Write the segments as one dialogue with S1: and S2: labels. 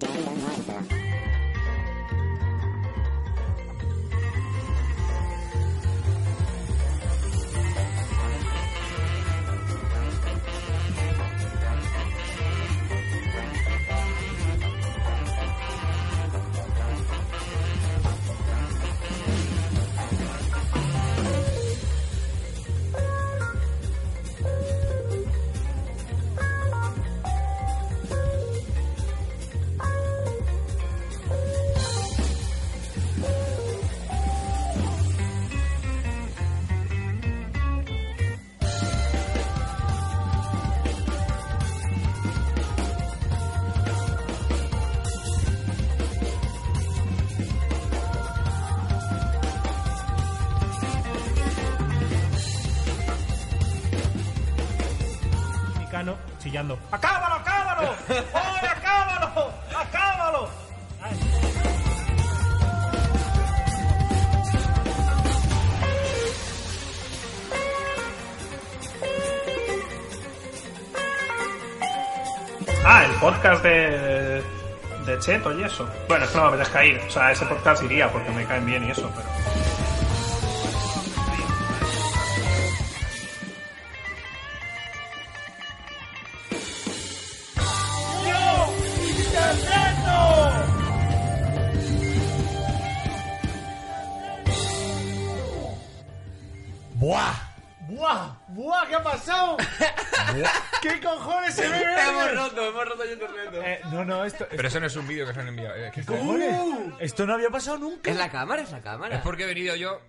S1: Diario Muerto.
S2: Mexicano chillando. ¡Acábalo, acábalo! ¡Oye, acábalo! ¡Acábalo! Ay.
S3: Ah, el podcast de, de Cheto y eso. Bueno, es que no me apetezca ir. O sea, ese podcast iría porque me caen bien y eso, pero...
S4: ¡Buah!
S2: ¡Buah! ¡Buah! ¿Qué ha pasado? ¿Qué cojones se ve?
S5: Hemos roto, hemos roto Internet.
S2: Eh, no, no, esto.
S4: Pero eso no es un vídeo que se han enviado. eh, que está-
S2: cojones? Esto no había pasado nunca.
S5: Es la cámara, es la cámara.
S4: Es porque he venido yo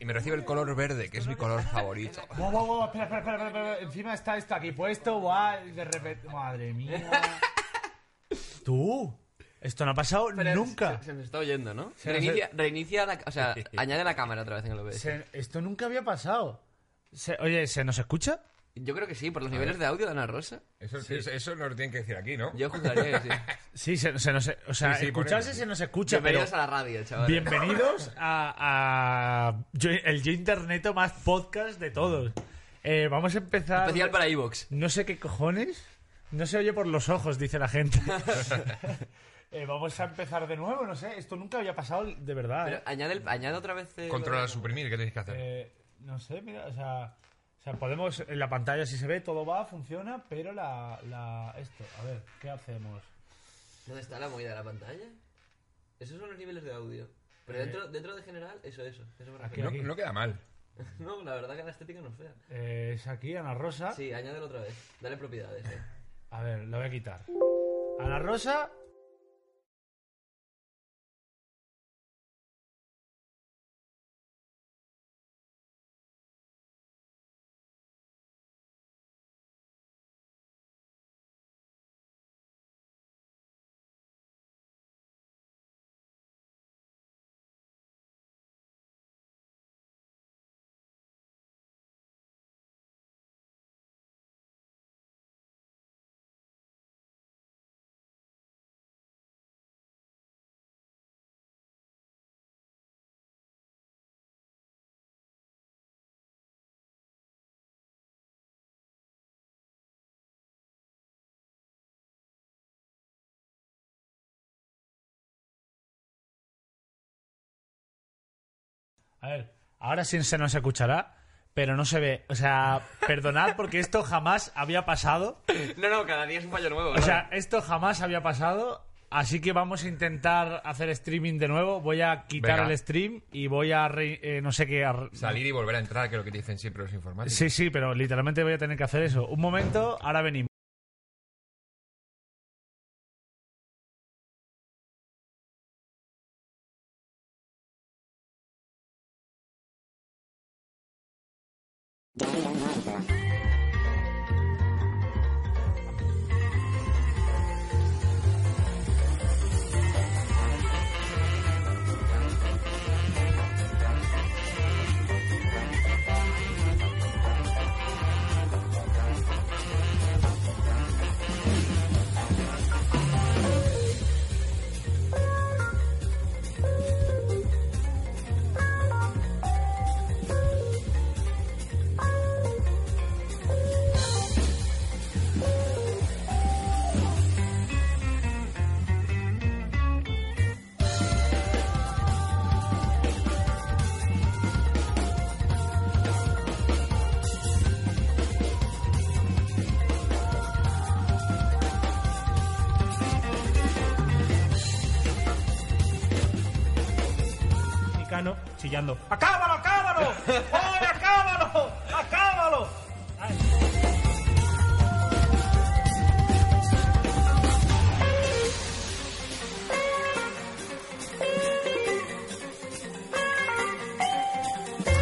S4: y me recibe el color verde, que es mi color favorito.
S2: Guau, guau, guau, espera, espera, espera, espera, espera. Encima está esto aquí puesto, guau, y de repente. Madre mía. Tú. Esto no ha pasado
S5: Pero
S2: nunca.
S5: Se, se me está oyendo, ¿no?
S2: no
S5: reinicia, reinicia la... O sea, añade la cámara otra vez en el OBS.
S2: Se- esto nunca había pasado. Se- oye, ¿se nos escucha?
S5: Yo creo que sí, por los niveles de audio de Ana Rosa.
S4: Eso, eso, eso nos lo tienen que decir aquí, ¿no?
S5: Yo juzgaría que sí.
S2: Sí, se, se nos. O sea,
S4: Sí, sí,
S2: escucharse
S4: ponemos.
S2: se nos escucha,
S5: Bienvenidos
S2: pero.
S5: a la radio, chaval.
S2: Bienvenidos a, a Yo- el Yo Interneto más podcast de todos. Eh, vamos a empezar.
S5: Especial para Evox.
S2: No sé qué cojones. No se oye por los ojos, dice la gente. Eh, vamos a empezar de nuevo, no sé. Esto nunca había pasado de verdad.
S5: Pero
S2: ¿eh?
S5: añade, el- añade otra vez... eh,
S4: Controlar, suprimir, ¿qué tenéis que hacer?
S2: Eh, no sé, mira, o sea, o sea, podemos. En la pantalla si se ve, todo va, funciona, pero la. la esto, a ver, ¿qué hacemos?
S5: ¿Dónde está la movida de la pantalla? Esos son los niveles de audio. Pero dentro, dentro de general, eso, eso. eso me
S2: Aquí,
S5: refiero.
S4: no,
S2: aquí.
S4: no queda mal.
S5: No, la verdad que la estética no es fea.
S2: Eh, es aquí, Ana Rosa.
S5: Sí, añádelo otra vez. Dale propiedades. eh.
S2: A ver, lo voy a quitar. Ana Rosa. A ver, ahora sí se nos escuchará, pero no se ve. O sea, perdonad porque esto jamás había pasado.
S5: No, no, cada día es un fallo nuevo.
S2: O
S5: ¿no?
S2: sea, esto jamás había pasado. Así que vamos a intentar hacer streaming de nuevo. Voy a quitar
S4: Venga.
S2: el stream y voy a. re- eh, no sé qué. a-
S4: Salir y volver a entrar, que es lo que dicen siempre los informáticos.
S2: Sí, sí, pero literalmente voy a tener que hacer eso. Un momento, ahora venimos.
S1: Diario Muerto.
S6: mexicano chillando.
S3: ¡Acábalo, acábalo! ¡Oye, acábalo! ¡Acábalo!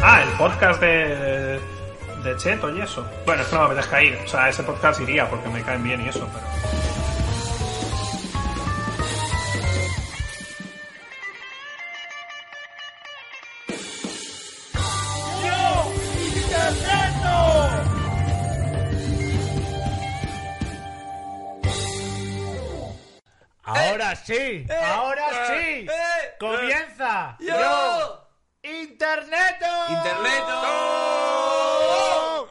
S3: Ah, el podcast de, de Cheto y eso. Bueno, es que no me dejas caer. O sea, ese podcast iría porque me caen bien y eso, pero...
S2: Ahora sí, ahora sí.
S5: eh,
S2: Comienza.
S5: ¡Yo!
S2: Internet.
S5: ¡Internet!
S4: ¡Oh!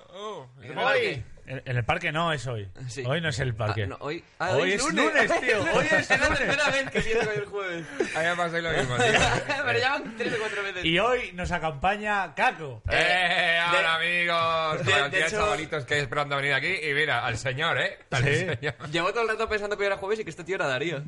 S2: Hoy. En en el parque no es hoy.
S5: Sí.
S2: Hoy no es el parque.
S5: Ah, no, hoy, ah,
S2: Hoy es lunes, tío. Hoy es
S5: la tercera vez que siento que hoy es jueves.
S4: A mí me pasa lo mismo, tío. Eh,
S5: Pero ya van tres o cuatro veces.
S2: Y hoy nos acompaña Caco.
S4: ¡Eh! ¡Hola, amigos!
S5: de-
S4: Bueno,
S5: de
S4: tío,
S5: hecho-
S4: chavalitos que esperando venir aquí. Y mira, al señor, ¿eh? Al
S2: Sí.
S4: señor.
S5: Llevo todo el rato pensando que hoy era jueves y que este tío era Darío.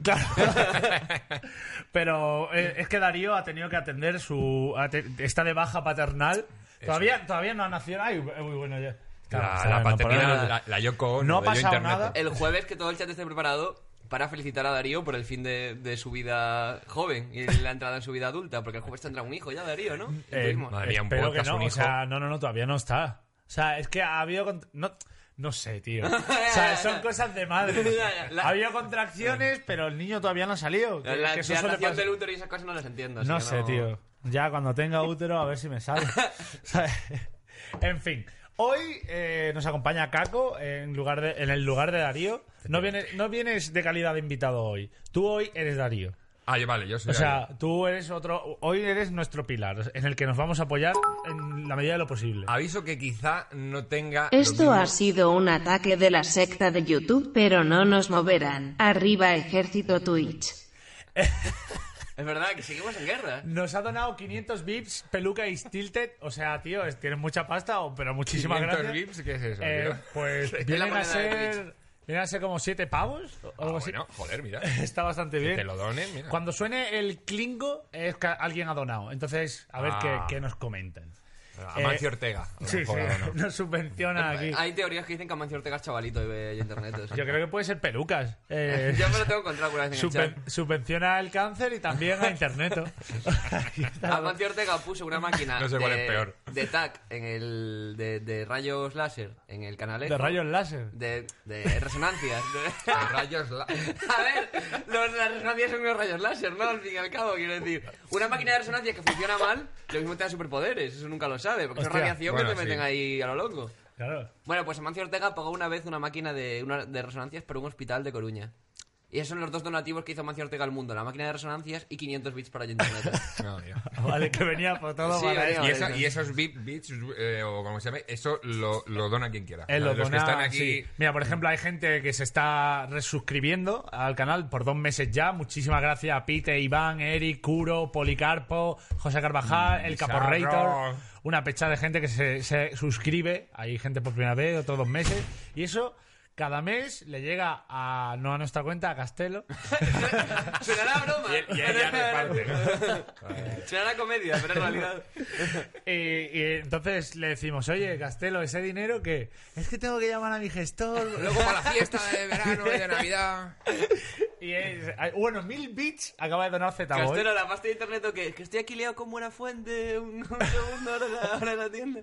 S2: Pero eh, es que Darío ha tenido que atender su. ate- está de baja paternal. Todavía, todavía no ha nacido. Ay, eh, uy, bueno, ya. Claro,
S4: La,
S2: sabe,
S4: la
S2: no,
S4: paternidad,
S2: por ahí no-
S4: la, la Yoko Ono
S2: No ha
S4: de Yo
S2: pasado
S4: Internet.
S2: nada.
S5: El jueves que todo el chat esté preparado para felicitar a Darío por el fin de, de su vida joven y la entrada en su vida adulta, porque el jueves tendrá un hijo ya, Darío, ¿no?
S2: Eh,
S5: Tuvimos.
S4: madre mía, un
S2: espero
S4: podcast,
S2: que no,
S4: un
S2: o
S4: hijo.
S2: sea, no, no, no, todavía no está. O sea, es que ha habido... cont- No, no sé, tío. O sea, son cosas de madre.
S5: Ya, ya, la-
S2: Ha habido contracciones, pero el niño todavía no ha salido.
S5: La,
S2: Que-
S5: la
S2: que eso suele
S5: dilatación
S2: pasar.
S5: del útero y esas cosas no las entiendo. así
S2: No
S5: que
S2: sé, tío. Ya cuando tenga útero, a ver si me sale. ¿Sabes? en fin. Hoy eh, nos acompaña Caco en, lugar de, en el lugar de Darío. No, viene, no vienes de calidad de invitado hoy. Tú hoy eres Darío.
S4: Ah, yo- vale, yo soy.
S2: O sea, tú eres otro. Hoy eres nuestro pilar, en el que nos vamos a apoyar en la medida de lo posible.
S4: Aviso que quizá no tenga. lo
S7: Esto
S4: mismo-
S7: ha sido un ataque de la secta de YouTube, pero no nos moverán. Arriba ejército Twitch.
S5: Es verdad que seguimos en guerra.
S2: Nos ha donado 500 vips, peluca y tilted. O sea, tío, es- tienen mucha pasta, o- pero muchísimas
S4: 500
S2: gracias.
S4: vips, ¿qué es eso,
S2: Eh,
S4: tío?
S2: pues
S4: Es
S2: vienen
S5: la
S2: a
S5: moneda de
S2: ser. Vienen a ser como 7 pavos o
S4: Ah,
S2: algo así.
S4: bueno, joder, mira.
S2: Está bastante bien.
S4: Te lo donen, mira.
S2: Cuando suene el clingo, es que alguien ha donado. Entonces, a ver
S4: Ah.
S2: qué, qué nos comentan.
S4: Amancio
S2: eh,
S4: Ortega. a lo
S2: Sí, sí,
S4: mejor, o no.
S2: nos subvenciona aquí.
S5: Hay teorías que dicen que Amancio Ortega es chavalito y ve internet. o sea.
S2: Yo creo que puede ser pelucas. Eh,
S5: Yo me lo tengo encontrado alguna vez en el
S2: Subven-
S5: chat.
S2: subvenciona el cáncer y también a internet.
S5: Amancio Ortega puso una máquina
S4: No sé
S5: de,
S4: cuál es peor.
S5: de TAC en el, de, de rayos láser en el canal este.
S2: de rayos láser.
S5: de, de resonancias. de-
S4: Rayos la-
S5: A ver, los- las resonancias son unos rayos láser, ¿no? Al fin y al cabo, quiero decir. Una máquina de resonancia que funciona mal, lo mismo te da superpoderes, eso nunca lo sabe, porque es
S2: Hostia,
S5: radiación
S4: bueno,
S5: que te meten
S4: sí.
S5: ahí a lo loco.
S2: Claro.
S5: Bueno, pues Amancio Ortega pagó una vez una máquina de, una- de resonancias para un hospital de Coruña. Y esos son los dos donativos que hizo Amancio Ortega al mundo, la máquina de resonancias y 500 bits para Internet.
S4: No, mira.
S2: Vale, que venía por todo
S5: Sí,
S2: para
S5: venía.
S2: eso.
S4: Y, eso- y esos beat, beats, eh, o como se llame, eso lo, lo dona quien quiera.
S2: Él Eh, lo
S4: los que
S2: dona,
S4: están aquí.
S2: sí. Mira, por ejemplo, hay gente que se está resuscribiendo al canal por dos meses ya. Muchísimas gracias a Pite, Iván, Eric, Curo, Policarpo, José Carvajal, El
S4: Mm, Pizarro.
S2: Caporrator. Una pecha de gente que se, se suscribe. Hay gente por primera vez, otros dos meses. Y eso cada mes le llega a, no a nuestra cuenta, a Castelo.
S5: Suena a broma.
S4: Y él, y él ya reparte, ¿no?
S5: Suena a comedia, pero en realidad.
S2: Y, y entonces le decimos, oye, Castelo, ese dinero que es que tengo que llamar a mi gestor.
S4: Luego para la fiesta de verano y de Navidad.
S2: y es- ay, bueno, Mil Beach acaba de donar Z
S5: Castelo, la pasta de internet o qué? Que estoy aquí liado con buena fuente. Un, un segundo ahora, en la- ahora en la tienda.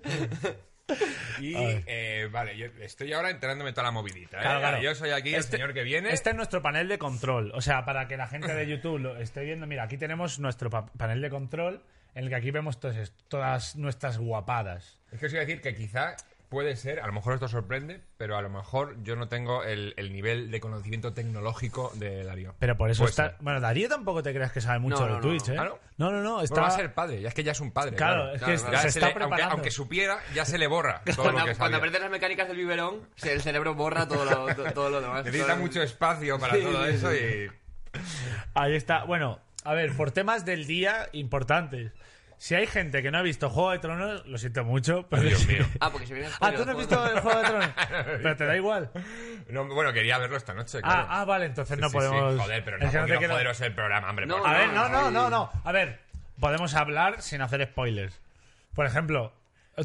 S4: Y eh, vale, yo estoy ahora enterándome toda la movidita. ¿eh?
S2: Claro, claro.
S4: Yo soy aquí
S2: Este-
S4: el señor que viene.
S2: Este es nuestro panel de control. O sea, para que la gente de YouTube lo esté viendo, mira, aquí tenemos nuestro pa- panel de control en el que aquí vemos todas est- todas nuestras guapadas.
S4: Es que os iba a decir que quizá puede ser, a lo mejor esto os sorprende, pero a lo mejor yo no tengo el, el nivel de conocimiento tecnológico de Darío.
S2: Pero por eso
S4: Puede
S2: está.
S4: ser.
S2: Bueno, Darío tampoco te creas que sabe mucho
S5: No, no,
S2: de
S5: no,
S2: Twitch, ¿eh?
S4: ¿Ah, no?
S2: No, no, no.
S4: Bueno,
S2: Está...
S4: va a ser padre, ya es que ya es un padre.
S2: Claro,
S4: Claro,
S2: es que
S4: Claro,
S2: se
S4: claro.
S2: está
S4: aunque-
S2: preparando.
S4: Aunque, supiera, ya se le borra todo
S5: Cuando,
S4: lo que
S5: cuando
S4: sabía.
S5: aprendes las mecánicas del biberón, se- el cerebro borra todo lo, to- todo lo demás.
S4: Necesita
S5: Todo-
S4: mucho espacio para todo eso y...
S2: Ahí está. Bueno, a ver, por temas del día importantes. Si hay gente que no ha visto Juego de Tronos, lo siento mucho, pero.
S4: Dios mío.
S5: Ah, porque si vienes.
S2: Ah, tú no has visto el Juego de Tronos. Pero te da igual.
S4: No, bueno, quería verlo esta noche, claro.
S2: Ah, ah, vale, entonces
S4: Sí,
S2: no
S4: sí, sí.
S2: podemos.
S4: Joder, pero
S2: Es
S4: no,
S2: que
S4: porque
S2: te
S4: no
S2: queda-
S4: joderos el programa, hombre. pues,
S5: No,
S4: ah, por
S2: A
S4: favor.
S2: ver, no, no, no, no. A ver, podemos hablar sin hacer spoilers. Por ejemplo,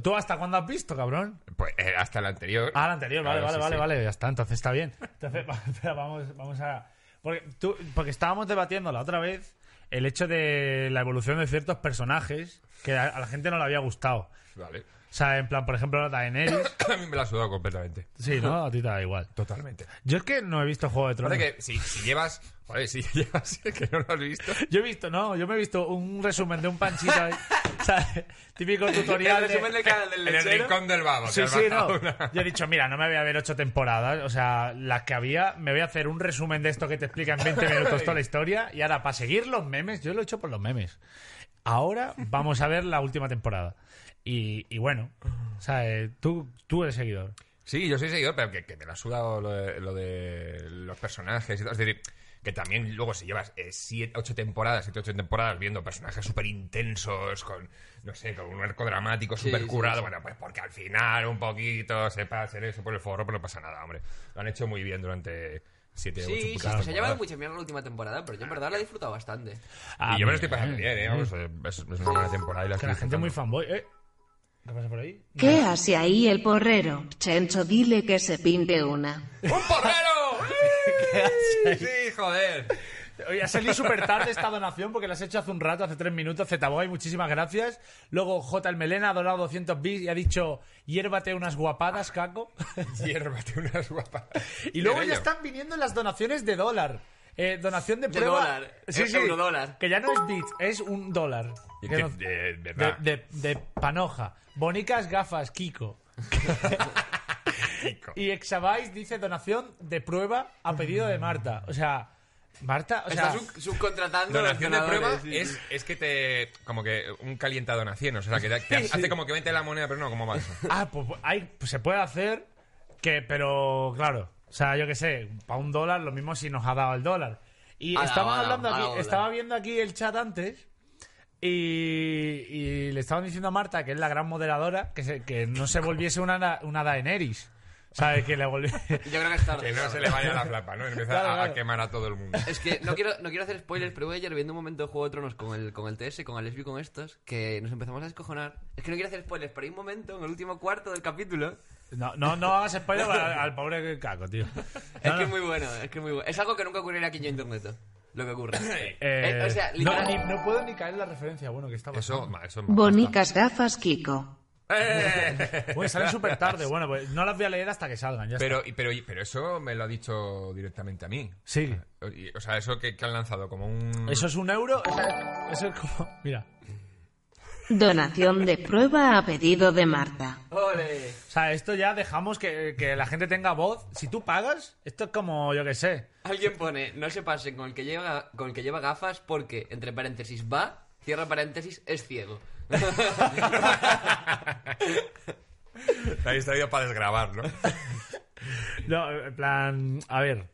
S2: ¿tú hasta cuándo has visto, cabrón?
S4: Pues eh, hasta el anterior.
S2: Ah, la anterior, vale,
S4: Claro,
S2: vale,
S4: sí,
S2: vale,
S4: sí.
S2: vale, ya está, entonces está bien. Entonces, va- espera, vamos, vamos a. Porque, tú- porque estábamos debatiendo la otra vez el hecho de la evolución de ciertos personajes que a, a la gente no le había gustado.
S4: Vale.
S2: O sea, en plan, por ejemplo, la Daenerys.
S4: A mí me la ha sudado completamente.
S2: Sí, ¿no? A ti te da igual.
S4: Totalmente.
S2: Yo es que no he visto Juego de Tronos.
S4: Aparte que si, si llevas... Joder, si llevas... Que no lo has visto.
S2: Yo he visto, no, yo me he visto un resumen de un panchito ahí. o sea, típico tutorial.
S5: El resumen
S2: de-
S5: del canal del
S4: En el
S5: lechero.
S4: rincón del babo. te
S2: Sí,
S4: has
S2: sí, no.
S4: bajado una-
S2: Yo he dicho, mira, no me voy a ver ocho temporadas, o sea, las que había, me voy a hacer un resumen de esto que te explica en 20 minutos toda la historia y ahora para seguir los memes, yo lo he hecho por los memes. Ahora vamos a ver la última temporada. Y, y bueno, o sea, eh, tú, tú eres seguidor.
S4: Sí, yo soy seguidor, pero que, que me la ha sudado lo de, lo de los personajes y tal. Es decir, que también luego si llevas eh, siete, ocho temporadas, siete, ocho temporadas viendo personajes súper intensos, con, no sé, con un arco dramático
S5: Sí,
S4: súper
S5: sí,
S4: curado,
S5: sí.
S4: bueno, pues porque al final un poquito se pasen eso por el forro, pero no pasa nada, hombre. Lo han hecho muy bien durante siete,
S5: Sí,
S4: ocho
S5: sí,
S4: putas
S5: se ha llevado
S4: temporadas.
S5: mucha mierda la última temporada, pero yo en verdad la he disfrutado bastante.
S2: Ah,
S4: Y yo me lo
S2: mira,
S4: estoy pasando
S2: eh,
S4: bien, ¿eh? Vamos, eh, es, es una buena temporada y
S2: Que
S4: la estoy
S2: la gente es muy
S4: disfrutando.
S2: fanboy. ¿Eh? ¿Qué pasa por ahí?
S7: ¿Qué hace ahí el porrero? Chencho, dile que se pinte una.
S4: ¡Un porrero! sí, joder.
S2: Oye, ha salido súper tarde esta donación porque la has hecho hace un rato, hace tres minutos. Zetaboy, muchísimas gracias. Luego J. El Melena ha donado 200 bits y ha dicho, hiérvate unas guapadas, caco.
S4: Hiérvate unas guapas.
S2: Y luego ya
S4: Ello.
S2: están viniendo las donaciones de dólar. Eh, donación de
S5: De
S2: prueba.
S5: dólar.
S2: Sí,
S5: Eh,
S2: sí.
S5: eurodólar.
S2: Que ya no es bits, es un dólar.
S4: Y
S2: Que
S4: que-
S2: no-
S4: de- de
S2: de,
S4: verdad.
S2: de- de panoja. Bonicas gafas, Kiko.
S4: Kiko.
S2: y Exabyte dice donación de prueba a pedido de Marta. O sea, Marta, o sea,
S5: Está sub- subcontratando. a los
S4: Donación de prueba
S5: donadores, sí,
S4: es,
S5: sí.
S4: es que te. como que un calienta donación, o sea, que te, te hace como que vente la moneda, pero no, como va eso?
S2: Ah, pues, hay, pues se puede hacer, que, pero claro, o sea, yo qué sé, para un dólar, lo mismo si nos ha dado el dólar. Y
S5: Ha dado,
S2: estaban
S5: ha dado,
S2: hablando
S5: ha
S2: aquí,
S5: dado dólar.
S2: estaba viendo aquí el chat antes y, y le estaban diciendo a Marta, que es la gran moderadora, que, se- que no se volviese una, una Daenerys. ¿Sabes? Que le volviese...
S5: Yo creo que es tarde.
S4: Que no se le vaya la flapa, ¿no? Empieza
S2: Claro,
S4: a- a,
S2: claro.
S4: quemar a todo el mundo.
S5: Es que no quiero, no quiero hacer spoilers, pero voy ayer viendo un momento de Juego de Tronos con el, con el TS, con Alesbi, con estos, que nos empezamos a descojonar. Es que no quiero hacer spoilers, pero hay un momento, en el último cuarto del capítulo,
S2: No, no, no hagas spoiler al, al pobre caco, tío.
S5: Es
S2: No,
S5: que
S2: no.
S5: es muy bueno, es que es muy bueno. Es algo que nunca ocurrirá aquí en Yo Internet. Lo que ocurre.
S2: Eh,
S5: Eh, o sea,
S2: no,
S5: literal-
S2: ni- no puedo ni caer en la referencia, bueno, que estaba...
S4: Eso, ma, eso es ma-
S7: Bonicas gafas, Kiko.
S4: ¡Eh!
S2: Bueno, salen súper tarde, bueno, pues no las voy a leer hasta que salgan, ya está.
S4: Pero, y- pero, y- pero eso me lo ha dicho directamente a mí.
S2: Sí.
S4: Y- O sea, eso que, que han lanzado como un.
S2: Eso es un euro. o sea, Eso es como. Mira.
S7: Donación de prueba a pedido de Marta.
S5: ¡Ole!
S2: O sea, esto ya dejamos que, que la gente tenga voz. Si tú pagas, esto es como, yo qué sé.
S5: Alguien pone, no se pasen con el que lleva, con el que lleva gafas porque, entre paréntesis, va, cierra paréntesis, es ciego.
S4: Te habéis traído para desgrabar, ¿no?
S2: No, en plan. A ver.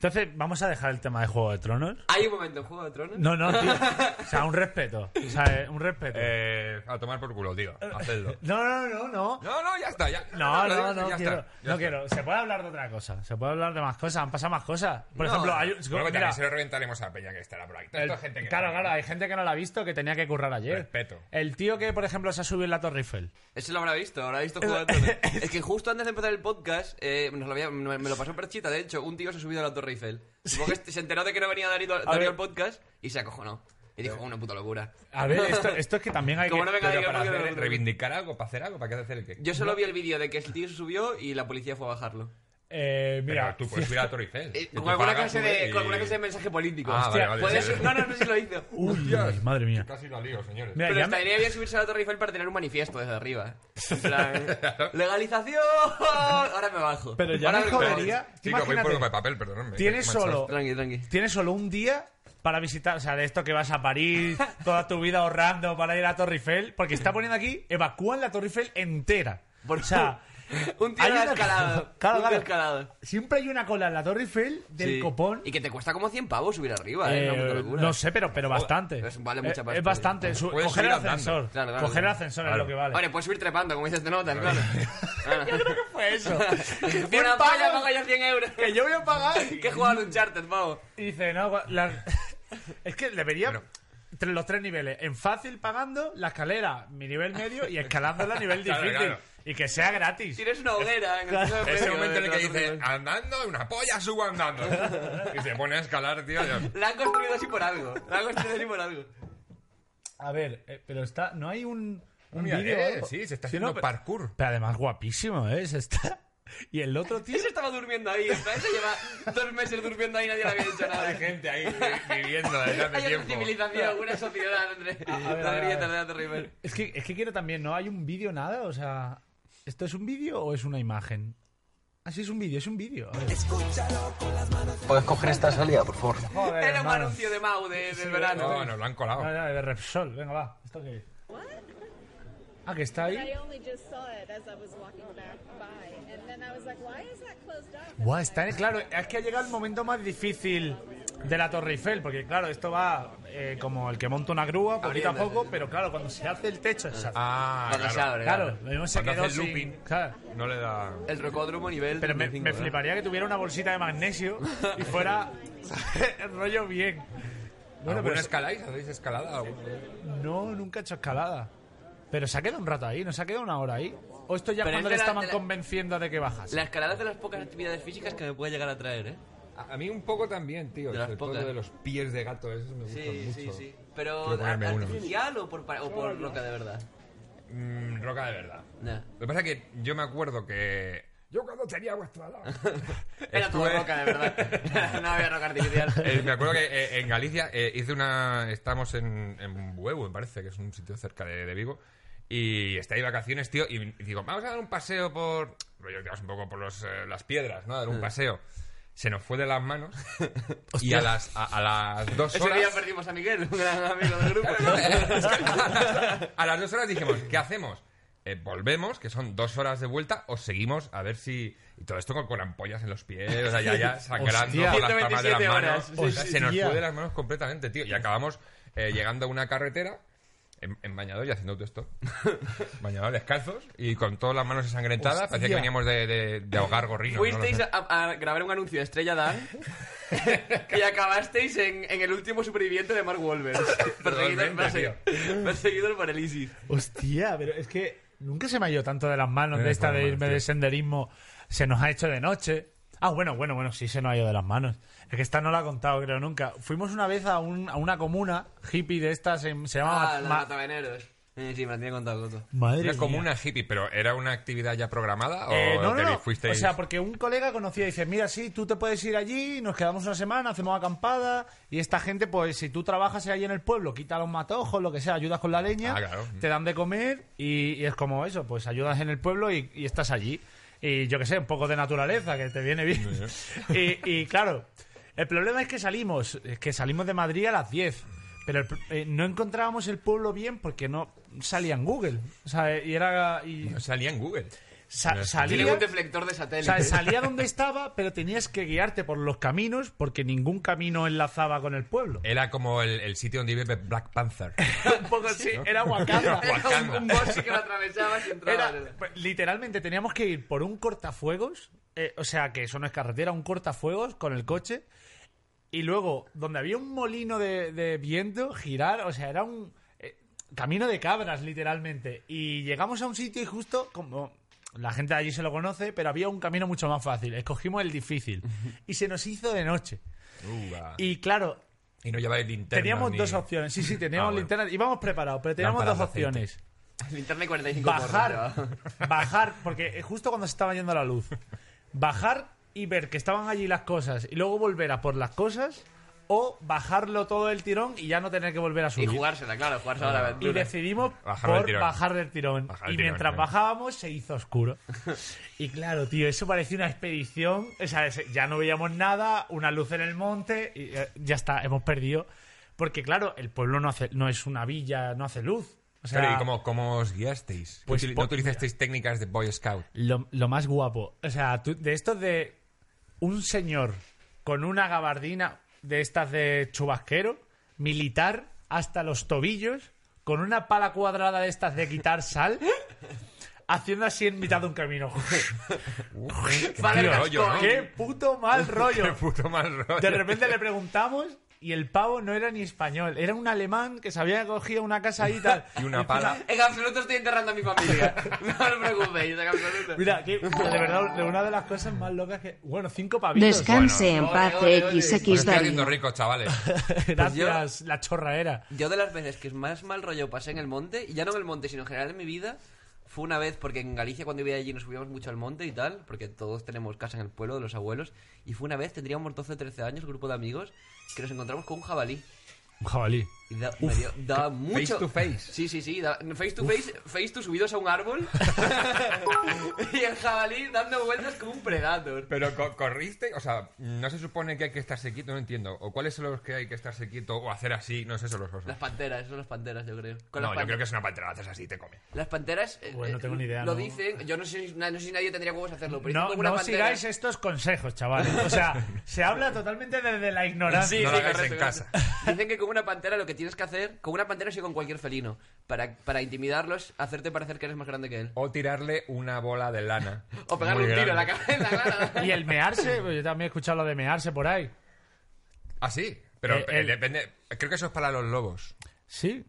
S2: Entonces, vamos a dejar el tema de Juego de Tronos.
S5: Hay un momento en Juego de Tronos.
S2: No, no, tío. O sea, un respeto. O sea, eh, un respeto.
S4: Eh, a tomar por culo, tío. Hacedlo.
S2: No, no, no, no.
S4: No, no, ya está. Ya,
S2: No,
S4: lo
S2: no,
S4: digo,
S2: no,
S4: ya
S2: quiero,
S4: está, ya
S2: no
S4: está.
S2: quiero. Se puede hablar de otra cosa. Se puede hablar de más cosas. Han pasado más cosas. Por
S5: No.
S2: ejemplo, hay un.
S4: Bueno,
S2: mira,
S4: que también se lo reventaremos a Peña que estará por ahí.
S2: el- eh.
S4: Tanta gente que
S2: claro, claro, hay gente que no la ha visto que tenía que currar ayer.
S4: Respeto.
S2: El tío que, por ejemplo, se ha subido en la Torre Eiffel.
S5: Ese lo habrá visto, habrá visto Juego de Tronos. es que justo antes de empezar el podcast, eh, nos lo había- me me lo pasó Perchita, de hecho, un tío se ha subido a la Torre Eiffel. Supongo que se enteró de que no venía Darío,
S2: ver.
S5: Darío al podcast y se acojonó. Y dijo, una puta locura.
S2: A ver, esto, esto es que también hay
S5: Como
S2: que...
S5: no venga
S4: Pero
S5: Darío,
S4: para
S5: porque-
S4: hacer, reivindicar algo, para hacer algo, para qué hacer el qué.
S5: Yo solo vi el vídeo de que el tío se subió y la policía fue a bajarlo.
S2: Eh,
S4: Pero
S2: mira,
S4: tú pues, puedes ir a la Torre Eiffel.
S5: Eh,
S4: Que
S5: Con
S4: tú
S5: alguna,
S4: pagas,
S5: clase de,
S4: subes
S5: con alguna
S4: y-
S5: clase de mensaje político.
S4: Ah, vale, vale.
S5: Puede
S4: sí,
S5: ser-
S4: sí.
S5: no, no, no sé si lo hizo.
S2: Uy,
S4: Hostias.
S2: madre mía.
S4: Casi la lío, señores.
S2: Mira,
S5: Pero
S2: ya me-
S5: estaría bien subirse a la Torre Eiffel para tener un manifiesto desde arriba. En plan, ¡Legalización! Ahora me bajo.
S2: Pero ya
S5: Ahora
S2: me
S5: me
S2: jodería.
S4: Chico, voy por
S2: Imagínate.
S4: un papel, perdóname.
S2: Tienes
S4: Manchado.
S2: solo,
S5: Tranqui, tranqui.
S2: tienes solo un día para visitar, o sea, de esto que vas a París, toda tu vida ahorrando para ir a Torre Eiffel, porque está poniendo aquí, evacúan la Torre Eiffel entera.
S5: Por-
S2: o sea,
S5: Un tío
S2: hay
S5: de
S2: una-
S5: escalado.
S2: Claro,
S5: un tío
S2: claro.
S5: escalado.
S2: Siempre hay una cola en la Torre Eiffel del
S5: Sí.
S2: copón.
S5: Y que te cuesta como 100 pavos subir arriba, ¿eh?
S2: Eh,
S5: Es una puta locura.
S2: no sé, pero, pero bastante.
S5: Pues vale mucha
S2: Eh,
S5: pasta,
S2: es bastante.
S5: tío.
S2: Su-
S4: Puedes
S2: coger el
S4: ir andando.
S2: ascensor.
S5: Claro, claro,
S2: coger el
S5: claro.
S2: ascensor
S4: Claro.
S2: es lo que vale.
S5: Ahora, puedes subir trepando, como dices, te notas, claro. Yo creo que
S2: fue eso.
S5: Por
S2: Cien
S5: una polla
S2: pavos
S5: pago yo 100 euros.
S2: que yo voy a pagar.
S5: ¿Qué jugaba un charter, pavo?
S2: Y dice, no, la- es que debería.
S4: Pero-
S2: tre- los tres niveles. En fácil pagando, la escalera, mi nivel medio y escalándola a nivel
S4: Claro,
S2: difícil.
S4: claro.
S2: Y que sea gratis.
S5: Tienes una hoguera ¿eh? en el piso de
S4: Ese
S5: medio
S4: momento en el que
S5: de los
S4: dice,
S5: otros.
S4: andando, una polla subo andando. Y se pone a escalar, tío. ya.
S5: La han construido así por algo. La han construido así por algo.
S2: A ver, eh, pero está. No hay un. Un
S4: Mira,
S2: vídeo.
S4: eh,
S2: o algo.
S4: sí, se está
S2: Sí,
S4: haciendo
S2: no, pero-
S4: parkour.
S2: Pero además guapísimo, ¿eh? Se está... Y el otro tío...
S5: Ese estaba durmiendo ahí. en plan, Ese lleva dos meses durmiendo ahí y nadie le había dicho nada.
S4: Hay gente ahí vi- viviendo desde hace
S5: Hay una
S4: tiempo.
S5: civilización, una sociedad entre
S2: a ver, a
S5: las
S2: ver.
S5: grietas de Dato River.
S2: Es que, es que quiero también, ¿no? ¿Hay un vídeo nada? O sea... ¿Esto es un vídeo o es una imagen? Ah, sí, es un vídeo, es un vídeo. A ver.
S6: ¿Puedes coger esta salida, por favor?
S2: Joder,
S5: Era un
S2: hermano.
S5: anuncio de Mau de- del
S4: No,
S5: verano.
S4: nos lo han
S2: No,
S4: colado.
S2: no, de Repsol, venga, va. ¿Esto qué es? Ah, que está
S8: I
S2: ahí.
S8: only just saw it as I was walking back by, and then I was like, "Why is that closed off?" And
S2: Buah,
S8: then
S2: está en- Claro, es que ha llegado el momento más difícil de la Torre Eiffel, porque claro, esto va eh, como el que monta una grúa, poquito a
S5: Abriéndose.
S2: poco, pero claro, cuando se hace el techo, se hace-
S4: Ah,
S5: Cuando se
S4: claro.
S5: abre.
S2: Claro, lo mismo se
S4: Cuando
S2: quedó
S4: hace el
S2: sin-
S4: looping.
S2: claro.
S4: No le da...
S5: El rocódromo nivel. ¿eh?
S2: Pero me,
S5: 35,
S2: me
S5: ¿verdad?
S2: fliparía que tuviera una bolsita de magnesio y fuera el rollo bien. Bueno,
S4: ¿Alguna
S2: pero
S4: escaláis? ¿Hacéis escalada? ¿Algún-
S2: no, nunca he hecho escalada. Pero se ha quedado un rato ahí, no se ha quedado una hora ahí. O esto ya
S5: Pero
S2: cuando
S5: es
S2: le
S5: de la-
S2: estaban
S5: de la-
S2: convenciendo de que bajas.
S5: La escalada es de las pocas actividades físicas que me puede llegar a traer, ¿eh?
S4: A a mí un poco también, tío.
S5: De las
S4: El
S5: pocas.
S4: pollo de los pies de gato, eso me gusta
S5: Sí,
S4: mucho.
S5: sí, sí. Pero
S4: Quiero ponerme uno.
S5: artificial o por, pa- o por roca de verdad.
S4: Mm, roca de verdad.
S5: Nah.
S4: Lo que pasa es que yo me acuerdo que... Yo cuando tenía vuestra edad...
S5: Era todo
S4: estuve-
S5: roca de verdad. no había roca artificial.
S4: Eh, me acuerdo que eh, en Galicia eh, hice una. Estamos en, en Huevo, me parece, que es un sitio cerca de, de Vigo. Y estáis de vacaciones, tío. Y digo, vamos a dar un paseo por. rollo, digamos, un poco por los, eh, las piedras, ¿no? A
S5: Ah.
S4: dar un paseo. Se nos fue de las manos. y a las, a, a las dos
S5: Ese
S4: horas.
S5: día perdimos a Miguel, un gran amigo del grupo.
S4: a las dos horas dijimos, ¿qué hacemos? Eh, volvemos, que son dos horas de vuelta, o seguimos a ver si. Y todo esto con, con ampollas en los pies, o sea, ya, ya sangrando
S2: Hostia.
S4: por las palmas de las
S5: 127
S4: manos.
S5: horas.
S4: O sea, se nos
S2: Hostia.
S4: fue de las manos completamente, tío. Y acabamos eh, llegando a una carretera. En, en bañador y haciendo autostop. bañador descalzos y con todas las manos ensangrentadas. Parecía que
S2: Hostia.
S4: veníamos de, de- de ahogar gorrinos. ¿no? No
S5: Fuisteis
S4: sé.
S5: a, a grabar un anuncio de Estrella Dan y acabasteis en, en el último superviviente de Mark Wahlberg. perseguido,
S4: Totalmente,
S5: perse- perseguido por el ISIS.
S2: Hostia, pero es que nunca se me ha ido tanto de las manos
S4: Eh,
S2: de esta
S4: por las
S2: de irme
S4: manos,
S2: de
S4: sí.
S2: senderismo. Se nos ha hecho de noche. Ah, bueno, bueno, bueno, sí se nos ha ido de las manos. Es que esta no la he contado, creo, nunca. Fuimos una vez a, un- a una comuna hippie de estas, se, se llamaba...
S5: Ah, los
S2: Ma-
S5: mataveneros. Eh, sí, me lo tenía contado Coto.
S2: Madre
S4: Era
S2: mía.
S4: como una hippie, pero ¿era una actividad ya programada?
S2: Eh,
S4: o
S2: no, no,
S4: te
S2: no.
S4: fuisteis-
S2: O sea, porque un colega conocía y dice, mira, sí, tú te puedes ir allí, nos quedamos una semana, hacemos acampada, y esta gente, pues si tú trabajas ahí en el pueblo, quita los matojos, lo que sea, ayudas con la leña,
S4: Ah, claro.
S2: te dan de comer, y, y es como eso, pues ayudas en el pueblo y, y estás allí. Y yo qué sé, un poco de naturaleza, que te viene bien. y, y, claro, el problema es que salimos, es que salimos de Madrid a las 10. Pero el pr- eh, no encontrábamos el pueblo bien porque no salía en Google. O sea, eh, y era... y
S4: No salía en Google.
S2: sa-
S4: No, es-
S2: salía-
S5: Tiene un deflector de
S2: o
S5: satélite.
S2: sea, salía donde estaba, pero tenías que guiarte por los caminos porque ningún camino enlazaba con el pueblo.
S4: Era como el, el sitio donde vive Black Panther.
S2: Un poco así, era Wakanda.
S5: Era un,
S4: Wakanda.
S5: un bosque que lo atravesabas y entrabas.
S2: Era- pues, literalmente teníamos que ir por un cortafuegos, eh, o sea, que eso no es carretera, un cortafuegos con el coche, y luego, donde había un molino de, de viento, girar, o sea, era un eh, camino de cabras, literalmente. Y llegamos a un sitio y justo como... La gente de allí se lo conoce, pero había un camino mucho más fácil. Escogimos el difícil. Y se nos hizo de noche.
S4: Uva. y,
S2: Y claro,
S4: no lleváis linterna.
S2: Teníamos
S4: ni-
S2: dos opciones. Sí, sí, teníamos
S4: Ah, bueno.
S2: linterna. Íbamos preparados, pero teníamos
S4: Lámparas
S2: dos
S4: de aceite.
S2: opciones.
S5: Linterna y 45 porros,
S2: Bajar,
S5: pero-
S2: bajar, porque justo cuando se estaba yendo la luz. Bajar y ver que estaban allí las cosas y luego volver a por las cosas o bajarlo todo el tirón y ya no tener que volver a
S5: Y
S2: subir. Ah.
S5: jugársela, claro, jugarse a la
S2: Y
S5: aventura.
S2: decidimos
S4: Bajar del
S2: por
S4: tirón.
S2: bajar del tirón.
S4: Bajar del
S2: y
S4: tirón, eh.
S2: mientras
S4: claro.
S2: bajábamos se hizo oscuro. Y claro, tío, eso parecía una expedición. O sea, ese- ya no veíamos nada, una luz en el monte y eh, ya está, hemos perdido. Porque claro, el pueblo no, hace, no es una villa, no hace luz. O sea,
S4: Pero, ¿y cómo, cómo os guiasteis?
S2: Pues,
S4: Util- ¿No
S2: po-
S4: utilizasteis técnicas de Boy Scout?
S2: lo, lo más guapo. O sea, tú- de estos de un señor con una gabardina de estas de chubasquero, militar, hasta los tobillos, con una pala cuadrada de estas de quitar sal, haciendo así en mitad de un camino.
S4: Uf, qué
S5: Vale,
S4: mal
S5: casco,
S4: rollo, ¿no?
S2: ¡Qué puto mal rollo!
S4: Qué puto mal rollo.
S2: De repente le preguntamos Y el pavo no era ni español, era un alemán que se había cogido una casa ahí y tal.
S4: Y una pala.
S5: En absoluto estoy enterrando a mi familia. No os preocupéis, en absoluto.
S2: Mira, que de verdad, de una de las cosas más locas que. Bueno, cinco pavitos.
S7: Descanse en
S5: Bueno.
S7: paz,
S5: Ole, ole, ole.
S4: Os
S7: XX
S4: estoy Pues haciendo
S7: Darío.
S4: ricos, chavales.
S5: Pues
S2: Gracias, la chorraera.
S5: Yo de las veces que más mal rollo pasé en el monte, y ya no en el monte, sino en general en mi vida, fue una vez porque en Galicia cuando vivía allí nos subíamos mucho al monte y tal, porque todos tenemos casa en el pueblo de los abuelos, y fue una vez, tendríamos 12 o 13 años, grupo de amigos, que nos encontramos con un jabalí.
S2: Un jabalí.
S5: Y da, me dio- daba mucho.
S4: to face.
S5: Sí, sí, sí. da- face to face, face to subidos a un árbol. y el jabalí dando vueltas como un predator.
S4: Pero co- corriste, o sea, no se supone que hay que estarse quieto, no entiendo. ¿O cuáles son los que hay que estarse quieto o hacer así? No es eso los osos.
S5: Las panteras, son las panteras, yo creo. Con
S4: No,
S5: las
S4: yo
S5: pan-
S4: creo que es una pantera, haces así y te come.
S5: Las panteras. eh,
S2: Bueno, no
S5: eh,
S2: tengo ni idea,
S5: Lo
S2: ¿no?
S5: dicen. Yo no sé, si- na- no sé si nadie tendría huevos a hacerlo, pero
S2: No,
S5: dicen como
S2: no
S5: una pantera.
S2: sigáis estos consejos, chavales. O sea, se habla totalmente desde la ignorancia.
S5: Sí,
S4: no
S5: sí,
S4: lo hagáis
S5: correcto,
S4: en
S5: correcto.
S4: casa.
S5: Dicen que con una pantera lo que tienes que hacer. Con una pantera sí con cualquier felino. Para, para intimidarlos, hacerte parecer que eres más grande que él.
S4: O tirarle una bola de lana.
S5: O pegarle
S4: Muy
S5: un tiro en la
S4: grande.
S5: cabeza, claro.
S2: Y el mearse, pues yo también he escuchado lo de mearse por ahí.
S4: Ah, sí. Pero
S2: Eh,
S4: eh,
S2: el-
S4: depende. Creo que eso es para los lobos.
S2: Sí.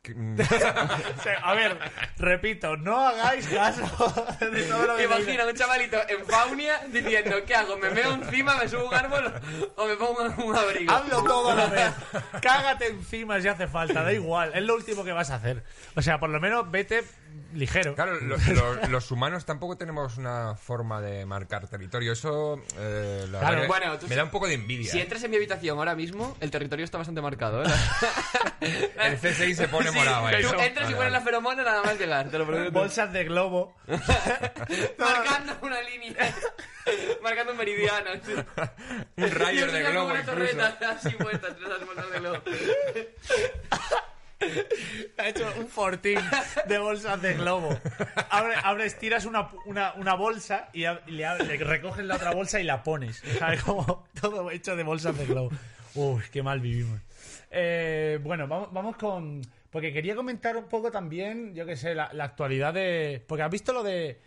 S4: Que- mm,
S2: O sea, a ver, repito, no hagáis caso de todo lo
S5: Me
S2: que
S5: imagino un chavalito en Faunia diciendo, ¿qué hago? ¿Me meo encima, me subo un árbol o me pongo un abrigo?
S2: Hazlo todo a la vez. Cágate encima si hace falta, da igual. Es lo último que vas a hacer. O sea, por lo menos vete ligero.
S4: Claro, lo- lo- los humanos tampoco tenemos una forma de marcar territorio. Eso eh, la
S2: Claro.
S4: verdad que
S5: Bueno, tú
S4: me
S5: sí-
S4: da un poco de envidia.
S5: Si entras en mi habitación ahora mismo, el territorio está bastante marcado, ¿eh?
S4: El CSI se pone
S5: Sí,
S4: morado. ahí.
S5: Tú
S4: Vale,
S5: entras y
S4: vale.
S5: pones la feromona nada más llegar, te lo prometo.
S2: Bolsas de globo.
S5: Marcando una línea. Marcando un meridiano.
S4: Un rayo
S5: Y
S4: de
S5: enseñando
S4: globo
S5: una
S4: incluso.
S5: torreta así puesta, entre esas bolsas de globo.
S2: Ha hecho un fortín de bolsas de globo. Abre- abres, tiras una, una- una bolsa y, ab- y le, ab- le recoges la otra bolsa y la pones. ¿Sabes? Como todo hecho de bolsas de globo. Uy, qué mal vivimos. Eh, bueno, vamos, vamos con... Porque quería comentar un poco también, yo qué sé, la, la actualidad de... Porque has visto lo de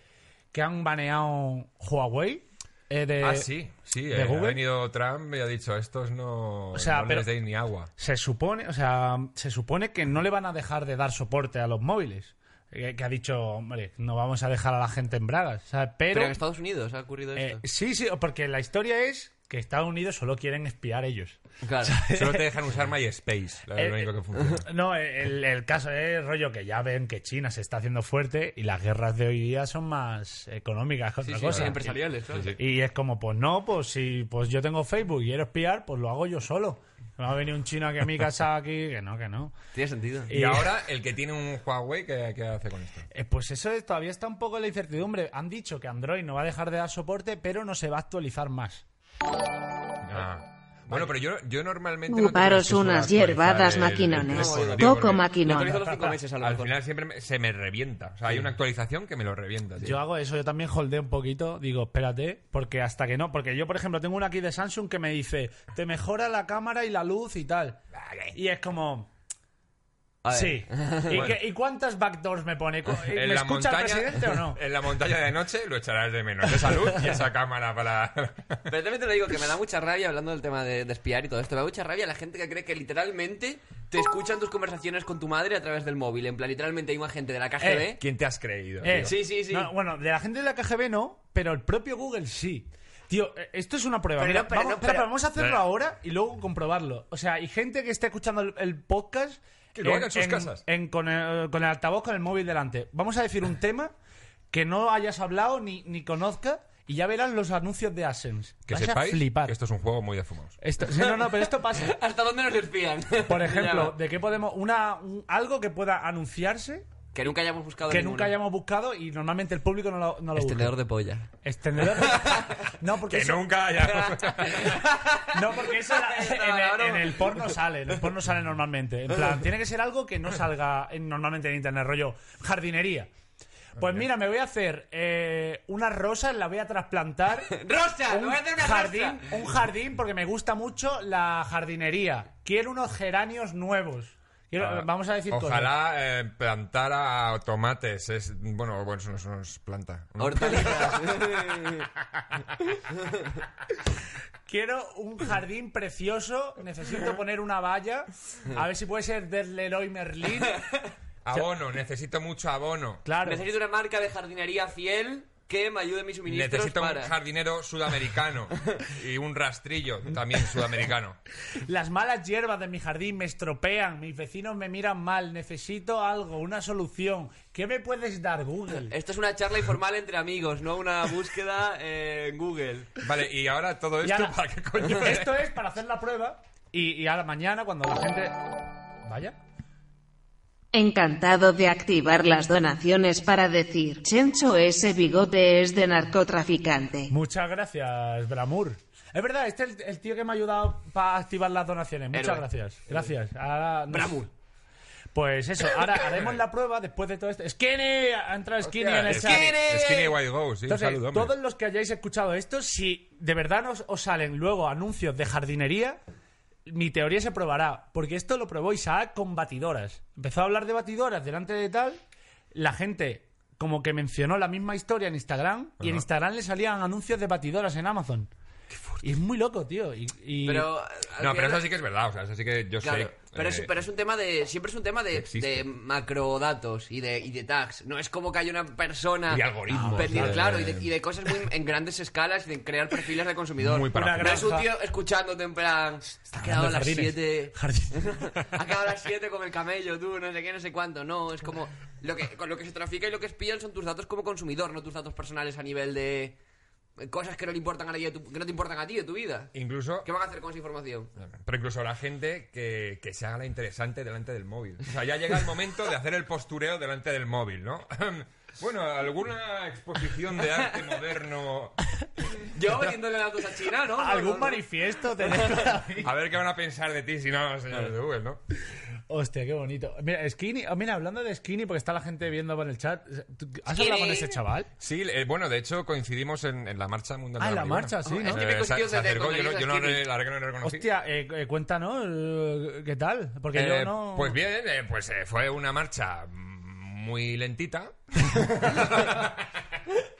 S2: que han baneado Huawei. Eh, de,
S4: Ah, sí, sí.
S2: de
S4: eh, ha
S2: Google.
S4: venido Trump y ha dicho, estos no,
S2: O sea,
S4: no
S2: pero-
S4: les deis ni agua.
S2: Se supone, o sea, se supone que no le van a dejar de dar soporte a los móviles. Eh, Que, que ha dicho, hombre, no vamos a dejar a la gente en bragas. ¿sabes? Pero,
S5: Pero en Estados Unidos ha ocurrido
S2: eh,
S5: esto.
S2: sí, sí, porque la historia es que Estados Unidos solo quieren espiar ellos.
S5: Claro.
S4: Solo te dejan usar MySpace, la-
S2: Eh,
S4: lo único
S2: eh,
S4: que funciona.
S2: No, el, el caso es rollo que ya ven que China se está haciendo fuerte y las guerras de hoy día son más económicas que
S5: Sí,
S2: otra
S5: sí,
S2: cosa.
S5: empresariales, claro.
S4: Sí, sí.
S2: Y es como, pues no, pues si pues yo tengo Facebook y quiero espiar, pues lo hago yo solo. Me va a venir un chino aquí a mi casa aquí, que no, que no.
S5: Tiene sentido.
S4: Y ahora, el que tiene un Huawei, ¿qué, qué hace con esto?
S2: Eh, pues eso es- todavía está un poco en la incertidumbre. Han dicho que Android no va a dejar de dar soporte, pero no se va a actualizar más.
S4: Ah. Bueno, pero yo, yo normalmente... no
S7: Ocuparos
S4: tengo acceso a
S7: unas
S4: actualizar
S7: hierbadas
S4: el- el
S7: maquinones.
S4: teléfono, tío,
S7: Toco
S4: porque
S5: Lo actualizo
S7: maquinón.
S5: los cinco meses a lo
S4: Al
S5: mejor.
S4: final siempre me- se me revienta. O sea, hay una actualización que me lo revienta. tío.
S2: Yo hago eso, yo también holdeo un poquito, digo, espérate, porque hasta que no, porque yo por ejemplo tengo una aquí de Samsung que me dice, te mejora la cámara y la luz y tal. Y es como...
S5: A ver.
S2: Sí. ¿Y,
S4: Bueno.
S2: qué- y cuántas backdoors me pone? ¿Cu- Eh, ¿Me
S4: En la,
S2: escucha
S4: montaña,
S2: el presidente o no?
S4: en la montaña de noche lo echarás de menos. Esa luz y esa cámara para...
S5: Pero también te lo digo que me da mucha rabia hablando del tema de, de espiar y todo esto. Me da mucha rabia la gente que cree que literalmente te escuchan tus conversaciones con tu madre a través del móvil. En plan, literalmente hay una gente de la KGB.
S2: Eh,
S4: ¿Quién te has creído?
S2: Eh,
S4: tío?
S5: Sí, sí, sí.
S2: No, bueno, de la gente de la KGB no, pero el propio Google sí. Tío, eh, esto es una prueba.
S5: Pero
S2: Mira,
S5: no, pero
S2: vamos,
S5: no,
S2: espera,
S5: pero-
S2: vamos a
S4: Eh.
S2: hacerlo ahora y luego comprobarlo. O sea, hay gente que está escuchando el, el podcast
S4: Que lo haga en sus casas.
S2: en- con, el, con el altavoz, con el móvil delante. Vamos a decir un tema que no hayas hablado ni, ni conozca y ya verás los anuncios de AdSense.
S4: Que
S2: Vas
S4: sepáis
S2: a flipar.
S4: que esto es un juego muy de fumados.
S2: Esto- sí, no, no, pero esto pasa.
S5: ¿Hasta dónde nos espían?
S2: Por
S5: Ya
S2: ejemplo,
S5: va.
S2: ¿de qué podemos...? Una, un- algo que pueda anunciarse
S5: que nunca hayamos buscado
S2: que
S5: ninguno.
S2: nunca hayamos buscado y normalmente el público no lo, no lo busca.
S5: Extendedor de polla.
S2: Extendedor de- Este No, porque
S4: Que
S2: eso,
S4: nunca haya...
S2: no, porque eso en, el- en el porno sale, en el porno sale normalmente. En plan, tiene que ser algo que no salga en- normalmente en internet, rollo jardinería. Pues mira, me voy a hacer eh, unas rosas, las voy a trasplantar.
S5: ¡Rosa! ¡Me voy a hacer una
S2: jardín,
S5: rosa!
S2: un jardín porque me gusta mucho la jardinería. Quiero unos geranios nuevos. Yo-
S4: Ah,
S2: vamos a decir cosas.
S4: Ojalá eh, plantara tomates. Es, bueno, bueno, eso no, eso no es planta. ¿no?
S5: Hortalizas.
S2: Quiero un jardín precioso, necesito poner una valla, a ver si puede ser del Leroy Merlin.
S4: Abono, necesito mucho abono.
S2: Claro.
S5: Necesito una marca de jardinería fiel que me ayude en mis suministros
S4: Necesito un
S5: para...
S4: jardinero sudamericano y un rastrillo también sudamericano.
S2: Las malas hierbas de mi jardín me estropean, mis vecinos me miran mal, necesito algo, una solución. ¿Qué me puedes dar, Google?
S5: Esto es una charla informal entre amigos, no una búsqueda eh, en Google.
S4: Vale, y ahora todo
S2: Y
S4: esto
S2: ahora-
S4: para qué coño.
S2: Esto es para hacer la prueba y, y a la mañana cuando la gente... Vaya.
S7: Encantado de activar las donaciones para decir, Chencho ese bigote es de narcotraficante.
S2: Muchas gracias, Bramur. Es verdad, este es el, el tío que me ha ayudado para activar las donaciones. Muchas
S5: Héroe.
S2: gracias. Gracias. Ahora nos-
S5: Bramur.
S2: Pues eso, ahora haremos la prueba después de todo esto. Skinny, ha entrado Skinny en el chat.
S4: Skinny, Skinny White Go, sí, un
S2: Entonces,
S4: saludo, hombre.
S2: todos los que hayáis escuchado esto, si de verdad nos, os salen luego anuncios de jardinería, mi teoría se probará. Porque esto lo probó Isaac con batidoras. Empezó a hablar de batidoras delante de tal. La gente como que mencionó la misma historia en Instagram. Y en Instagram le salían anuncios de batidoras en Amazon. Y es muy loco, tío. Y, y-
S5: Pero, al
S4: No, pero
S5: final-
S4: eso sí que es verdad, o sea, eso sí que yo
S5: Claro,
S4: sé.
S5: pero, es,
S4: eh,
S5: pero es un tema de. Siempre es un tema de,
S4: existe.
S5: de macrodatos y de, y de tags. No es como que haya una persona.
S4: Y algoritmos,
S5: pendiente,
S4: ¿sabes?
S5: claro, y de, y de cosas muy en grandes escalas y de crear perfiles de consumidor.
S4: Muy
S2: Una
S4: para
S5: No es un
S2: granja.
S5: tío escuchándote en plan. Ha quedado a
S2: hablando
S5: las
S2: de jardines.
S5: 7.
S2: Jardín.
S5: ha quedado a las 7 con el camello, tú, no sé qué, no sé cuánto. No, es como. Lo que, con lo que se trafica y lo que espían son tus datos como consumidor, no tus datos personales a nivel de. Cosas que no, le importan a nadie de tu- que no te importan a ti de tu vida.
S4: Incluso,
S5: ¿Qué van a hacer con esa información?
S4: pero incluso la gente que, que se haga la interesante delante del móvil. O sea, ya llega el momento de hacer el postureo delante del móvil, ¿no? Bueno, alguna exposición de arte moderno.
S5: Yo vendiéndole datos a China, ¿no? No, no,
S2: ¿Algún
S5: no.
S2: manifiesto tenemos?
S4: A ver qué van a pensar de ti si no, señores de Google, ¿no?
S2: Hostia, qué bonito. Mira, Skinny, oh, mira, hablando de Skinny, porque está la gente viendo por el chat. ¿tú- ¿Has hablado con
S5: Skinny.
S2: ese chaval?
S4: Sí, eh, bueno, de hecho coincidimos en, en la marcha mundial.
S2: Ah,
S4: de
S2: en la
S4: marihuana.
S2: marcha, sí, ¿no?
S5: Es típico
S4: Eh, se-
S5: tío
S4: se
S5: de- de
S4: acercó, yo, no- yo no,
S5: colegas
S4: le- la verdad que no le reconocí.
S2: Hostia, eh, eh, cuéntanos, eh, ¿qué tal? Porque
S4: Eh,
S2: yo no.
S4: Pues bien, eh, pues eh, fue una marcha mm, muy lentita.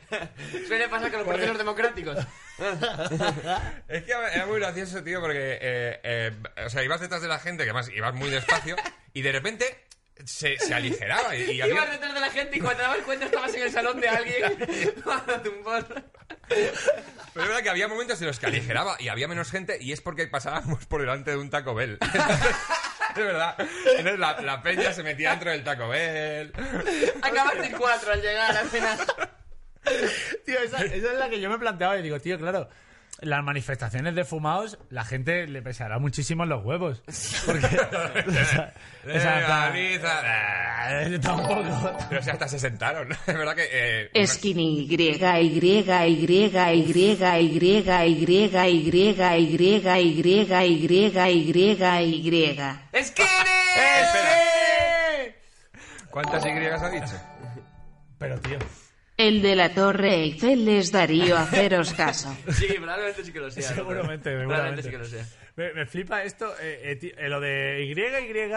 S5: Suele pasar con los partidos democráticos.
S4: Es que era muy gracioso, tío, porque, eh, eh, o sea, ibas detrás de la gente, que además ibas muy despacio, y de repente se, se aligeraba. Y, y había-
S5: Ibas detrás de la gente y cuando te dabas cuenta estabas en el salón de alguien para tumbar.
S4: pero es verdad que había momentos en los que aligeraba y había menos gente, y es porque pasábamos por delante de un Taco Bell. Es verdad. Entonces la, la peña se metía dentro del Taco Bell.
S5: Acabaste en cuatro al llegar al final.
S2: Tío, esa, esa es la que yo me planteaba y digo, tío, claro. Las manifestaciones de fumados, la gente le pesará muchísimo en los huevos. Porque. esa- esa-
S4: Legaliza.
S2: Eh, tampoco.
S4: Pero o sea, hasta se sentaron. Es verdad que... eh,
S7: Skinny Y, Y, Y, Y, Y, Y, Y, Y, Y, Y.
S4: ¡Eh, espera! ¿Cuántas Y has dicho?
S2: Pero, tío.
S7: El de la Torre Eiffel es Darío, haceros caso.
S5: Sí, probablemente sí que lo sea. ¿no?
S2: Seguramente, seguramente.
S5: Probablemente sí que lo sea.
S2: Me, me flipa esto, eh, eh, ti- eh, lo de Y, Y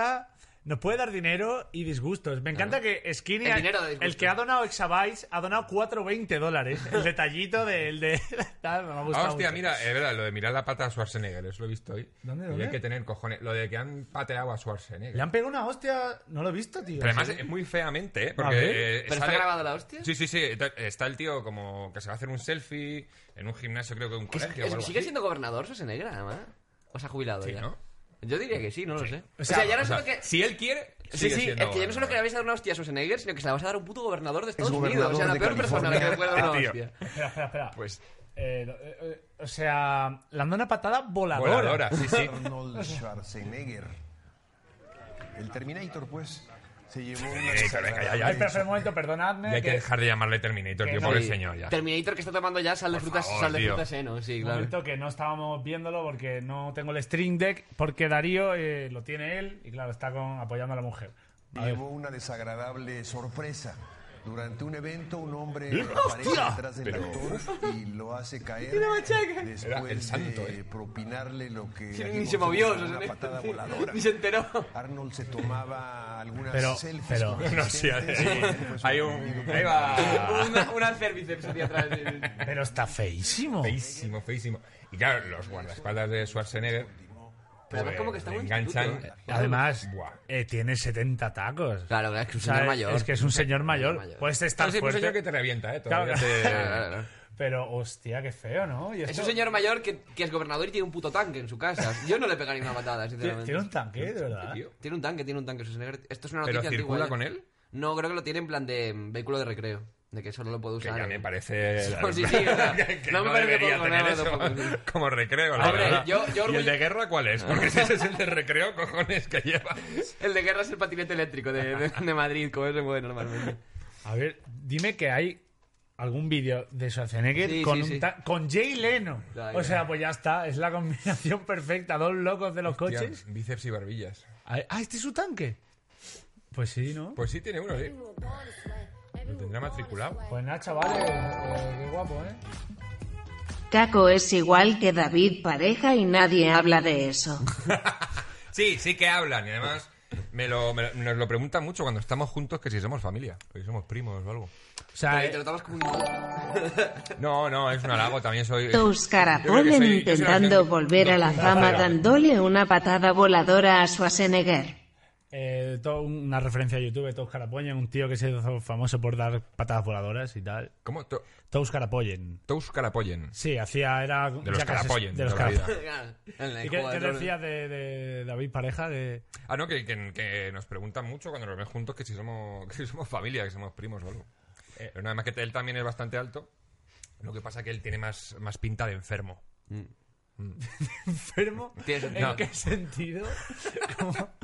S2: nos puede dar dinero y disgustos. Me encanta que Skinny,
S5: El
S2: ha-
S5: dinero da disgusto.
S2: el que ha donado Exabytes, ha donado 4,20 dólares. El detallito del de... tal, me ha gustado
S4: Ah, hostia,
S2: mucho.
S4: mira, es verdad, lo de mirar la pata a Schwarzenegger, eso lo he visto hoy.
S2: ¿Dónde,
S4: Y
S2: dónde?
S4: hay que tener cojones. Lo de que han pateado a Schwarzenegger.
S2: Le han pegado una hostia... No lo he visto, tío.
S4: Pero además
S2: Sí. ¿Ah,
S4: es muy feamente, ¿eh?
S2: A
S4: Porque,
S2: ver.
S4: eh,
S5: ¿Pero está
S4: sale-
S5: grabada la hostia?
S4: Sí, sí, sí. Ent- Está el tío como que se va a hacer un selfie en un gimnasio, creo que un
S5: Es-
S4: colegio o algo
S5: ¿Sigue
S4: así.
S5: siendo gobernador Schwarzenegger, además? ¿O se ha jubilado
S4: Sí,
S5: ya?
S4: ¿no?
S5: Yo diría que sí, no lo sé. O
S4: sea,
S5: sea, ya no
S4: o sea,
S5: solo que...
S4: Si él quiere.
S5: Sí,
S4: sigue
S5: sí, es
S4: siendo
S5: que ya no solo que le
S4: gobernador.
S5: vais a dar una hostia a Schwarzenegger, sino que se la vas a dar a un puto gobernador de Estados Unidos. O
S6: gobernador
S5: sea, la
S6: de
S5: peor persona a la que le puede dar una
S4: Tío.
S5: hostia.
S2: Espera, espera, espera.
S4: Pues
S2: Eh, lo- eh, eh, o sea, le han dado una patada voladora.
S4: voladora, sí, sí.
S6: Arnold Schwarzenegger. El Terminator, pues, se llevó una...
S4: Eh, venga, ya, ya.
S2: Ay, espera, espera un momento, perdonadme.
S4: Y hay que
S2: que-
S4: dejar de llamarle Terminator, tío,
S2: que-
S4: pobre
S5: Sí.
S4: señor, ya.
S5: Terminator que está tomando ya sal de
S4: Por
S5: frutas,
S4: favor,
S5: sal de
S4: tío.
S5: frutas seno, sí,
S2: Un
S5: claro.
S2: momento que no estábamos viéndolo porque no tengo el string deck, porque Darío eh, lo tiene él y claro, está con, apoyando a la mujer. A ver.
S6: Llevó una desagradable sorpresa. Durante un evento, un hombre
S4: ¡Eh,
S6: aparece
S4: hostia!
S6: detrás del
S4: Pero-
S6: actor y lo hace caer después
S4: Era el santo,
S6: de
S4: eh.
S6: propinarle lo que
S5: Sí,
S6: allí
S5: ni se movió,
S6: considera
S5: o sea,
S6: una patada
S5: ni-
S6: voladora.
S5: ni se enteró.
S6: Arnold se tomaba algunas
S2: Pero-
S6: selfies
S2: pero-
S6: con
S4: No, sí, ahí,
S6: asistentes. Fue
S4: hay un.
S6: sorprendido
S4: Ahí va.
S5: Una, una cerviceps hacia atrás.
S2: Pero está feísimo.
S4: Feísimo, feísimo. Y claro, los guardaespaldas de Schwarzenegger.
S5: Pero además
S4: pues,
S5: como que está en
S4: le
S5: un
S4: enganchan.
S5: instituto, ¿eh?
S2: Además,
S4: Buah.
S2: eh, tiene 70 tacos.
S5: Claro, claro, es que es
S2: O
S5: un
S2: sea,
S5: señor mayor.
S2: Es que es un señor mayor. este
S5: mayor.
S2: Puedes estar
S4: Ah, sí, pues
S2: fuerte.
S4: yo que te revienta, ¿eh?
S2: Claro,
S4: Todavía te-
S5: Claro, claro.
S2: Pero, hostia, qué feo, ¿no? Y
S5: Es
S2: esto-
S5: un señor mayor que, que es gobernador y tiene un puto tanque en su casa. Yo no le pegaría una patada,
S2: Tiene
S5: sinceramente.
S2: tiene un tanque, de verdad.
S4: Tío.
S5: Tiene un tanque, tiene un tanque. Schwarzenegger. Esto es una
S4: Ah. ¿Pero
S5: noticia antigua.
S4: circula
S5: ¿eh?
S4: con él?
S5: No, creo que lo tiene en plan de mm, vehículo de recreo. De que solo lo puedo
S4: Que
S5: usar. ¿eh?
S4: ya me
S5: en-
S4: parece.
S5: No, sí, sí, o sea,
S4: que
S5: no
S4: no,
S5: me parece
S4: debería
S5: poco,
S4: tener
S5: no,
S4: eso
S5: tampoco.
S4: como recreo, la
S5: Hombre,
S4: verdad.
S5: yo- yo
S4: ¿Y el
S5: orgullo-
S4: de guerra cuál es? Porque si ese es el de recreo, cojones, que lleva.
S5: El de guerra es el patinete eléctrico de, de- de Madrid, como se mueve normalmente.
S2: A ver, dime que hay algún vídeo de Schwarzenegger
S5: Sí,
S2: con,
S5: sí,
S2: un
S5: sí.
S2: ta- con Jay Leno.
S5: Ay,
S2: o sea,
S5: ay.
S2: pues ya está. Es la combinación perfecta. Dos locos de los coches.
S4: Tía, bíceps y barbillas.
S2: Ah, ah, este es su tanque. Pues sí, ¿no?
S4: Pues sí, tiene uno, ¿eh? Lo tendrá matriculado.
S2: Pues nada, chavales. eh, qué guapo, ¿eh?
S7: Caco es igual que David Pareja y nadie habla de eso.
S4: Sí, sí que hablan. Y además me lo, me lo- nos lo preguntan mucho cuando estamos juntos que si somos familia, que si somos primos o algo.
S2: O sea, eh,
S5: Pero te lo tomas como un...
S4: No, no, es un halago. También soy...
S7: Tus
S4: Yo creo
S7: Carapol
S4: que soy- yo soy la
S7: intentando
S4: gente-
S7: volver a la fama dándole una patada voladora a Schwarzenegger.
S2: eh, todo- una referencia a YouTube, Todos Carapoyen, un tío que se hizo famoso por dar patadas voladoras y tal.
S4: ¿Cómo? To-
S2: Todos Carapoyen.
S4: Tous Carapoyen.
S2: Sí, hacía, era...
S4: De los Carapoyen.
S2: De los
S4: toda la
S2: Carapoyen.
S4: vida.
S5: Claro, en el
S2: ¿Y qué,
S5: juego
S2: qué
S5: de-
S2: decías de, de David Pareja? De...
S4: Ah, no, que, que- que nos preguntan mucho cuando nos ven juntos que si somos, que si somos familia, que somos primos o algo.
S5: Eh.
S4: Pero nada más que él también es bastante alto. Lo que pasa que él tiene más, más pinta de enfermo.
S2: ¿Enfermo?
S5: Tiene
S2: ¿En
S5: sentido.
S2: qué sentido? ¿Cómo?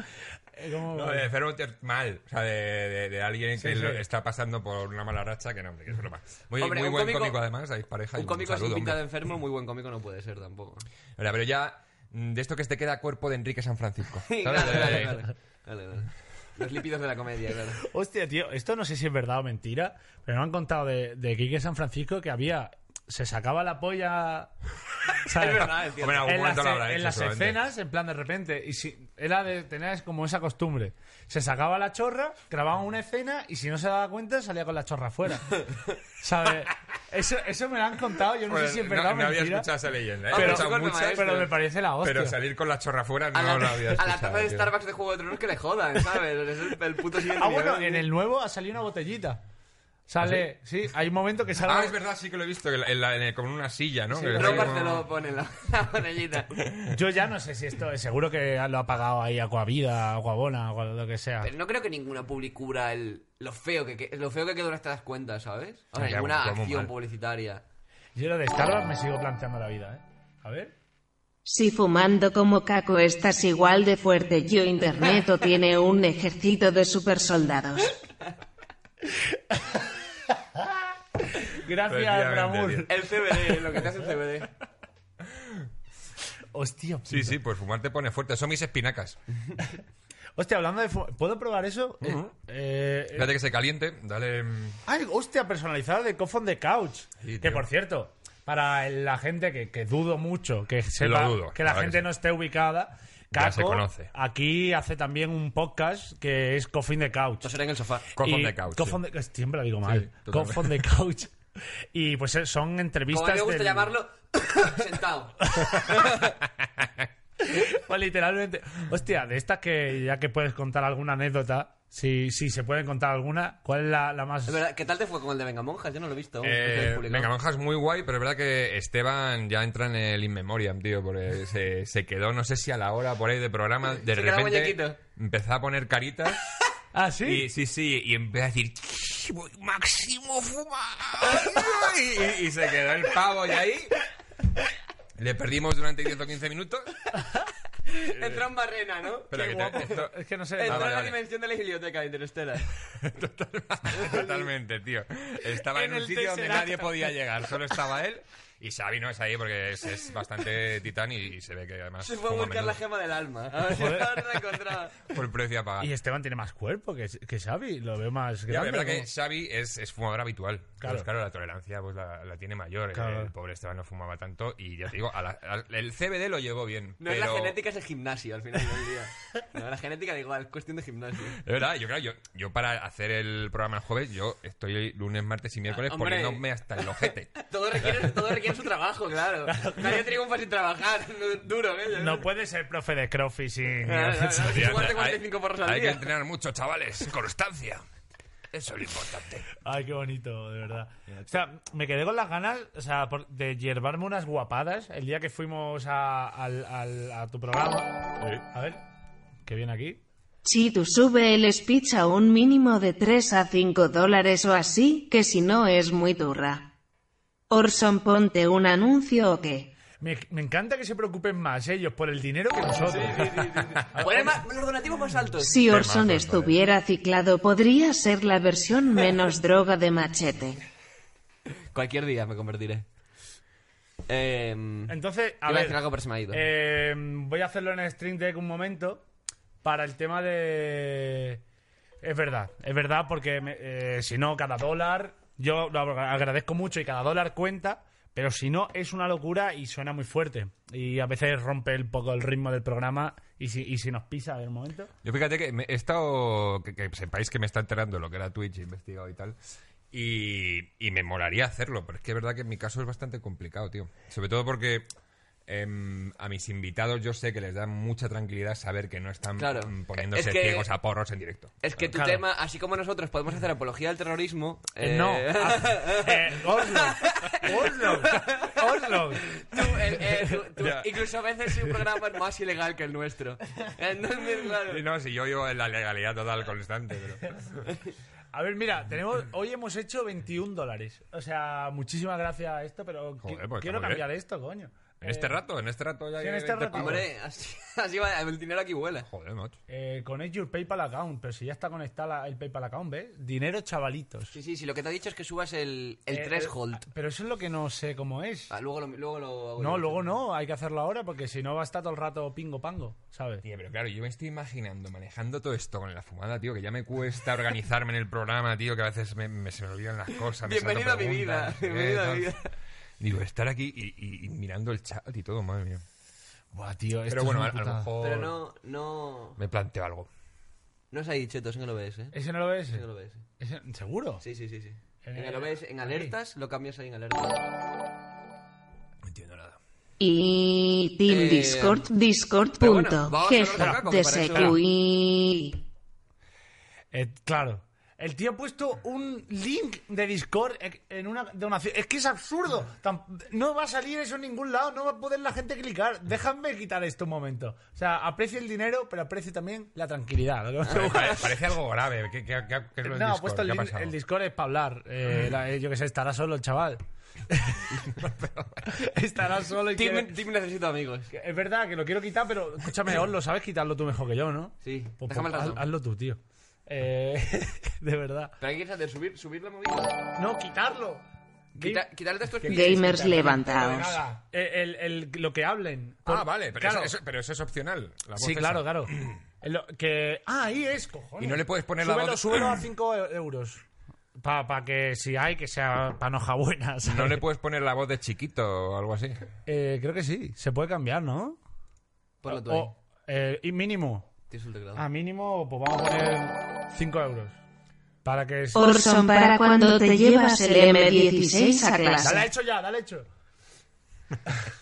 S2: eh, cómo-
S4: No, de enfermo te- mal. O sea, de, de- de alguien que
S2: Sí, sí.
S4: lo- está pasando por una mala racha que no, hombre, que es broma. Muy,
S5: Hombre,
S4: muy
S5: un
S4: buen
S5: cómico-
S4: cómico, además, hay pareja. y
S5: Un cómico sin
S4: saludo,
S5: pinta de
S4: hombre.
S5: enfermo, muy buen cómico no puede ser tampoco.
S4: Ahora, pero ya, mm, de esto que se te queda cuerpo de Enrique San Francisco. ¿sabes?
S5: Claro,
S4: De-
S5: claro, claro. Vale, vale. Los lípidos de la comedia, claro.
S2: Hostia, tío, esto no sé si es verdad o mentira, pero me han contado de, de Quique San Francisco que había... Se sacaba la polla... ¿sabes?
S5: Es verdad, es cierto.
S4: Hombre, algún
S2: en las, e-
S4: momento lo habrá
S2: en
S4: hecho,
S2: las
S4: seguramente.
S2: escenas, en plan de repente, y si era de tener como esa costumbre. Se sacaba la chorra, grababa una escena y si no se daba cuenta salía con la chorra afuera. ¿Sabes? Eso, eso me lo han contado, yo no
S4: Bueno,
S2: sé si es verdad
S4: Pues, no,
S2: o
S4: no había
S2: mentira.
S4: escuchado esa leyenda. ¿eh?
S5: Pero-
S4: He
S2: pero,
S4: escuchado
S5: Chicos,
S4: muchas,
S5: maestro.
S2: pero me parece la hostia.
S4: pero salir con la chorra fuera no
S5: A la,
S4: lo había
S5: a la
S4: escuchado,
S5: taza de
S4: tío.
S5: Starbucks de Juego de Tronos que le jodan, ¿sabes? Es el, el puto siguiente
S2: Ah, bueno, en
S5: nivel.
S2: el nuevo ha salido una botellita. Sale, sí? hay un momento que sale.
S4: Ah, es verdad, sí que lo he visto, que la- en la- en el- con una silla, ¿no? Que-
S5: No,
S4: como-
S5: Barceló pone la, la monellita.
S2: Yo ya no sé si esto, eh, seguro que lo ha pagado ahí Acuavida, Acuabona, o lo que sea.
S5: Pero no creo que ninguna public cubra el, lo, feo que, que- lo feo que quedó en estas cuentas, ¿sabes? O sea,
S4: Ya,
S5: ninguna
S4: como
S5: acción
S4: mal.
S5: publicitaria.
S2: Yo lo de Starbucks me sigo planteando la vida, ¿eh? A ver.
S7: Si fumando como Caco estás igual de fuerte, yo Interneto tiene un ejército de supersoldados.
S2: Gracias,
S4: Efectivamente,
S2: Bramur.
S4: tío.
S5: El CBD, lo que te hace el CBD.
S2: Hostia.
S4: Sí, sí, pues fumar te pone fuerte. Son mis espinacas.
S2: Hostia, hablando de fu- ¿Puedo probar eso? Eh, eh, eh,
S4: Espérate que se caliente, dale... mm,
S2: Ay, hostia, personalizada de Coffin de Couch.
S4: Sí,
S2: que
S4: tío.
S2: por cierto, para la gente que, que dudo mucho, que sepa
S4: Lo dudo,
S2: que la
S4: claro que
S2: gente
S4: sí.
S2: no esté ubicada,
S4: Ya
S2: Caco
S4: se conoce.
S2: aquí hace también un podcast que es Coffin de Couch.
S5: No será en el sofá.
S4: Cough on
S2: Y
S4: the couch.
S2: Cough
S4: sí.
S2: on the- Siempre lo digo mal.
S4: totalmente.
S2: Cough on the Couch. Y pues eh, son entrevistas.
S5: Como a mí me gusta
S2: del-
S5: llamarlo, sentado.
S2: Pues literalmente. Hostia, de estas que ya que puedes contar alguna anécdota, si, si se puede contar alguna, ¿cuál es la, la más.
S5: Es verdad, ¿Qué tal te fue con el de Venga Monjas? Yo no lo he visto. aún, no te lo he
S4: Eh,
S5: publicado.
S4: venga, Monja es muy guay, pero es verdad que Esteban ya entra en el in memoriam, tío, porque se, se quedó, no sé si a la hora por ahí de programa, de
S5: Se quedó muñequito.
S4: repente empezó a poner caritas.
S2: Ah, sí.
S4: Y, sí, sí, y empezó a decir, "Ch, voy máximo fuma. Y, y- y se quedó el pavo y ahí. Le perdimos durante 10 o 15 minutos.
S5: Entró en Barrena, ¿no?
S4: Espera, que te- esto-
S2: Es que no sé.
S5: Entró
S4: Ah, vale,
S5: en la
S4: vale.
S5: dimensión de la biblioteca de Interstellar.
S4: Total- totalmente, tío. Estaba en,
S2: En
S4: un
S2: el
S4: sitio donde
S2: Tesseract.
S4: nadie podía llegar, solo estaba él Y Xavi no es ahí porque es, es bastante titán y, y se ve que además...
S5: Se fue a
S4: fuma
S5: buscar la
S4: menudo
S5: gema del alma. A ver si
S2: Joder.
S5: ahora la encontraba.
S4: Por el precio a pagar.
S2: Y Esteban tiene más cuerpo que, que Xavi, lo veo más
S4: Ya,
S2: grande.
S4: pero es verdad
S2: ¿no?
S4: que Xavi es, es fumador habitual. Entonces, Claro.
S2: Claro.
S4: la tolerancia pues la, la tiene mayor.
S2: Claro.
S4: El pobre Esteban no fumaba tanto y ya te digo, a la- al- el CBD lo llevó bien.
S5: No es
S4: pero...
S5: la genética, es el gimnasio al final del día. No, la genética da igual, es cuestión de gimnasio.
S4: De verdad, yo claro, yo, yo para hacer el programa el jueves, yo estoy lunes, martes y miércoles
S5: Ah, hombre.
S4: poniéndome hasta el ojete.
S5: Todo requiere, todo requiere su trabajo, claro. Nadie triunfa sin trabajar, du- duro, ¿eh?
S2: No puede ser profe de Crofi sin.
S5: Claro, claro, claro.
S4: Tía,
S5: Igual de
S4: hay-
S5: 45 porros al
S4: hay que
S5: día.
S4: entrenar mucho, chavales. Constancia. Eso es lo importante.
S2: Ay, qué bonito, de verdad. O sea, me quedé con las ganas o sea, por- de hiervarme unas guapadas el día que fuimos a, al- al- a tu programa. A ver, que viene aquí.
S7: Chitu sube el speech a un mínimo de 3 a 5 dólares o así, que si no es muy turra. Orson, ponte un anuncio o qué.
S2: Me, me encanta que se preocupen más ellos por el dinero que nosotros.
S5: Poner más- los donativos más altos.
S7: Si Orson
S4: Temazo,
S7: estuviera ciclado, podría ser la versión menos droga de machete.
S5: Cualquier día me convertiré. Eh,
S2: Entonces, a
S5: Iba a
S2: ver,
S5: decir algo, pero se me ha ido.
S2: eh, voy a hacerlo en el string deck un momento para el tema de... Es verdad, es verdad porque me- eh, si no, cada dólar, yo lo agra- agradezco mucho y cada dólar cuenta, pero si no, es una locura y suena muy fuerte. Y a veces rompe un poco el ritmo del programa y si, y si nos pisa en un momento.
S4: Yo fíjate que me- he estado. Que, que sepáis que me está enterando lo que era Twitch, he investigado y tal. Y, y me molaría hacerlo, pero es que es verdad que en mi caso es bastante complicado, tío. Sobre todo porque em, a mis invitados yo sé que les da mucha tranquilidad saber que no están
S5: Claro.
S4: mm, poniéndose
S5: Es que-
S4: ciegos a porros en directo.
S5: es que tu
S2: Claro.
S5: tema, así como nosotros podemos hacer apología al terrorismo.
S2: Eh,
S5: eh,
S2: No, haz- eh, Oslo, Oslo, Oslo.
S5: tú, eh, eh, tú- tú-
S4: Ya.
S5: incluso a veces su programa es más ilegal que el nuestro. Entonces, claro.
S4: Y no, si yo llevo en la legalidad total constante, pero.
S2: A ver, mira, tenemos, hoy hemos hecho 21 dólares. O sea, muchísimas gracias a esto, pero qui-
S4: Joder, pues
S2: quiero
S4: está muy
S2: cambiar esto, coño.
S4: En este rato, en este rato ya.
S2: sí,
S4: hay
S2: en este
S4: 20
S2: rato.
S4: pavos.
S5: Hombre, así, así va, el dinero aquí vuela.
S4: Joder, macho.
S2: Eh, connect your PayPal account, pero si ya está conectada la- el PayPal account, ¿ves? Dinero, chavalitos.
S5: Sí, sí, sí, lo que te ha dicho es que subas el, el
S2: Eh,
S5: threshold.
S2: Pero eso es lo que no sé cómo es.
S5: Ah, luego lo, luego lo hago
S2: No,
S5: yo.
S2: luego no, hay que hacerlo ahora porque si no va a estar todo el rato pingo pango, ¿sabes?
S4: Tío, pero claro, yo me estoy imaginando manejando todo esto con la fumada, tío, que ya me cuesta organizarme en el programa, tío, que a veces me, me- se me olvidan las cosas. me salto
S5: Bienvenido a mi vida,
S4: preguntas, no sé qué,
S5: bienvenido a mi
S4: tal.
S5: vida.
S4: Digo, estar aquí y, y- y mirando el chat y todo, madre mía.
S2: Buah, tío, esto
S4: Pero bueno, a,
S2: es
S4: a
S2: una
S4: lo
S2: putada.
S4: mejor
S5: Pero no, no.
S4: me planteo algo.
S5: No es ahí, chetos, en el OBS. ¿eh?
S2: ¿Ese no lo ves?
S5: En el OBS.
S2: ¿Ese- ¿Seguro?
S5: Sí, sí, sí. sí.
S2: En
S5: En,
S2: el-
S5: el OBS, en
S2: Eh, ahí.
S5: alertas, lo cambias ahí en alertas.
S4: No entiendo nada.
S7: Y Team
S5: Eh,
S7: Discord, Discord.
S5: pero bueno,
S7: punto,
S5: vamos a
S7: jefe,
S5: hablar de Caco, que
S7: de
S5: para eso-
S7: SQI.
S2: Eh, claro. El tío ha puesto un link de Discord eh, en una donación. Es que es absurdo. Tam- No va a salir eso en ningún lado. No va a poder la gente clicar. Déjame quitar esto un momento. O sea, aprecio el dinero, pero aprecio también la tranquilidad. Lo que me gusta.
S4: Pare- Parece algo grave. ¿Qué, qué- qué- qué es lo del
S2: No, ha
S4: Ah, Discord?
S2: puesto el,
S4: ¿Qué ha
S2: link-
S4: pasado? Ah,
S2: el Discord es para hablar. Eh, la- eh, yo que sé, estará solo el chaval. estará solo y quiere-
S5: Team, team necesito amigos.
S2: Es verdad que lo quiero quitar, pero escúchame, lo sabes quitarlo tú mejor que yo, ¿no?
S5: Sí,
S2: Pues,
S5: déjame
S2: pues,
S5: el
S2: haz-
S5: ratón.
S2: hazlo tú, tío. Eh, de verdad.
S5: ¿Pero qué quieres hacer? ¿Subir, subir la movida?
S2: No, quitarlo.
S5: Quita, quitar el texto es
S7: Gamers levantados.
S2: Eh, el- el- lo que hablen.
S4: Ah,
S2: Por-
S4: vale, pero,
S2: claro.
S4: eso, eso- pero eso es opcional. la voz
S2: sí,
S4: esa.
S2: claro, claro. Eh, lo que, ah, ahí es, cojones.
S4: Y no le puedes poner la
S2: súbelo,
S4: voz-
S2: Súbelo a 5 euros. Para que si hay, que sea panoja buena. ¿sabes?
S4: No le puedes poner la voz de chiquito o algo así.
S2: Eh, creo que sí. Se puede cambiar, ¿no?
S5: Ponlo tú ahí.
S2: O, eh, y mínimo.
S5: Tienes el teclado.
S2: A mínimo, pues vamos a poner 5 euros. Para que... se-
S7: Orson, para cuando te llevas el M16 a
S2: Dale
S7: clase.
S2: hecho ya, dale hecho.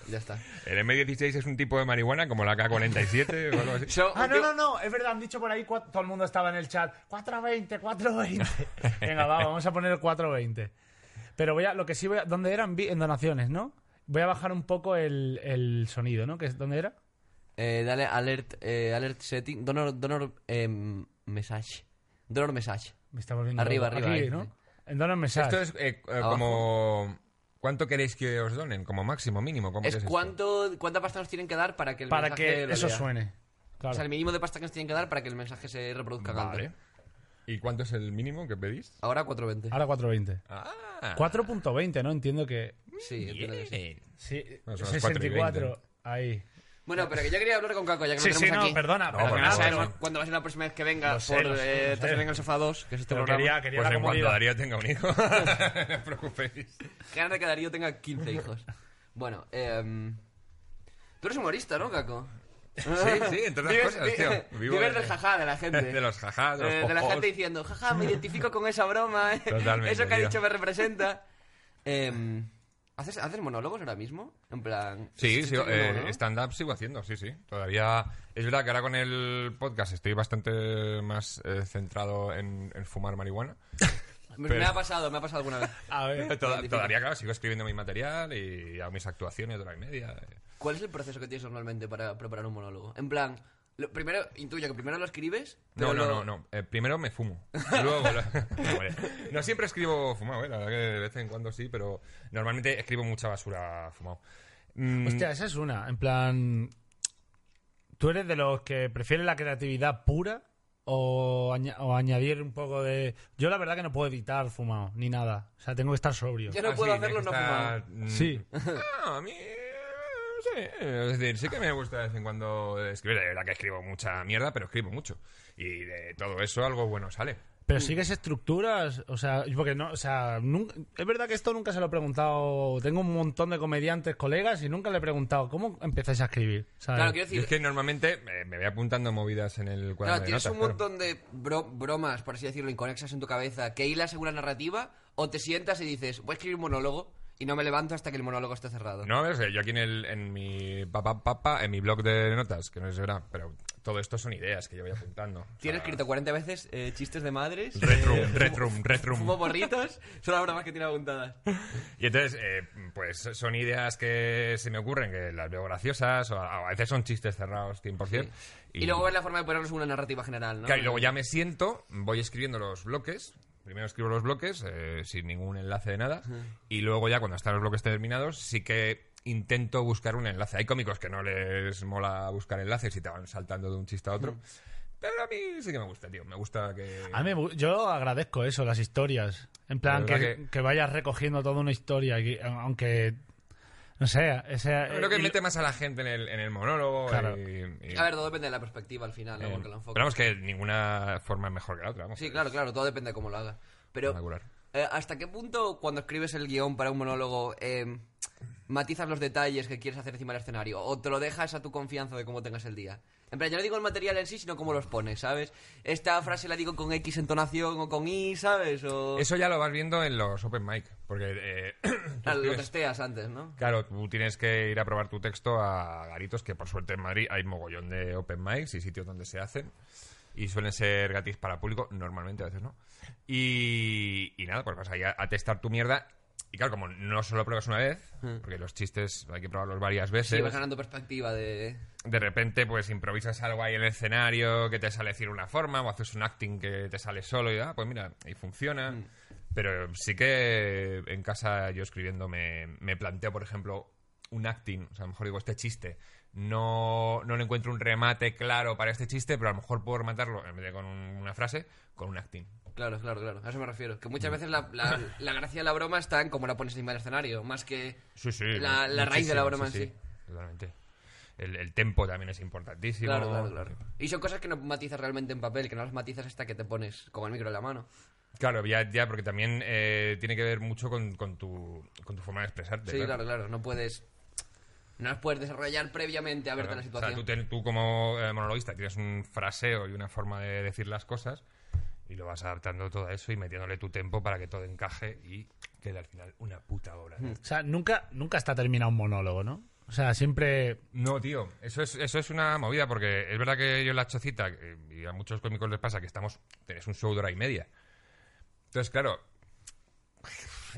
S5: Ya está.
S4: El M16 es un tipo de marihuana como la K47 o algo así.
S5: So,
S2: Ah,
S5: un
S2: no,
S5: tío-
S2: no, no, es verdad, han dicho por ahí, cua- todo el mundo estaba en el chat, 420, 420. Venga, va, vamos a poner el 420. Pero voy a, lo que sí voy a, ¿dónde eran? En donaciones, ¿no? Voy a bajar un poco el, el sonido, ¿no? Que es, ¿Dónde era?
S5: Eh, dale alert, eh, alert setting. Donor, donor em, message. Donor message.
S2: Me está volviendo
S5: Arriba,
S2: loco.
S5: arriba,
S2: Aquí,
S5: ahí,
S2: ¿no?
S5: sí.
S2: En donar mensajes.
S4: Esto es eh, eh,
S5: Abajo.
S4: como... ¿Cuánto queréis que os donen? Como máximo, mínimo. ¿cómo que
S5: Es
S4: esto?
S5: cuánto, cuánta pasta nos tienen que dar para que el
S2: para
S5: mensaje
S2: que
S5: lo
S2: eso
S5: lea.
S2: suene.
S5: O sea, el
S2: Claro.
S5: mínimo de pasta que nos tienen que dar para que el mensaje se reproduzca
S4: Vale.
S5: tanto.
S4: ¿Y cuánto es el mínimo que pedís?
S5: Ahora 4.20.
S2: Ahora 4.20.
S4: Ah,
S2: 4.20, ¿no? Entiendo que.
S5: Sí, entiendo que sí.
S4: bien.
S2: Sí,
S4: No, son las 4 y
S2: 64. Ahí.
S5: Bueno, pero que yo quería hablar con Caco, ya que
S2: Sí,
S5: lo
S2: sí,
S5: tenemos
S2: no,
S5: aquí.
S2: perdona.
S4: No,
S5: Pero que
S4: por
S5: no
S4: nada,
S5: sabemos
S4: no.
S5: cuándo va a ser la próxima vez que venga
S2: Lo sé,
S5: por
S2: lo sé,
S5: eh,
S2: lo
S5: Tres
S2: sé.
S5: en el Sofá 2, que es este
S2: Pero
S5: programa.
S2: quería, quería
S4: Pues
S2: la
S4: en cuanto
S2: comunidad.
S4: Darío tenga un hijo, no os preocupéis.
S5: Que ahora que Darío tenga 15 hijos. Bueno, eh, tú eres humorista, ¿no, Caco?
S4: sí, entre otras
S5: Vives-
S4: cosas, tío. Vivo
S5: vives
S4: de-
S5: del jajá de la gente.
S4: de los jajá, de los
S5: Eh, de la
S4: jojos.
S5: gente diciendo, jaja, me identifico con esa broma. eh.
S4: Totalmente,
S5: Eso que ha
S4: tío.
S5: dicho me representa. Eh, ¿haces, ¿Haces monólogos ahora mismo? En plan...
S4: Sí,
S5: ¿estás
S4: sí,
S5: haciendo
S4: eh,
S5: monólogos?
S4: stand-up sigo haciendo, sí, sí. Todavía. Es verdad que ahora con el podcast estoy bastante más eh, centrado en, en fumar marihuana.
S5: Me- Me
S4: pero-
S5: ha pasado, me ha pasado alguna vez.
S2: A ver.
S4: Toda-
S5: identifico.
S4: todavía, claro, sigo escribiendo mi material y hago mis actuaciones de hora y media. eh.
S5: ¿Cuál es el proceso que tienes normalmente para preparar un monólogo? En plan, lo- primero, intuyo que primero lo escribes.
S4: No,
S5: pero
S4: no,
S5: lo-
S4: no, no. Eh, primero me fumo. Y Luego, no, hombre. No siempre escribo fumado, eh. La verdad que de vez en cuando sí, pero normalmente escribo mucha basura fumado. Mm,
S2: Hostia, esa es una. En plan. ¿Tú eres de los que prefieren la creatividad pura o, aña- o añadir un poco de. Yo la verdad que no puedo editar fumado, ni nada. O sea, tengo que estar sobrio.
S5: Yo no puedo
S4: tienes
S5: hacerlo
S4: ah, que
S5: no
S4: estar-
S5: fumado.
S4: Mm,
S2: Sí.
S4: No, a mí. eh, Sí, es decir, sí que me gusta de vez en cuando escribir. De verdad que escribo mucha mierda, pero escribo mucho. Y de todo eso algo bueno sale.
S2: Pero sigues estructuras, o sea, porque no, o sea, nun- es verdad que esto nunca se lo he preguntado. Tengo un montón de comediantes, colegas, y nunca le he preguntado cómo empezáis a escribir. ¿sabes?
S5: Claro, quiero
S4: Yo
S5: decir,
S4: es que normalmente eh, me voy apuntando movidas en el cuadro
S5: claro,
S4: de
S5: tienes
S4: notas.
S5: un
S4: claro.
S5: montón de bro- bromas, por así decirlo, inconexas en tu cabeza que hilas en una narrativa o te sientas y dices, voy a escribir un monólogo y no me levanto hasta que el monólogo esté cerrado.
S4: No, es que yo aquí en, el, en mi papá papá en mi blog de notas, que no es verdad, pero todo esto son ideas que yo voy apuntando.
S5: Tienes escrito 40 veces eh, chistes de madres,
S4: Retrum, retrum, retrum.
S5: fumo borritos, son las bromas que tiene apuntadas.
S4: Y entonces, eh, pues son ideas que se me ocurren, que las veo graciosas, o a, a veces son chistes cerrados 100%.
S5: Y, luego ves la forma de ponerlos en una narrativa general, ¿no?
S4: Claro, y luego ya me siento, voy escribiendo los bloques. Primero escribo los bloques, eh, sin ningún enlace de nada. Y luego ya cuando están los bloques terminados, sí que intento buscar un enlace. Hay cómicos que no les mola buscar enlaces y te van saltando de un chiste a otro. Pero a mí sí que me gusta, tío. Me gusta que...
S2: A mí me gu- yo agradezco eso, las historias. En plan,
S4: La verdad
S2: que, que vayas recogiendo toda una historia, y- aunque. No sé, ese.
S4: Creo que
S2: y-
S4: mete más a la gente en el, en el monólogo.
S2: Claro.
S4: y- y-
S5: A ver, todo depende de la perspectiva al final, ¿no?
S4: Eh,
S5: Porque lo
S4: pero
S5: enfoca.
S4: vamos que ninguna forma es mejor que la otra. Vamos.
S5: Sí, claro, claro, todo depende de cómo lo hagas. Pero,
S4: Espectacular.
S5: eh, ¿hasta qué punto cuando escribes el guión para un monólogo eh, matizas los detalles que quieres hacer encima del escenario? ¿O te lo dejas a tu confianza de cómo tengas el día? En plan, yo no digo el material en sí, sino cómo los pones, ¿sabes? Esta frase la digo con X entonación o con Y, ¿sabes? O
S4: Eso ya lo vas viendo en los open mic. Porque eh, tú
S5: Claro, lo
S4: escribes-
S5: testeas antes, ¿no?
S4: Claro, tú tienes que ir a probar tu texto a garitos, que por suerte en Madrid hay mogollón de open mics y sitios donde se hacen. Y suelen ser gratis para público, normalmente, a veces no. Y, y nada, pues vas ahí a, a testar tu mierda. Y claro, como no solo pruebas una vez, porque los chistes hay que probarlos varias veces.
S5: Hmm. Sí, vas ganando perspectiva de...
S4: de repente pues improvisas algo ahí en el escenario que te sale decir una forma o haces un acting que te sale solo y ah, pues mira, y funciona. Pero sí que en casa yo escribiendo me, me planteo, por ejemplo, un acting, o sea, a lo mejor digo este chiste, no, no le encuentro un remate claro para este chiste, pero a lo mejor puedo rematarlo en vez de con un- una frase, con un acting.
S5: Claro, claro, claro. A eso me refiero. Que
S4: Mm.
S5: muchas veces la, la- la gracia de la broma está en cómo la pones encima del escenario, más que
S4: Sí, sí.
S5: la, la
S4: muchísimo,
S5: raíz de la broma en sí.
S4: Totalmente. El, el tempo también es importantísimo.
S5: Claro, claro, claro. Y son cosas que no matizas realmente en papel, que no las matizas hasta que te pones con el micro en la mano.
S4: Claro, ya, ya porque también eh, tiene que ver mucho con, con tu, con tu forma de expresarte.
S5: Sí, claro, claro. No puedes. No las puedes desarrollar previamente a verte la
S4: O sea,
S5: situación.
S4: tú, ten- tú como eh, monologuista tienes un fraseo y una forma de decir las cosas y lo vas adaptando todo a eso y metiéndole tu tempo para que todo encaje y quede al final una puta obra.
S5: Hmm.
S4: de arte.
S2: O sea, nunca, nunca está terminado un monólogo, ¿no? O sea, siempre.
S4: No, tío, eso es, eso es una movida porque es verdad que yo en la chocita, eh, y a muchos cómicos les pasa que estamos, tenés un show de hora y media. Entonces, claro,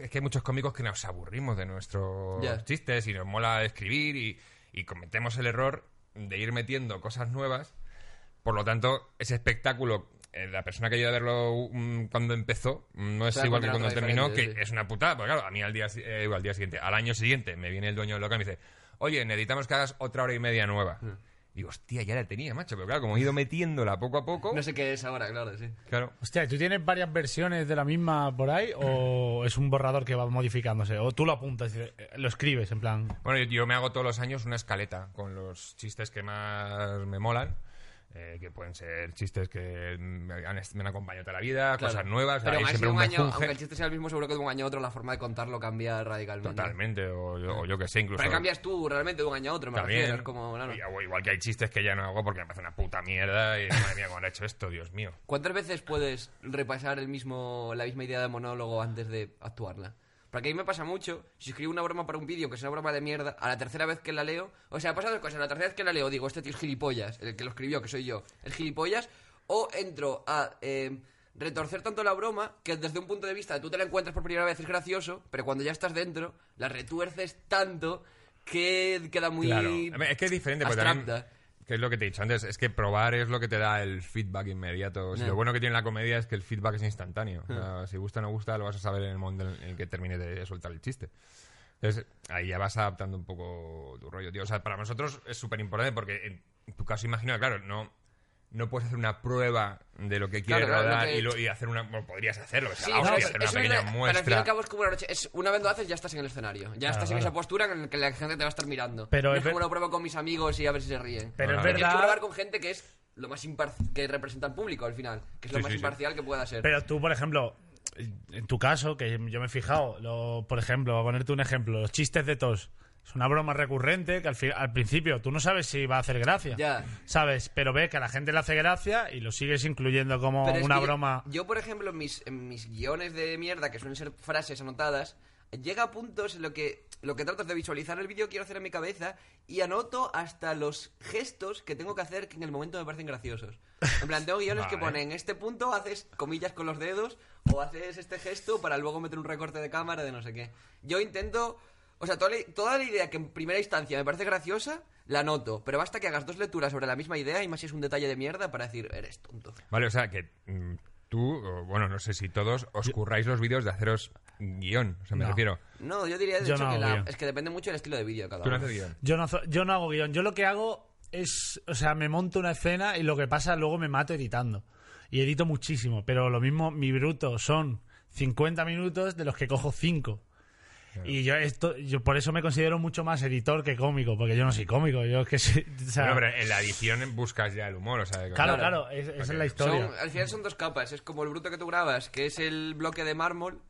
S4: es que hay muchos cómicos que nos aburrimos de nuestros
S5: Ya.
S4: chistes y nos mola escribir y, y cometemos el error de ir metiendo cosas nuevas. Por lo tanto, ese espectáculo, eh, la persona que ha ido a verlo mm, cuando empezó, mm, no es
S5: Claro,
S4: igual que
S5: porque era
S4: cuando
S5: otra
S4: terminó, que
S5: diferente, sí.
S4: es una putada. Porque claro, a mí al día, si- eh,
S5: Mm.
S4: al día siguiente, al año siguiente, me viene el dueño del local y me dice, oye, necesitamos que hagas otra hora y media nueva. Y Digo, hostia, ya la tenía, macho. Pero claro, como he ido metiéndola poco a poco.
S5: No sé qué es ahora, claro, sí.
S4: Claro.
S2: Hostia, ¿y ¿tú tienes varias versiones de la misma por ahí o es un borrador que va modificándose? O tú lo apuntas, y dices, eh, lo escribes en plan...
S4: Bueno, yo, yo me hago todos los años una escaleta con los chistes que más me molan. eh, que pueden ser chistes que me han, me han acompañado toda la vida,
S5: Claro.
S4: cosas nuevas.
S5: Pero
S4: hay
S5: más
S4: siempre
S5: de un año,
S4: mejunje.
S5: aunque el chiste sea el mismo, seguro que de un año a otro la forma de contarlo cambia radicalmente.
S4: Totalmente, o yo, o yo que sé, incluso.
S5: Pero cambias tú realmente de un año a otro, Mm. me refiero.
S4: También.
S5: Es como, claro.
S4: Y- o Igual que hay chistes que ya no hago porque me parece una puta mierda y madre mía, cómo han hecho esto, Dios mío.
S5: ¿Cuántas veces puedes repasar el mismo, la misma idea de monólogo antes de actuarla? Porque a mí me pasa mucho, si escribo una broma para un vídeo que es una broma de mierda, a la tercera vez que la leo, o sea, ha pasado cosas, a la tercera vez que la leo digo, este tío es gilipollas, el que lo escribió, que soy yo, el gilipollas, o entro a eh, retorcer tanto la broma que desde un punto de vista de tú te la encuentras por primera vez es gracioso, pero cuando ya estás dentro, la retuerces tanto que queda muy...
S4: Claro. A ver, Es que es diferente, porque también-
S5: abstracta.
S4: que es lo que te he dicho antes, es que probar es lo que te da el feedback inmediato. O sea,
S5: Ya.
S4: Lo bueno que tiene la comedia es que el feedback es instantáneo. O sea, si gusta o no gusta, lo vas a saber en el momento en el que termine de soltar el chiste. Entonces, ahí ya vas adaptando un poco tu rollo, tío. O sea, para nosotros es súper importante porque en tu caso, imagino, claro, no, no puedes hacer una prueba de lo que quieres
S5: Claro, claro, lo
S4: rodar
S5: que-
S4: y, lo- y hacer una... Bueno, podrías hacerlo, o sea,
S5: Sí,
S4: la
S5: no,
S4: hostia,
S5: es-
S4: hacer una
S5: es una-
S4: pequeña
S5: Pero
S4: muestra.
S5: al fin y al cabo es como una noche. Es, una vez lo haces, ya estás en el escenario. Ya estás en esa postura en la que la gente te va a estar mirando.
S2: Pero
S5: no
S2: es
S5: es como
S2: ver-
S5: lo pruebo con mis amigos y a ver si se ríen.
S2: Pero
S5: Porque
S4: es
S5: Tienes
S2: verdad-
S5: que probar con gente que es lo más imparcial. que representa al público al final. Que es lo
S4: Sí,
S5: más
S4: sí, sí.
S5: imparcial que pueda ser.
S2: Pero tú, por ejemplo, en tu caso, que yo me he fijado, lo- por ejemplo, a ponerte un ejemplo, los chistes de tos. Es una broma recurrente que al, fi- al principio tú no sabes si va a hacer gracia.
S5: Ya.
S2: ¿Sabes? Pero ves que a la gente le hace gracia y lo sigues incluyendo como
S5: Pero es
S2: una
S5: que yo-
S2: broma.
S5: Yo, por ejemplo, en mis, en mis guiones de mierda, que suelen ser frases anotadas, llega a puntos en lo que lo que trato es de visualizar el vídeo que quiero hacer en mi cabeza y anoto hasta los gestos que tengo que hacer que en el momento me parecen graciosos. En plan, tengo guiones que
S4: Vale.
S5: ponen, en este punto haces comillas con los dedos o haces este gesto para luego meter un recorte de cámara de no sé qué. Yo intento... O sea, toda la, toda la idea que en primera instancia me parece graciosa, la anoto. Pero basta que hagas dos lecturas sobre la misma idea y más si es un detalle de mierda para decir, eres tonto.
S4: Vale, o sea, que mm, tú, o, bueno, no sé si todos, os curráis los vídeos de haceros guión, o sea, me
S2: No.
S4: refiero.
S5: No, yo diría de
S2: Yo
S5: hecho
S2: no
S5: que
S2: hago
S5: la-
S2: guión.
S5: es que depende mucho del estilo de vídeo de cada
S4: Tú no
S5: uno.
S4: haces guión.
S2: Yo no, hazo- yo no hago guión. Yo lo que hago es. O sea, me monto una escena y lo que pasa luego me mato editando. Y edito muchísimo. Pero lo mismo, mi bruto son 50 minutos de los que cojo 5. Y yo esto yo por eso me considero mucho más editor que cómico, porque yo no soy cómico, yo es que soy- o sea,
S4: Bueno, pero en la edición buscas ya el humor, o sea, que-
S2: claro, claro, es- esa es la historia.
S5: Son- al final son dos capas, es como el bruto que tú grabas, que es el bloque de mármol,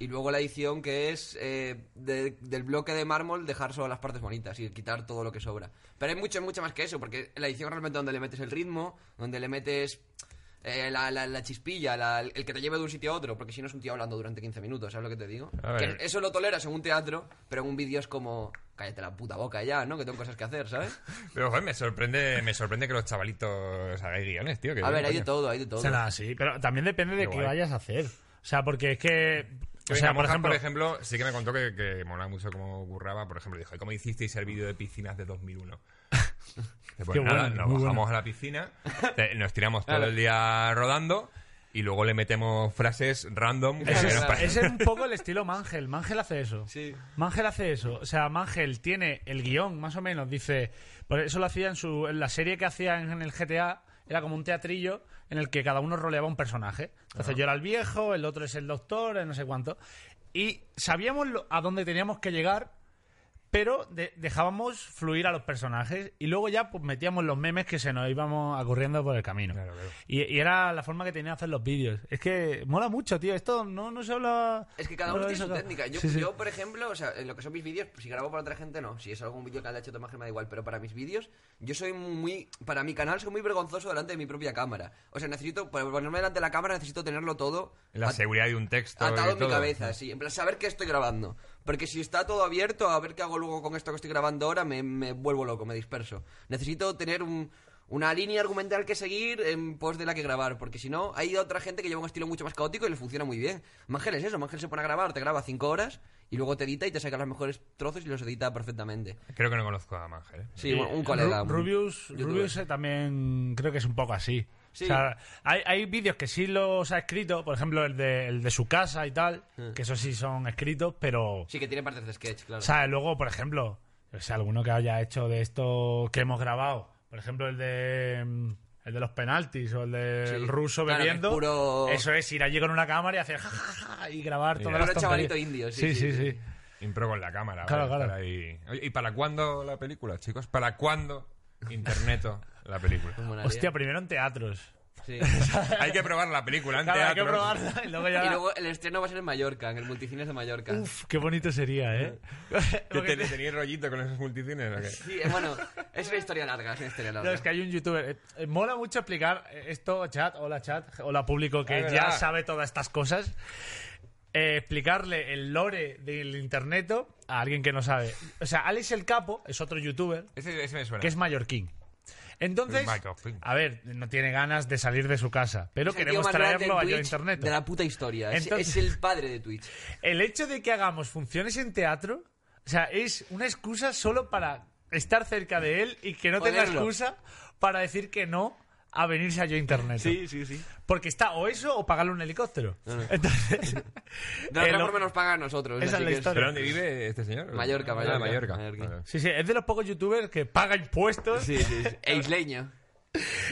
S5: y luego la edición que es eh, de- del bloque de mármol dejar solo las partes bonitas y quitar todo lo que sobra. Pero hay mucho, mucho más que eso, porque la edición realmente donde le metes el ritmo, donde le metes eh, la, la- la chispilla, la- el que te lleve de un sitio a otro, porque si no es un tío hablando durante 15 minutos, ¿sabes lo que te digo?
S4: A ver.
S5: Que eso lo toleras en un teatro, pero en un vídeo es como, cállate la puta boca ya, ¿no? Que tengo cosas que hacer, ¿sabes?
S4: Pero, joder, me sorprende, me sorprende que los chavalitos hagáis guiones, tío. que
S5: A
S4: bien,
S5: ver, hay de
S4: coño.
S5: todo, hay de todo.
S2: Será así, pero también depende de
S4: Qué
S2: qué,
S4: guay.
S2: vayas a hacer. O sea, porque es que o
S4: Venga,
S2: sea, por
S4: Moja,
S2: ejemplo,
S4: sí que me contó que, que molaba mucho cómo curraba. Por ejemplo, dijo, ¿cómo hicisteis el vídeo de piscinas de 2001? Dice, Pues
S2: Qué
S4: nada,
S2: bueno,
S4: nos
S2: muy
S4: bajamos
S2: bueno.
S4: a la piscina, te- nos tiramos todo el día rodando y luego le metemos frases random. que
S2: Ese
S4: nos
S2: es,
S4: parecen-
S2: ese es un poco el estilo Mangel. Mangel hace eso.
S5: Sí.
S2: Mangel hace eso. O sea, Mangel tiene el guión, más o menos. Dice. Por eso lo hacía en su. En la serie que hacía en, en el GTA. Era como un teatrillo en el que cada uno roleaba un personaje. Entonces yo era el viejo, el otro es el doctor, el no sé cuánto. Y sabíamos lo- a dónde teníamos que llegar, pero de- dejábamos fluir a los personajes y luego ya pues metíamos los memes que se nos íbamos ocurriendo por el camino.
S4: Claro, claro.
S2: Y, y era la forma que tenía de hacer los vídeos. Es que mola mucho, tío. Esto no, no se habla...
S5: Es que cada
S2: no lo
S5: uno tiene su
S2: habéis
S5: técnica.
S2: sacado.
S5: Yo,
S2: Sí, sí.
S5: yo, por ejemplo, o sea, en lo que son mis vídeos, si grabo para otra gente, no. Si es algún vídeo que haya hecho Tomás, me da igual. Pero para mis vídeos, yo soy muy. Para mi canal, soy muy vergonzoso delante de mi propia cámara. O sea, necesito. Para ponerme delante de la cámara, necesito tenerlo todo.
S4: La
S5: at-
S4: seguridad de un texto.
S5: Atado
S4: y
S5: en mi
S4: todo.
S5: cabeza, sí. En plan, saber que estoy grabando. Porque si está todo abierto, a ver qué hago luego con esto que estoy grabando ahora, me, me vuelvo loco, me disperso. Necesito tener un- una línea argumental que seguir en pos de la que grabar. Porque si no, hay otra gente que lleva un estilo mucho más caótico y le funciona muy bien. Mangel es eso, Mangel se pone a grabar, te graba cinco horas y luego te edita y te saca los mejores trozos y los edita perfectamente.
S4: Creo que no conozco a Mangel. ¿eh?
S5: Sí, bueno, un
S2: Ru-
S5: colega. un
S2: Rubius,
S5: youtuber.
S2: Rubius eh, también creo que es un poco así.
S5: Sí.
S2: O sea, hay, hay vídeos que sí los ha escrito, por ejemplo, el de, el de su casa y tal, que eso sí son escritos, pero...
S5: Sí, que tiene partes de sketch, claro.
S2: O sea, luego, por ejemplo, o sea, alguno que haya hecho de esto que hemos grabado, Por ejemplo, el de. mm, El de los penaltis o el del
S5: Sí.
S2: ruso
S5: Claro, que es
S2: bebiendo.
S5: puro-
S2: Eso es ir allí con una cámara y hacer ja, ja, ja, y grabar todo.
S4: Puro
S5: chavalito indio,
S2: sí,
S5: sí, sí,
S2: sí.
S5: sí.
S2: sí.
S4: Impro con la cámara.
S2: Claro,
S4: ¿vale?
S2: claro.
S4: Estar ahí. Oye, ¿Y para cuándo la película, chicos? ¿Para cuándo Interneto la película?
S5: Pues molaría.
S2: Hostia, primero en teatros.
S5: Sí.
S4: hay que probar la película en
S2: Claro, hay que
S4: teatro.
S2: probarla y luego ya.
S5: Y luego el estreno va a ser en Mallorca, en el multicines de Mallorca.
S2: Uf, qué bonito sería, ¿eh?
S4: ¿Que
S2: Porque-
S4: te, ¿Tenéis rollito con esos multicines? o qué?
S5: Sí, eh, bueno, es una historia larga, es una historia larga.
S2: No, es que hay un youtuber. eh, eh, mola mucho explicar eh, esto, chat, hola chat, hola público que
S4: Es
S2: ya
S4: verdad.
S2: sabe todas estas cosas. Eh, explicarle el lore del interneto a alguien que no sabe. O sea, Alex el Capo es otro youtuber
S4: Ese, ese me suena.
S2: que es mallorquín. Entonces,
S4: Mallorquín.
S2: a ver, no tiene ganas de salir de su casa, pero
S5: Es el tío
S2: queremos
S5: más grande
S2: traerlo
S5: en
S2: a Yo
S5: Twitch
S2: Internet.
S5: De la puta historia. Es-
S2: Entonces-
S5: es el padre de Twitch.
S2: El hecho de que hagamos funciones en teatro, o sea, es una excusa solo para estar cerca de él y que no tenga
S5: Poderlo.
S2: excusa para decir que no a venirse a yo internet.
S5: sí, sí.
S2: Porque está o eso o pagarle un helicóptero. Entonces,
S5: De otra
S2: eh, lo-
S5: forma nos pagan a nosotros.
S2: Esa es
S5: así
S2: la
S5: que
S2: historia.
S4: ¿Pero dónde vive este señor?
S5: Mallorca,
S4: Ah,
S5: Mallorca.
S4: Mallorca.
S5: Mallorquín.
S4: Vale.
S2: sí, sí, es de los pocos youtubers que paga impuestos.
S5: Sí, sí, sí. E isleño.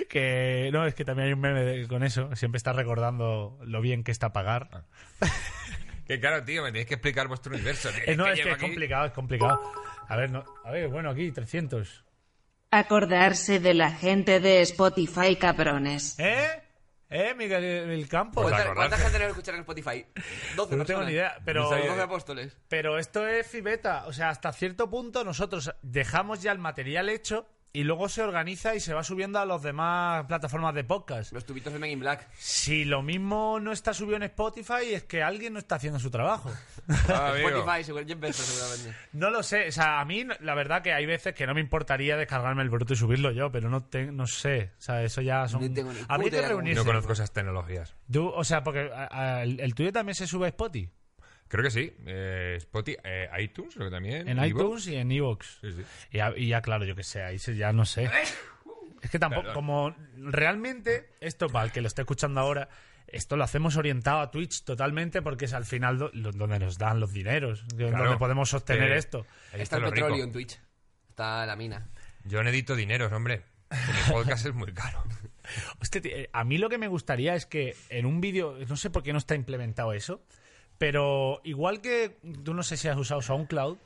S2: Que no, es que también hay un meme de- con eso. Siempre está recordando lo bien que está pagar.
S5: Ah.
S4: Que claro, tío, me tenéis que explicar vuestro universo. tío.
S2: Eh, no, es que
S4: llevo
S2: es
S4: aquí-
S2: complicado, es complicado. A ver, no, a ver, bueno, aquí 300.
S7: Acordarse de la gente de Spotify, cabrones.
S2: ¿Eh? ¿Eh, Miguel el Campo?
S4: Pues
S5: ¿Cuánta,
S4: acordarte.
S5: cuánta gente nos escucha en Spotify? 12
S2: No tengo
S5: personas.
S2: ni idea, pero...
S4: No sabía.
S5: 12 apóstoles.
S2: Pero esto es fibeta. O sea, hasta cierto punto nosotros dejamos ya el material hecho y luego se organiza y se va subiendo a las demás plataformas de podcast.
S5: Los tubitos de Men in Black.
S2: Si lo mismo no está subido en Spotify es que alguien no está haciendo su trabajo.
S4: Ah, amigo.
S5: Spotify, seguro, Jeff Bezos, seguramente.
S2: No lo sé. O sea, a mí la verdad que hay veces que no me importaría descargarme el bruto y subirlo yo, pero no te- no sé. O sea, eso ya son...
S5: No tengo ni
S2: Habría
S5: puta
S2: que
S5: idea cómo-
S2: reunirse.
S4: No conozco esas tecnologías.
S2: Tú- o sea, porque a- a- el, el tuyo también se sube a Spotify.
S4: Creo que sí. Eh, Spotify, eh, iTunes, creo que también.
S2: En
S4: Evox.
S2: iTunes y en Evox.
S4: Sí, sí.
S2: Y ya, y ya, claro, yo que sé, ahí se- ya no sé. Es que tampoco,
S4: Perdón.
S2: como realmente, esto para el que lo esté escuchando ahora, esto lo hacemos orientado a Twitch totalmente porque es al final do- lo- donde nos dan los dineros, de-
S4: Claro.
S2: donde podemos sostener
S4: Eh,
S2: esto.
S4: ahí
S5: Está el
S4: lo rico.
S5: petróleo en Twitch. Está la mina.
S4: Yo no edito dineros, hombre. El podcast es muy caro.
S2: Hostia, tío, eh, a mí lo que me gustaría es que en un vídeo, no sé por qué no está implementado eso, pero igual que tú no sé si has usado SoundCloud,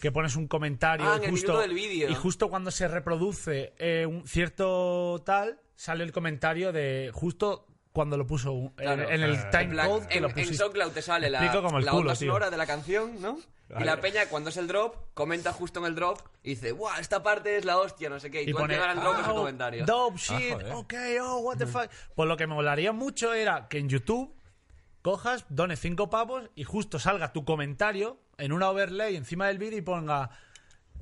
S2: que pones un comentario
S5: Ah,
S2: y
S5: en el
S2: justo
S5: minuto del vídeo.
S2: y justo cuando se reproduce eh, un cierto tal sale el comentario de justo cuando lo puso un-
S5: Claro,
S2: en, en el
S4: claro.
S2: time
S5: Black-
S2: code que
S5: en,
S2: lo
S5: en
S2: pusiste.
S5: SoundCloud te sale la,
S2: Explico como el
S5: la
S2: culo,
S5: onda
S2: tío.
S5: sonora de la canción, ¿no? Y la peña, cuando es el drop, comenta justo en el drop y dice, ¡guau! Esta parte es la hostia, no sé qué. Y,
S2: y
S5: tú al
S2: pone
S5: llegar al drop es
S2: "Oh,
S5: un comentario.
S2: Dope shit,
S4: Ah, joder.
S2: ok, oh, what the fuck. Pues lo que me molaría mucho era que en YouTube cojas, dones cinco pavos y justo salga tu comentario en una overlay encima del vídeo y ponga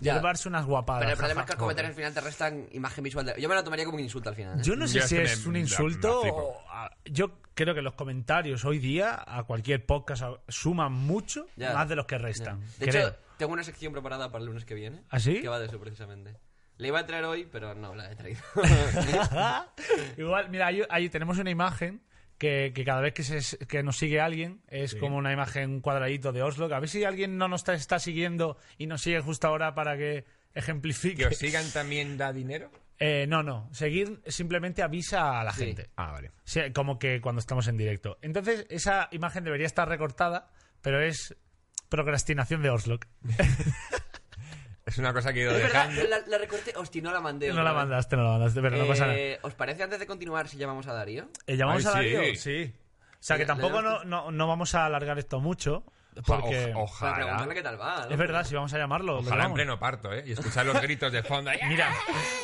S5: Ya.
S2: llevarse unas guapadas.
S5: Pero el problema
S2: jaja".
S5: es que los comentarios al final te restan imagen visual. de- Yo me la tomaría como un insulto al final. ¿eh?
S2: Yo no sé
S4: Ya
S2: si
S4: se
S2: es
S4: me-
S2: un
S4: me-
S2: insulto
S4: me flipo.
S2: o... a- Yo creo que los comentarios hoy día a cualquier podcast a- suman mucho
S5: Ya.
S2: más de los que
S5: Ya.
S2: restan.
S5: De
S2: creo.
S5: hecho, tengo una sección preparada para el lunes que viene.
S2: ¿Ah, sí?
S5: Que va de eso precisamente. Le iba a traer hoy, pero no la he traído.
S2: Igual, mira, ahí, ahí tenemos una imagen que, que cada vez que, se- que nos sigue alguien es como una imagen, un cuadradito de Oslo. que A ver si alguien no nos está, está siguiendo y nos sigue justo ahora para que ejemplifique.
S4: ¿Que os sigan también da dinero?
S2: Eh, no, no. Seguir simplemente avisa a la
S5: Sí.
S2: gente.
S4: Ah, vale.
S2: Sí, como que cuando estamos en directo. Entonces, esa imagen debería estar recortada, pero es procrastinación de Oslo.
S4: Es una cosa que he ido
S5: es verdad,
S4: dejando.
S5: la, la recorté. Hostia, no la mandé.
S2: No
S5: otra
S2: la
S5: vez.
S2: mandaste, no la mandaste, pero no pasa nada.
S5: Eh, ¿Os parece antes de continuar si llamamos a Darío?
S2: Eh, ¿Llamamos
S4: Ay,
S2: a
S4: sí. Eh,
S2: Darío? Sí. O sea, que
S5: Le- le
S2: tampoco no,
S5: damos-
S2: no, no vamos a alargar esto mucho.
S4: Oja-
S2: Porque
S5: Para
S4: o- ojalá.
S5: preguntarle qué tal va. ¿no?
S2: es verdad, si vamos a llamarlo. lo
S4: Ojalá en
S2: llamamos.
S4: pleno parto, ¿eh? Y escuchar los gritos de fondo. Mira.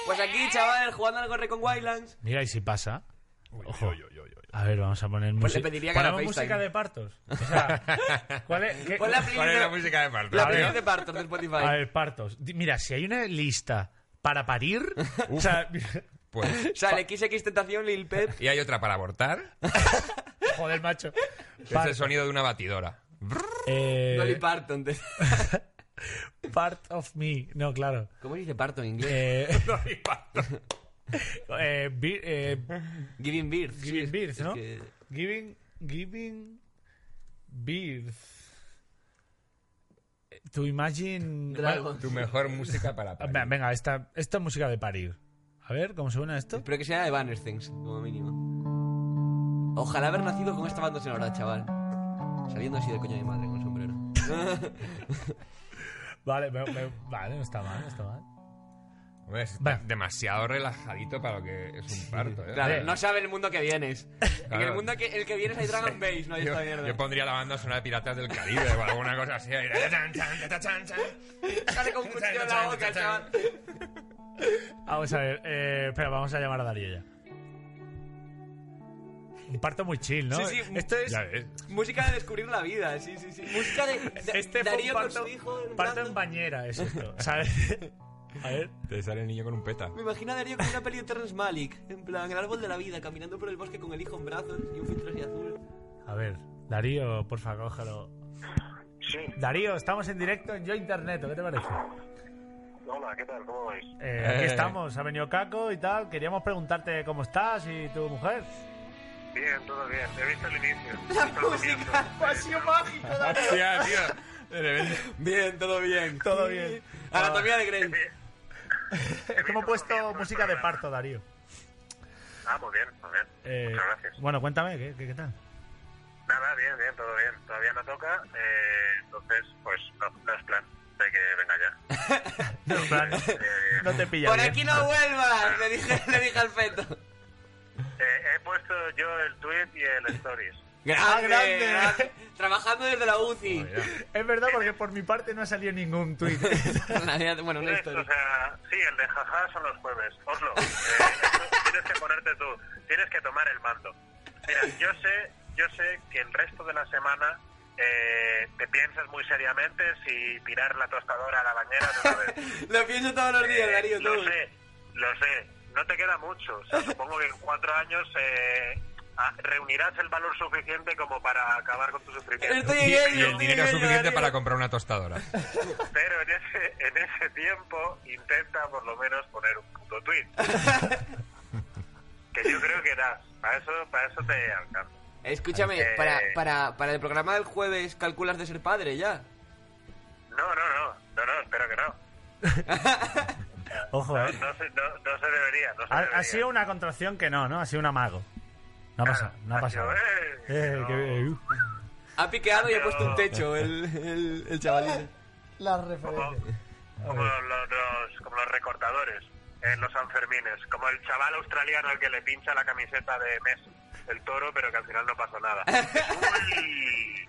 S5: Pues aquí, chaval, jugando al corre con Wildlands.
S2: Mira, y si pasa. Ojo. A ver, vamos a poner música.
S5: Pues pediría que haga
S2: Ponemos música
S5: FaceTime.
S2: de partos. O sea, ¿cuál es? qué-
S5: Pon la playlist
S4: ¿Cuál es la
S5: de,
S4: música de parto?
S5: la
S4: tío?
S5: playlist de partos de Spotify.
S2: A ver, partos. Di- Mira, si hay una lista para parir. o sea,
S4: Pues,
S5: Sale XX Tentación, Lil Pep.
S4: y hay otra para abortar,
S2: joder, macho.
S4: que es
S2: Parto.
S4: el sonido de una batidora.
S2: Eh,
S5: Dolly Parton. te-
S2: part of me. No, claro.
S5: ¿Cómo se dice parto en inglés?
S2: Eh, eh, bir- eh,
S5: Giving Birth. sí,
S2: Giving
S5: es-
S2: birth,
S5: es
S2: ¿no?
S5: que-
S2: Giving, giving birth. To imagine.
S5: Dragon.
S2: Eh,
S4: Tu mejor música para
S2: Va-
S4: parir.
S2: Ah, Venga, esta, esta es música de parir. A ver, ¿cómo suena esto?
S5: Espero que sea de Banner Things, como mínimo. Ojalá haber nacido con esta banda sonora, chaval. Saliendo así del coño de mi madre con sombrero.
S2: Vale, me- me- vale, no está mal, no está mal.
S4: Hombre, es
S2: Va.
S4: demasiado relajadito para lo que es un parto, ¿eh?
S5: Claro, no sabe el mundo que vienes. En
S4: Claro.
S5: el mundo que, el que vienes hay Dragon Base, no hay
S4: Yo,
S5: esta mierda.
S4: yo pondría la banda sonora de Piratas del Caribe o alguna cosa así. ahí, tachan, chan, tachan, chan.
S5: Sale con un cuchillo en la boca, chaval.
S2: Vamos a ver, eh, espera, vamos a llamar a Darío ya. Un parto muy chill, ¿no?
S5: Sí, sí,
S2: Esto es.
S4: Ya ves.
S5: Música de descubrir la vida, sí, sí, sí. Música de, de-
S2: Este fue un
S5: Darío con
S2: parto,
S5: su hijo. en
S2: parto
S5: brazos.
S2: en bañera, es esto, ¿sabes? A ver.
S4: Te sale el niño con un peta.
S5: Me imagino a Darío como una peli de Terrence Malick. En plan, el árbol de la vida, caminando por el bosque con el hijo en brazos y un filtro así azul.
S2: A ver, Darío, porfa, cógelo.
S9: Sí,
S2: Darío, estamos en directo en Yo Internet, ¿qué te parece?
S9: hola, ¿qué tal? ¿Cómo vais?
S2: Eh, aquí
S4: Eh.
S2: estamos, ha venido Caco y tal. Queríamos preguntarte cómo estás y tu mujer.
S9: Bien, todo bien. He visto el inicio.
S5: La
S9: Estaba comiendo.
S5: música ha sido mágico, Darío.
S4: Hostia, tío. De repente.
S5: Bien, todo bien.
S2: Todo bien.
S5: Anatomía de Grey.
S2: Es que hemos puesto música de parto, Darío.
S9: Ah, muy bien, muy bien.
S2: Eh,
S9: Muchas gracias.
S2: bueno, cuéntame, ¿qué, qué, qué tal?
S9: Nada, bien, bien, todo bien. Todavía no toca, eh, entonces, pues, no, no es plan de que venga ya.
S2: No, en plan,
S9: Eh,
S2: no te pillas.
S5: Por
S2: bien.
S5: aquí no vuelvas, le dije, le dije al feto.
S9: eh, he puesto yo el tweet y el stories.
S5: Grande,
S2: grande.
S5: grande. Trabajando desde la UCI.
S2: Es verdad, porque por mi parte no ha salido ningún tuit.
S5: bueno, una
S9: Esto, o
S5: historia.
S9: sea, sí, el de jaja son los jueves. Oslo, eh, esto tienes que ponerte tú, tienes que tomar el mando. Mira, yo sé, yo sé que el resto de la semana eh, te piensas muy seriamente si tirar la tostadora a la bañera de una vez.
S5: Lo pienso todos los días,
S9: Eh,
S5: Darío,
S9: lo
S5: todo.
S9: sé, lo sé. No te queda mucho. O sea, supongo que en cuatro años eh, ah, reunirás el valor suficiente como para acabar con tu sufrimiento.
S5: Estoy en
S4: Y
S5: ello.
S4: el dinero
S5: estoy en ello,
S4: suficiente
S5: Darío.
S4: para comprar una tostadora.
S9: Pero en ese, en ese tiempo intenta por lo menos poner un puto tweet. que yo creo que das. Para eso, para eso te alcanza.
S5: Escúchame,
S9: Eh,
S5: para, para, para el programa del jueves calculas de ser padre ya.
S9: No, no, no. No, no, espero que no.
S2: Ojo,
S9: No,
S2: eh.
S9: no se, no- no se debería. No se
S2: Ha, ha
S9: debería.
S2: sido una contracción que no, ¿no? Ha sido un amago. No ha
S9: Claro,
S2: pasado, no ha pasado.
S9: sido, eh,
S2: Eh,
S9: no.
S2: que- uh.
S5: Ha piqueado y ha puesto un techo el, el, el chavalito.
S9: como, como los, los- como los recortadores en los Sanfermines, como el chaval australiano al que le pincha la camiseta de Messi, el toro, pero que al final no pasó nada. Uy.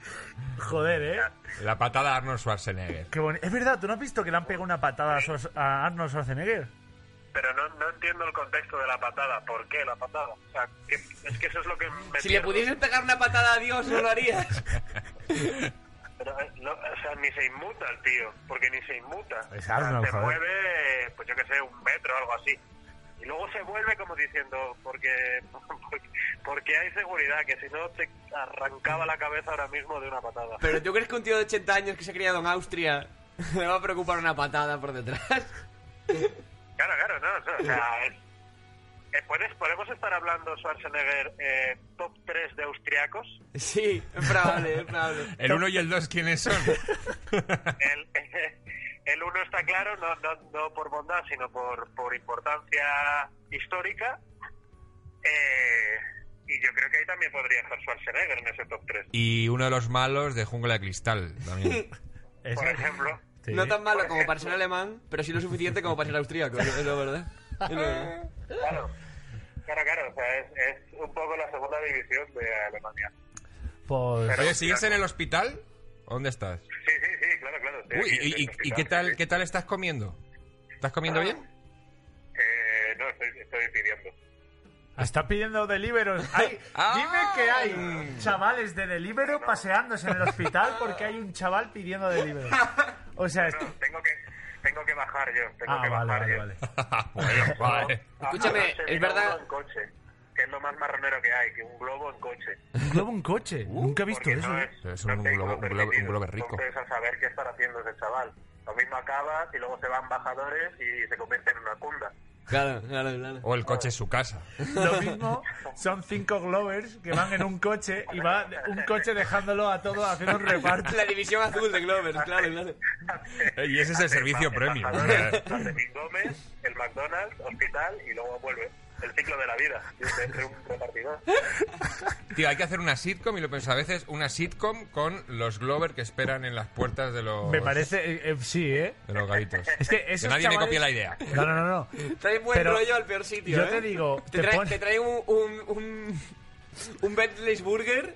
S2: Joder, eh.
S4: La patada de Arnold Schwarzenegger.
S2: Qué boni- Es verdad, ¿tú no has visto que le han pegado una patada a, Schwar- a Arnold Schwarzenegger?
S9: Pero no, no entiendo el contexto de la patada. ¿Por qué la patada? O sea, que- es que eso es lo que me
S5: Si le
S9: pierdo.
S5: pudieses pegar una patada a Dios, no lo harías.
S9: Pero, eh, no, o sea, ni se inmuta el tío, porque ni se inmuta.
S2: Es
S9: O sea,
S2: Arnold,
S9: se
S2: joder.
S9: mueve, pues yo que sé, un metro o algo así. Y luego se vuelve como diciendo, porque, porque hay seguridad, que si no te arrancaba la cabeza ahora mismo de una patada.
S5: Pero ¿tú crees que un tío de 80 años que se ha criado en Austria le va a preocupar una patada por detrás?
S9: Claro, claro, no, no, o sea, es- eh, ¿puedes- podemos estar hablando, Schwarzenegger, eh, top 3 de austriacos.
S5: Sí, es probable, es probable.
S4: ¿El 1 y el 2 quiénes son?
S9: El, el uno está claro, no, no, no por bondad, sino por, por importancia histórica. Eh, y yo creo que ahí también podría estar Schwarzenegger en ese top 3.
S4: Y uno de los malos de Jungla de Cristal también.
S2: Es-
S9: Por ejemplo,
S2: sí.
S5: No tan malo como para ser alemán, pero sí lo suficiente como para ser austríaco, es lo verdad. Es lo verdad.
S9: claro. Claro, claro, o sea, es, es un poco la segunda división de Alemania.
S2: Pues,
S4: Oye, ¿sigues en el hospital? ¿Dónde estás?
S9: Sí, sí, sí, claro, claro. estoy
S4: Uy,
S9: aquí,
S4: ¿y,
S9: estoy
S4: y-
S9: en el
S4: y qué
S9: hospital,
S4: tal
S9: sí,
S4: qué tal estás comiendo? ¿Estás comiendo bien?
S9: Eh, no, estoy, estoy pidiendo.
S2: está pidiendo deliveros. Hay-
S4: Ah.
S2: dime que hay chavales de delivero paseándose en el hospital porque hay un chaval pidiendo deliveros. O sea, esto...
S9: No, tengo que, tengo que bajar yo. Tengo
S2: Ah,
S9: que
S2: vale,
S9: bajar
S2: vale,
S9: yo.
S2: vale.
S4: bueno, vale.
S9: Ah,
S5: Escúchame,
S9: anoche
S5: es
S9: vino
S5: verdad-
S9: uno en coche, que es lo más marronero que hay, que un globo en coche.
S2: Un globo en coche. Nunca he visto
S9: Porque
S2: eso.
S9: Uh, no
S2: eh.
S9: es,
S4: Pero es
S9: no
S4: un
S9: tengo
S4: globo- un globo- un
S9: permitido.
S4: globo rico.
S9: Entonces, a saber qué estará haciendo ese chaval. Lo mismo acaba y luego se van bajadores y se convierte en una cunda.
S5: Claro, claro, claro.
S4: O el coche es su casa.
S2: Lo mismo son cinco Glovers que van en un coche y va un coche dejándolo a todo haciendo un reparto.
S5: La división azul de Glover, claro, claro.
S4: Y ese es el servicio
S9: El
S4: premium.
S9: bajador, el de Gómez, el McDonald's, hospital y luego vuelve. El ciclo de la vida, dice, entre un repartidor.
S4: Tío, hay que hacer una sitcom y lo pienso a veces, una sitcom con los Glover que esperan en las puertas de los,
S2: Me parece, eh, eh, sí, ¿eh?
S4: de los galitos.
S2: Es que
S4: Que
S2: esos
S4: nadie me
S2: chavales-
S4: copie la idea.
S2: No, no, no, no.
S5: Trae buen
S2: Pero
S5: rollo al peor sitio.
S2: yo
S5: ¿eh?
S2: te digo,
S5: Te
S2: te
S5: trae,
S2: pon-
S5: te trae un, un, un, un Bentley's Burger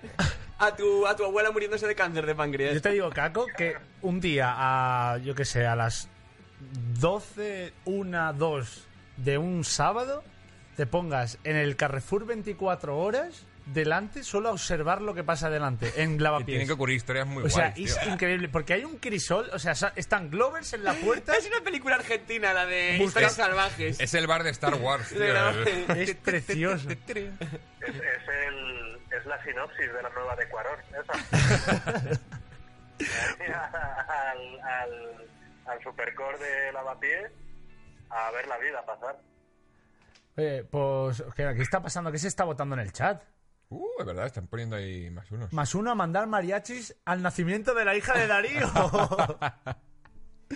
S5: a tu, a tu abuela muriéndose de cáncer de páncreas.
S2: Yo te digo, Caco, que un día a, yo que sé, a las 12, 1, 2 de un sábado, te pongas en el Carrefour 24 horas delante solo a observar lo que pasa delante, en
S4: Y tienen
S2: lavapiés.
S4: que ocurrir historias muy
S2: O sea,
S4: guays, tío.
S2: es increíble, porque hay un crisol, o sea, sa- están Glovers en la puerta,
S5: Es una película argentina, la de
S4: Busca-
S5: historias salvajes.
S4: Es el bar de Star Wars, tío.
S5: De la-
S2: es precioso.
S9: Es, es el, es la sinopsis de la nueva de Cuarón, esa. al, al, al supercore de Lavapiés a ver la vida pasar.
S2: Eh, pues, ¿qué qué está pasando? ¿Qué se está votando en el chat?
S4: Uh, es verdad, están poniendo ahí más unos.
S2: Más uno a mandar mariachis al nacimiento de la hija de Darío.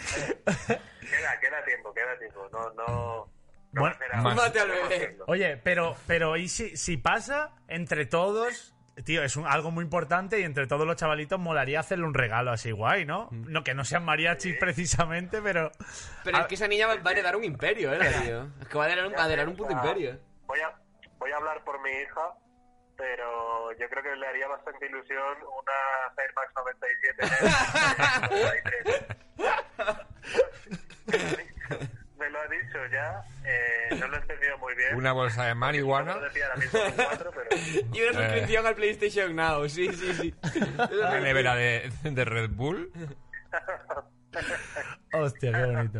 S9: Queda, queda tiempo, queda tiempo. No, no. no
S2: Bueno,
S9: será-
S4: más.
S5: Mate al bebé.
S2: Oye, pero, pero ¿y si, si pasa entre todos? Tío, es un- algo muy importante y entre todos los chavalitos molaría hacerle un regalo así guay, ¿no? No que no sean mariachis precisamente, pero...
S5: Pero es que esa niña va, va a heredar un imperio, ¿eh, Darío? Es que va a heredar un, va a heredar un puto
S9: O sea,
S5: imperio.
S9: Voy a, voy a hablar por mi hija, pero yo creo que le haría bastante ilusión una Fairfax 97. ¿eh? Me lo ha dicho ya, eh, no lo he entendido muy bien.
S4: Una bolsa de
S9: No
S4: marihuana.
S9: lo decía ahora mismo con cuatro, pero
S5: Y
S2: Eh.
S5: una suscripción al PlayStation Now, sí, sí, sí.
S4: Una nevera de, de Red Bull.
S2: Hostia, qué bonito.
S9: yo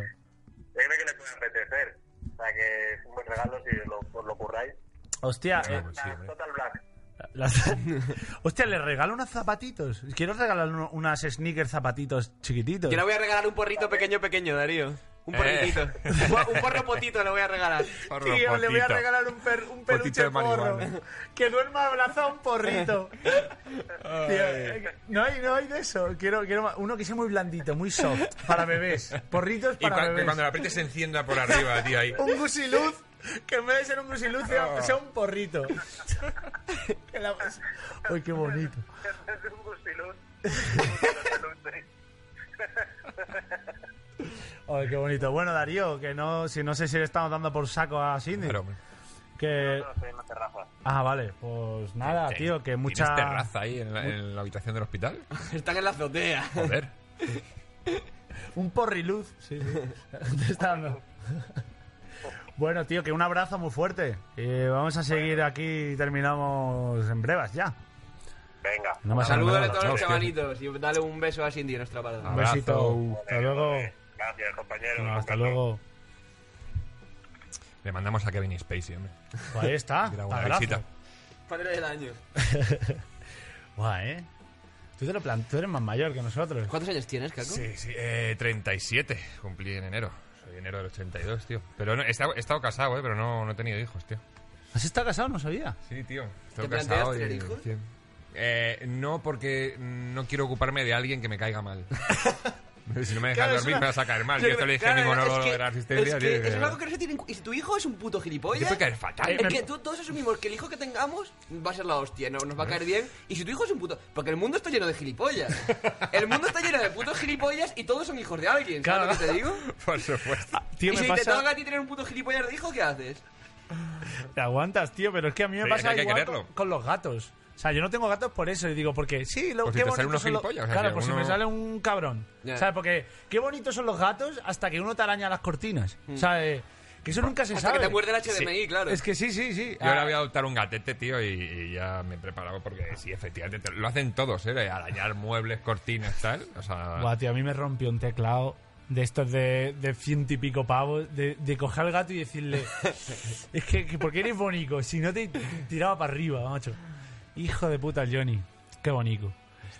S9: creo que le puede apetecer. O sea, que es un buen regalo si lo, os lo curráis.
S2: Hostia, eh,
S4: Pues sí,
S9: Ah,
S4: hombre.
S9: Total Black.
S2: las- hostia, le regalo unos zapatitos. Quiero regalar uno- unas sneakers zapatitos chiquititos.
S5: Yo le voy a regalar un porrito pequeño, pequeño, Darío. Un
S4: Eh.
S5: porritito. Un por- Un porro potito le voy a regalar.
S4: Porro,
S2: Tío, le voy a
S4: potito.
S2: regalar un, per- un
S4: Potito
S2: peluche
S4: de
S2: porro.
S4: marihuana.
S2: Que duerma abrazado a un porrito. Tío, eh, no hay, no hay de eso. Quiero, quiero ma- uno que sea muy blandito, muy soft, para bebés. Porritos
S4: Y
S2: para
S4: cua- que
S2: bebés.
S4: cuando la apriete se encienda por arriba, tío, ahí.
S2: Un gusiluz, que en vez de ser un gusiluz sea, sea un porrito. Que la- Uy, qué bonito.
S9: Es un gusilón. Un gusilón de luz, sí.
S2: Ay, qué bonito. Bueno, Darío, que no, si no sé si le estamos dando por saco a Sidney.
S4: Pero, hombre,
S2: Que...
S9: No, estoy en la terraza.
S2: Ah, vale, pues nada,
S4: te-
S2: tío, que
S4: ¿tienes
S2: mucha...
S4: terraza ahí en la, en la habitación del hospital?
S5: Están en la azotea.
S4: Joder.
S2: Un porriluz. Sí, sí. Te está dando. Bueno, tío, que un abrazo muy fuerte. Eh, vamos a seguir aquí y terminamos en brevas ya.
S9: Venga.
S2: No más
S5: Salúdale a
S2: nada,
S5: todos
S2: chao. Ah.
S5: los chavalitos y dale un beso a Cindy, nuestra parada.
S2: Un
S4: Abrazo.
S2: besito. Hasta luego.
S9: Gracias, compañero.
S2: No, hasta luego.
S4: Le mandamos a Kevin Spacey, hombre.
S2: Pues ahí está.
S4: Que era una
S2: abrazo. Uh.
S4: visita.
S5: Padre del año.
S2: Guau, ¿eh? Tú, te lo plan- tú eres más mayor que nosotros.
S5: ¿Cuántos años tienes, Caco?
S4: Sí, sí, eh, 37 cumplí en enero. Soy enero del 82, tío. Pero no, he, estado, he estado casado, eh, pero no, no he tenido hijos, tío.
S2: ¿Has estado casado? No sabía.
S4: Sí, tío. he
S5: ¿Te
S4: estado
S5: planteas
S4: casado
S5: tener hijos?
S4: sí. Eh, no, porque no quiero ocuparme de alguien que me caiga mal. si no me dejas
S2: Claro, es
S4: dormir,
S2: una-
S4: me vas a caer mal.
S5: Yo
S4: Yo te
S5: creo-
S4: lo dije
S5: claro,
S4: en mi
S5: es
S4: monólogo
S5: que-
S4: de la asistencia,
S5: Es
S4: tío.
S5: que,
S4: que-
S5: es algo que no se tiene en cu- Y si tu hijo es un puto
S4: Te
S5: gilipollas.
S4: puede caer fatal.
S5: Es que tú- todos asumimos que el hijo que tengamos va a ser la hostia, no, nos va a caer bien. Y si tu hijo es un puto. Porque el mundo está lleno de gilipollas. El mundo está lleno de putos gilipollas y todos son hijos de alguien. ¿Sabes
S2: Claro.
S5: lo que te digo?
S4: Por supuesto.
S2: Ah, Tío,
S5: y
S2: me
S5: si te
S2: pasa...
S5: toca a ti tener un puto gilipollas de hijo, ¿qué haces?
S2: Te aguantas, tío, pero es que a mí me
S4: Sí,
S2: pasa
S4: hay que
S2: igual
S4: quererlo.
S2: con, con los gatos. O sea, yo no tengo gatos por eso. Y digo, porque sí, lo,
S4: Por si
S2: qué
S4: te sale
S2: bonitos
S4: uno
S2: son los-
S4: gilipollas, o sea,
S2: Claro,
S4: que
S2: por si
S4: uno-
S2: me sale un cabrón.
S5: Ya.
S2: ¿Sabes? Porque qué bonitos son los gatos hasta que uno te araña las cortinas. ¿Sabes? Mm. Que eso nunca se
S5: Hasta
S2: sabe.
S5: que te muerde el HDMI, claro.
S2: Es que sí, sí, sí. Ah,
S4: Yo
S5: ah.
S4: ahora voy a adoptar un gatete, tío, y, y ya me he preparado porque sí, efectivamente, te- lo hacen todos, ¿eh? De Arañar muebles, cortinas, tal. O sea,
S2: Buah, tío, a mí me rompió un teclado de estos de, de ciento y pico pavos, de, de coger al gato y decirle, es que, que ¿por qué eres bonico? Si no te tiraba para arriba, macho. Hijo de puta Johnny, qué bonico.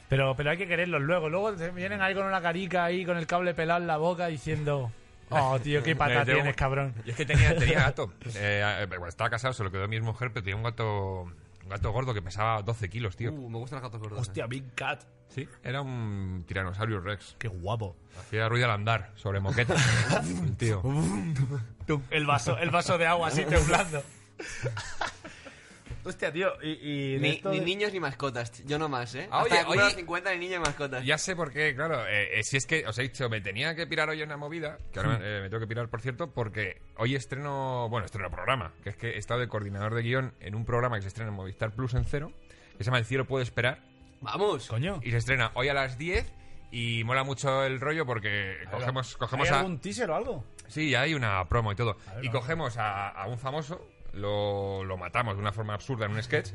S2: Pero, pero hay que quererlos luego. Luego te vienen ahí con una carica ahí, con el cable pelado en la boca, diciendo, oh, tío, qué pata
S4: Eh, tengo-
S2: tienes, cabrón.
S4: Yo es que tenía, tenía gato. Eh, eh, bueno, estaba casado, se lo quedó mi mujer, pero tenía un gato Un gato gordo que pesaba 12 kilos, tío.
S5: Uh, me gustan los gatos gordos.
S2: Hostia, Big Cat.
S4: Sí, era un tiranosaurio rex.
S2: Qué guapo.
S4: Hacía ruido al andar, sobre moqueta. Un tío.
S2: El vaso, el vaso de agua así temblando. Hostia, tío. Y, y
S5: eh.
S2: de
S5: Ni,
S2: esto
S5: ni
S2: de-
S5: niños ni mascotas. Yo no más, ¿eh?
S4: Ah, oye,
S5: Hasta
S4: oye.
S5: oye, 50 ni niños ni mascotas.
S4: Ya sé por qué, claro. eh, eh, si es que os he dicho, me tenía que pirar hoy en una movida, que
S2: Hmm.
S4: ahora eh, me tengo que pirar, por cierto, porque hoy estreno, bueno, estreno programa, que es que he estado de coordinador de guión en un programa que se estrena en Movistar Plus en cero, que se llama El cielo puede esperar,
S5: Vamos.
S2: Coño.
S4: y se estrena hoy a las 10 y mola mucho el rollo porque cogemos, cogemos
S2: ¿Hay
S4: a...
S2: algún teaser o algo?
S4: Sí, hay una promo y todo.
S2: ver,
S4: y
S2: vamos.
S4: cogemos a, a un famoso, lo, lo matamos de una forma absurda en un sketch,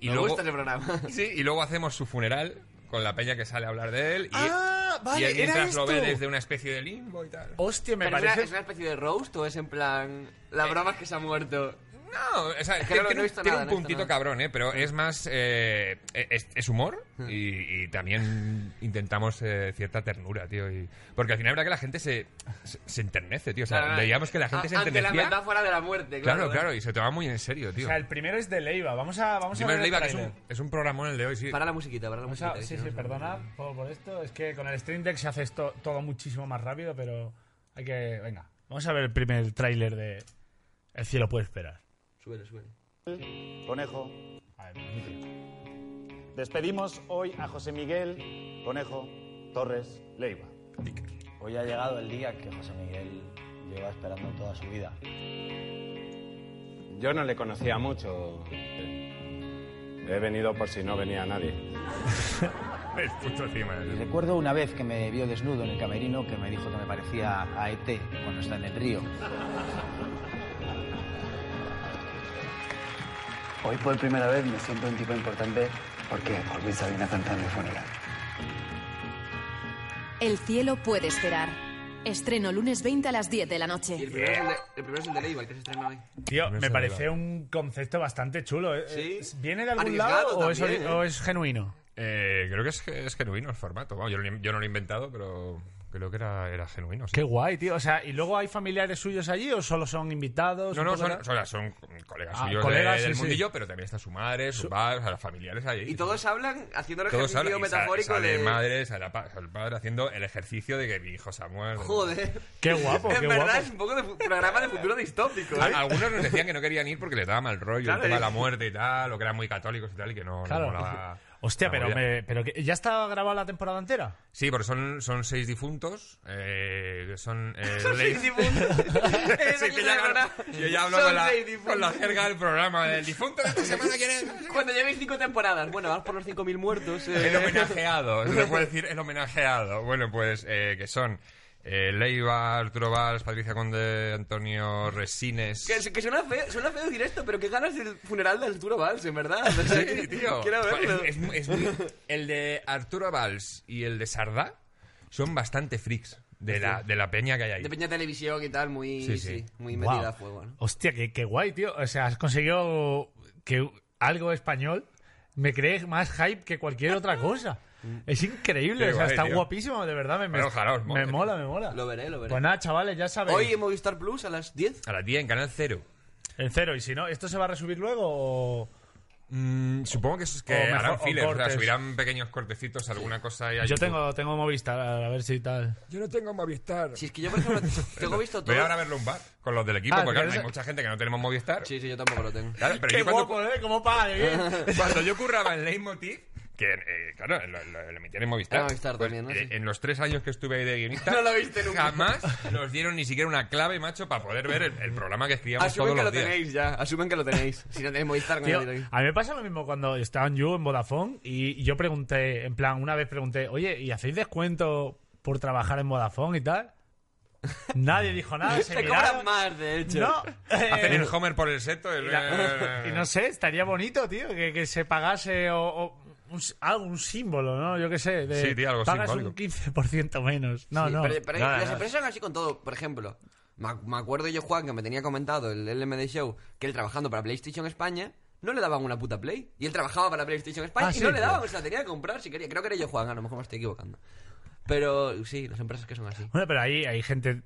S4: y
S5: me
S4: luego...
S5: gusta ese programa.
S4: Sí, y luego hacemos su funeral con la peña que sale a hablar de él. Y,
S2: Ah, vale,
S4: y él
S2: era
S4: mientras lo ve
S2: esto.
S4: desde una especie de limbo y
S5: Oh.
S4: tal.
S2: Hostia, me
S5: Pero es, una, es
S2: parece.
S5: una especie de roast o es en plan. La broma es que se ha muerto.
S4: No, Eh, o sea,
S5: que no lo-
S4: tiene,
S5: no he visto
S4: tiene
S5: nada,
S4: un
S5: no he visto
S4: puntito
S5: nada.
S4: cabrón, ¿eh? Pero es más. eh, es, es humor
S5: Hmm.
S4: y, y también intentamos eh, cierta ternura, tío. y- porque al final, verdad que la gente se, se, se enternece, tío. O sea,
S5: Claro, claro.
S4: veíamos que la gente
S5: A-
S4: se
S5: Ante la
S4: enternecía.
S5: metáfora de la muerte, claro. ¿eh?
S4: claro, claro, y se tomaba muy en serio,
S2: O
S4: tío.
S2: sea, el primero es de Leiva. Vamos a, vamos a
S4: Dime,
S2: ver. el
S4: Leiva, que es
S2: tráiler.
S4: un, es un programón el de hoy, sí.
S5: Para la musiquita, para la
S2: Vamos
S5: musiquita.
S2: a-
S5: que
S2: sí,
S5: si no
S2: sí,
S5: se-
S2: perdonad por, por esto. Es que con el Stream Deck se hace esto todo muchísimo más rápido, pero hay que. Venga, vamos a ver el primer tráiler de El cielo puede esperar.
S5: Súbelo, súbelo.
S10: Conejo,
S2: A ver, bonito.
S10: despedimos hoy a José Miguel Conejo Torres Leiva. Hoy ha llegado el día que José Miguel lleva esperando toda su vida. Yo no le conocía mucho. He venido por si no venía nadie.
S4: El puto encima, eh. tío.
S10: Recuerdo una vez que me vio desnudo en el camerino que me dijo que me parecía a ET cuando está en el río. Hoy por primera vez me siento un tipo importante porque por mí Sabina cantando mi funeral.
S11: El cielo puede esperar. Estreno lunes 20 a las 10 de la
S5: Y el
S11: noche.
S5: primero, es el, de, el primero es el de Leiva, el que se estrena hoy.
S2: Tío,
S4: No
S2: me
S4: sé,
S2: parece
S4: Leiva.
S2: un concepto bastante chulo. ¿eh?
S5: Sí.
S2: ¿Es- ¿Viene de algún
S5: Arriesgado
S2: lado o es,
S5: también,
S2: ori-
S5: ¿eh?
S2: o es genuino?
S4: Eh, creo que es, es genuino el formato. Vamos, yo, lo he- yo no lo he inventado, pero creo que era, era genuino. sí.
S2: Qué guay, tío. O sea, ¿y luego hay familiares suyos allí o solo son invitados?
S4: No,
S2: Un
S4: no,
S2: poco
S4: son,
S2: de-
S4: son, son colegas
S2: Ah,
S4: suyos
S2: colegas,
S4: de-
S2: sí,
S4: del
S2: sí.
S4: mundillo, pero también está su madre, sus padres, o sea, los familiares ahí.
S5: Y todos hablan haciendo el
S4: Todos
S5: ejercicio
S4: hablan, y sa-
S5: metafórico
S4: sale
S5: de.
S4: madre, sale la pa- sale el padre haciendo el ejercicio de que mi hijo se ha muerto.
S5: Joder.
S2: Qué guapo,
S5: en
S2: qué
S5: verdad
S2: guapo.
S5: es un poco de fu- programa de futuro distópico, ¿eh?
S4: A- Algunos nos decían que no querían ir porque les daba mal rollo
S5: Claro,
S4: el tema de
S5: y-
S4: la muerte y tal, o que eran muy católicos y tal, y que no, no
S2: Claro.
S4: molaba
S2: Hostia,
S4: la
S2: pero,
S4: movida.
S2: me- pero que- ¿ya está grabada la temporada entera?
S4: Sí, porque son, son seis difuntos, eh, que son... eh,
S5: Soy
S4: ley-
S5: difunto. Eres
S4: Sí,
S5: aquí
S4: que ya
S5: una
S4: hablo-
S5: persona.
S4: yo ya hablo
S5: Son
S4: con la,
S5: seis difuntos.
S4: con la jerga del programa del difunto de esta semana, ¿quién es?
S5: Cuando llevéis cinco temporadas, bueno, vamos por los 5.000 muertos. eh.
S4: El homenajeado, se le puede decir el homenajeado. Bueno, pues eh, que son eh, Leiva, Arturo Valls, Patricia Conde, Antonio Resines.
S5: Que, que suena, feo, suena feo decir esto, pero qué ganas del funeral de Arturo Valls, en verdad. O sea,
S4: Sí, tío. Pues
S5: Quiero verlo.
S4: Es- es- es muy- el de Arturo Valls y el de Sardá son bastante freaks de la, de la peña que hay ahí.
S5: De Peña Televisión y tal, muy,
S4: Sí,
S5: sí,
S4: sí.
S5: muy
S2: Guau.
S5: metida a fuego. ¿no?
S2: Hostia, qué, qué guay, tío. O sea, has conseguido que algo español me cree más hype que cualquier otra cosa. Es increíble,
S4: Qué
S2: o sea,
S4: guay,
S2: está
S4: tío.
S2: guapísimo, de verdad. Me, me,
S4: Pero ojalá os mole.
S2: me mola, me mola.
S5: Lo veré, lo veré.
S2: Pues nada, chavales, ya sabéis.
S5: Hoy en Movistar Plus a las 10.
S4: A las 10 en Canal Cero.
S2: En cero, y si no, ¿esto se va a resubir luego o...?
S4: Mm, supongo que, es que
S2: O mejor-
S4: harán
S2: o
S4: fillers, o sea,
S2: cortes.
S4: subirán pequeños cortecitos, alguna cosa. ahí a
S2: Yo
S4: YouTube.
S2: tengo, tengo Movistar, a ver si tal.
S4: Yo no tengo Movistar.
S5: Si es que yo, por ejemplo, tengo visto todo.
S4: Voy ahora a verlo un bar con los del equipo,
S2: Ah,
S4: porque
S2: pero
S4: claro, hay
S2: eso-
S4: mucha gente que no tenemos Movistar.
S5: Sí, sí, yo tampoco lo tengo.
S4: Claro, pero
S2: qué
S4: yo cuando,
S2: guapo, ¿eh? ¿Cómo paga de bien?
S4: Cuando yo curraba en Leitmotiv, que eh, claro, lo, lo- lo emitían en Movistar.
S5: En Ah, Movistar también, ¿no?
S4: eh,
S5: Sí.
S4: En los tres años que estuve ahí de guionista,
S5: No lo viste nunca.
S4: jamás nos dieron ni siquiera una clave, macho, para poder ver el, el programa que escribíamos
S5: Asumen
S4: todos
S5: Ah, que
S4: los
S5: lo
S4: días.
S5: tenéis ya, asumen que lo tenéis. Si no tenéis Movistar, no
S2: Tío,
S5: lo tenéis.
S2: a mí me pasa lo mismo cuando estaba en You, en Vodafone, y yo pregunté, en plan, una vez pregunté, oye, ¿y hacéis descuento por trabajar en Vodafone y tal? Nadie dijo nada, se
S5: Te cobran
S2: miraron.
S5: más, de hecho.
S2: No, eh,
S4: Hacen el Homer por el seto. el- eh,
S2: y, la- y no sé, estaría bonito, tío, que, que se pagase o, o un, s- algo, un símbolo, ¿no? Yo qué sé, de
S4: Sí, tío, algo
S2: pagas
S4: simbólico.
S2: un 15% menos. No,
S5: Sí,
S2: no.
S5: pero- pero
S2: Nada,
S5: las
S2: nada.
S5: empresas son así con todo. Por ejemplo, me, ac- me acuerdo yo, Juan, que me tenía comentado el LMD Show, que él trabajando para PlayStation España, no le daban una puta Play. Y él trabajaba para PlayStation España
S2: Ah,
S5: y
S2: sí,
S5: no le daban,
S2: tío.
S5: o sea, tenía que comprar si quería. Creo que era yo, Juan, a lo mejor me estoy equivocando. Pero sí, las empresas que son así.
S2: Bueno, pero ahí hay gente.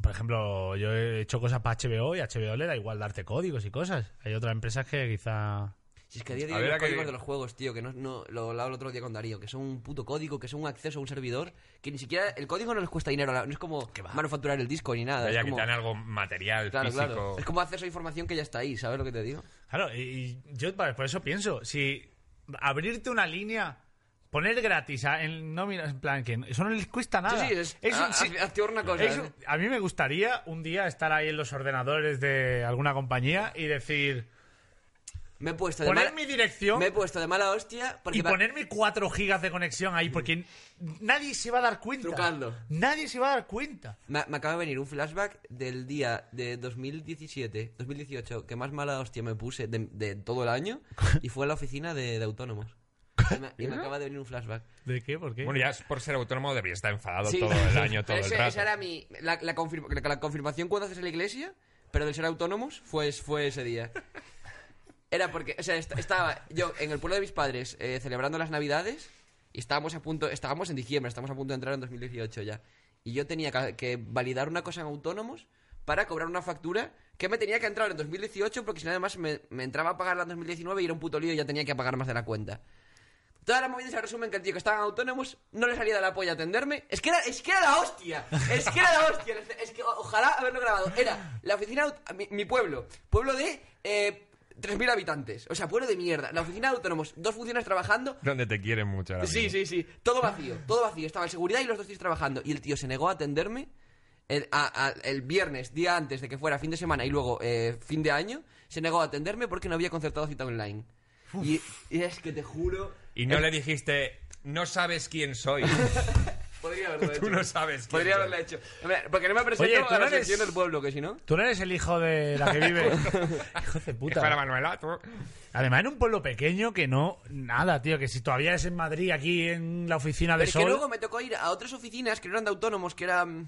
S2: Por ejemplo, yo he hecho cosas para HBO y a HBO le da igual darte códigos y cosas. Hay otras empresas que quizá.
S5: Si es que a día de
S4: A
S5: hoy
S4: ver,
S5: los
S4: a que-
S5: códigos de los juegos, tío, que no, no lo hablaba el otro día con Darío, que son un puto código, que son un acceso a un servidor, que ni siquiera el código no les cuesta dinero, no es como manufacturar el disco ni nada.
S4: Vaya,
S5: es como-
S4: quitan algo material,
S5: Claro,
S4: físico.
S5: claro. Es como acceso a información que ya está ahí, ¿sabes lo que te digo?
S2: Claro, y, y yo pa- por eso pienso, si abrirte una línea, poner gratis, a- en, no, mira, en plan, que eso no les cuesta nada.
S5: Sí, sí, es, Ah,
S2: Es
S5: a-
S2: un- sí,
S5: a- activar una cosa. ¿eh?
S2: es un- a mí me gustaría un día estar ahí en los ordenadores de alguna compañía y decir,
S5: Me he puesto de
S2: poner
S5: mala-
S2: mi dirección
S5: Me he puesto de mala hostia porque
S2: y
S5: va-
S2: ponerme 4 gigas de conexión ahí, porque nadie se va a dar cuenta.
S5: Trucando.
S2: Nadie se va a dar cuenta.
S5: Me, me acaba de venir un flashback del día de 2017, 2018, que más mala hostia me puse de, de todo el año, y fue a la oficina de, de autónomos. Y me, y me acaba de venir un flashback.
S2: ¿De qué? ¿Por qué?
S4: Bueno, ya por ser autónomo debería estar enfadado
S5: Sí.
S4: todo el año, todo
S5: Pero
S4: el
S5: ese-
S4: rato.
S5: Esa era mi... La, la confirma- la- la confirmación cuando haces en la iglesia, pero del ser autónomos, fue, fue ese día. Era porque, o sea, est- estaba yo en el pueblo de mis padres eh, celebrando las navidades y estábamos a punto, estábamos en diciembre, estábamos a punto de entrar en 2018 ya. Y yo tenía ca- que validar una cosa en autónomos para cobrar una factura que me tenía que entrar en 2018 porque si no además me, me entraba a pagarla en 2019 y era un puto lío y ya tenía que pagar más de la cuenta. Todas las movidas se resumen que el tío que estaban autónomos no le salía de la polla atenderme. Es que era, es que era la hostia. Es que era la hostia. Es que o- ojalá haberlo grabado. Era la oficina, aut- mi, mi pueblo. Pueblo de eh, 3.000 habitantes. O sea, pueblo de mierda. La oficina de autónomos, dos funciones trabajando.
S4: Donde te quieren mucho. ahora
S5: Sí,
S4: mismo.
S5: sí, sí. Todo vacío, todo vacío. Estaba el seguridad y los dos tíos trabajando. Y el tío se negó a atenderme el, a- a- el viernes, día antes de que fuera fin de semana y luego eh, fin de año. Se negó a atenderme porque no había concertado cita online. Y, y es que te juro.
S4: Y no le dijiste, no sabes quién soy.
S5: Podría haberlo hecho.
S4: Tú no sabes quién
S5: Podría
S4: soy.
S5: haberlo hecho. Hombre, Porque no me presento
S2: Oye, tú no
S5: a la
S2: eres-
S5: sección del pueblo, que si no.
S2: Tú no eres el hijo de la que vive. hijo de puta.
S4: Es para Manuela, tú.
S2: Además, en un pueblo pequeño que no. Nada, tío, que si todavía es en Madrid, aquí en la oficina de
S5: Pero es que
S2: Sol.
S5: luego me tocó ir a otras oficinas que no eran de autónomos, que eran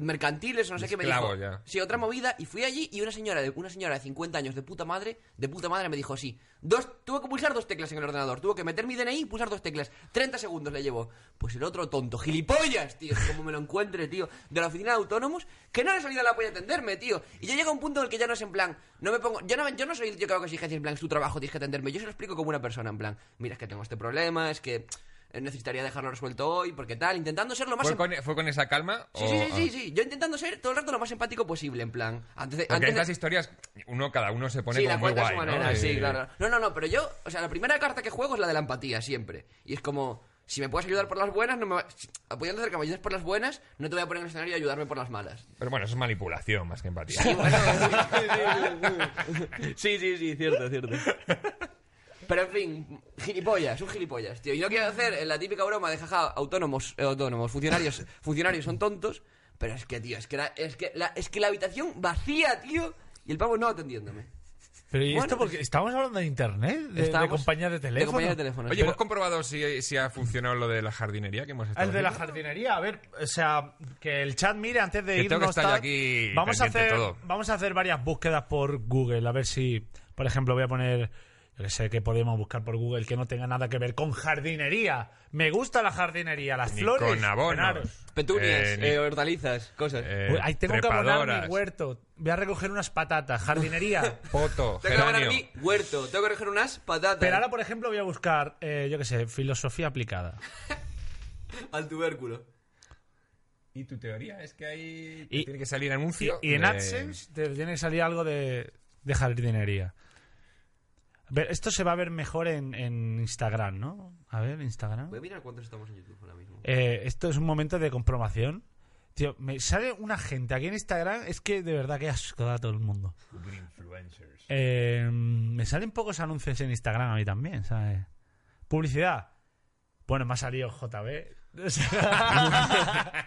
S5: mercantiles o no sé qué me dijo.
S4: Esclavos, ya.
S5: Sí, otra movida y fui allí y una señora de una señora de 50 años de puta madre, de puta madre me dijo así, dos tuve que pulsar dos teclas en el ordenador, tuve que meter mi DNI y pulsar dos teclas. 30 segundos le llevo. Pues el otro tonto, gilipollas, tío, como me lo encuentre, tío, de la oficina de autónomos, que no le he salido a la polla a atenderme, tío. Y yo llego a un punto en el que ya no es en plan, no me pongo, yo no, yo no soy el tío que hago exigencias en plan, es tu trabajo, tienes que atenderme. Yo se lo explico como una persona en plan, mira, es que tengo este problema, es que eh, necesitaría dejarlo resuelto hoy, porque tal, intentando ser lo más
S4: ¿Fue
S5: em-
S4: con, fue con esa calma?
S5: Sí,
S4: o-
S5: sí, sí,
S4: ah.
S5: sí, sí. Yo intentando ser todo el rato lo más empático posible, en plan. Antes de,
S4: Porque
S5: antes de-
S4: estas historias, uno, cada uno se pone
S5: sí,
S4: como
S5: la
S4: muy
S5: cuenta a
S4: guay,
S5: su
S4: ¿no?
S5: manera, sí,
S4: Eh,
S5: claro. No, no, no, pero yo, o sea, la primera carta que juego es la de la empatía, siempre. Y es como, si me puedes ayudar por las buenas, no me va- si- apoyándote de que me ayudes por las buenas, no te voy a poner en el escenario y ayudarme por las malas.
S4: Pero bueno, eso es manipulación más que empatía.
S5: sí, sí, sí, cierto, cierto. Pero en fin, gilipollas, un gilipollas, tío. Y no quiero hacer eh, la típica broma de jaja, autónomos, eh, autónomos, funcionarios, funcionarios son tontos, pero es que, tío, es que la, es que la, es que la habitación vacía, tío, y el pavo no atendiéndome.
S2: Pero ¿y esto
S5: Bueno,
S2: porque estamos hablando de internet, de, de
S5: Estábamos-
S2: compañía de teléfono.
S5: compañía de teléfono,
S4: Oye, ¿hemos comprobado si, si ha funcionado lo de la jardinería que hemos estado
S2: Ah, El de la
S4: haciendo?
S2: jardinería, a ver, o sea, que el chat mire antes de
S4: Que tengo que
S2: irnos.
S4: estar
S2: tal.
S4: ya aquí
S2: vamos a
S4: pendiente
S2: hacer,
S4: de todo.
S2: vamos a hacer varias búsquedas por Google, a ver si, por ejemplo, voy a poner, yo que sé, que podemos buscar por Google que no tenga nada que ver con jardinería. Me gusta la jardinería, las
S4: Ni
S2: flores,
S4: con abonos.
S2: penaros.
S5: Petunias,
S4: Eh, ni-
S5: eh, hortalizas, cosas.
S4: Eh,
S2: Uy, ahí tengo que abonar
S4: trepadoras,
S2: mi huerto. Voy a recoger unas patatas. Jardinería.
S4: Poto,
S5: tengo que ganar
S4: geranio.
S5: mi huerto, tengo que recoger unas patatas
S2: Pero ahora, por ejemplo, voy a buscar, eh, yo que sé, filosofía aplicada.
S5: al tubérculo.
S4: Y tu teoría es que ahí
S2: Y-
S4: tiene que salir anuncio.
S2: Y en
S4: de-
S2: AdSense te tiene que salir algo de, de jardinería. A ver, esto se va a ver mejor en, en Instagram, ¿no? A ver, Instagram.
S5: Voy a mirar cuántos estamos en YouTube ahora mismo.
S2: Eh, esto es un momento de comprobación. Tío, me sale una gente aquí en Instagram. Es que de verdad que asco da a todo el mundo.
S4: Influencers.
S2: Eh, me salen pocos anuncios en Instagram a mí también, ¿sabes? Publicidad. Bueno, me ha salido JB. O sea,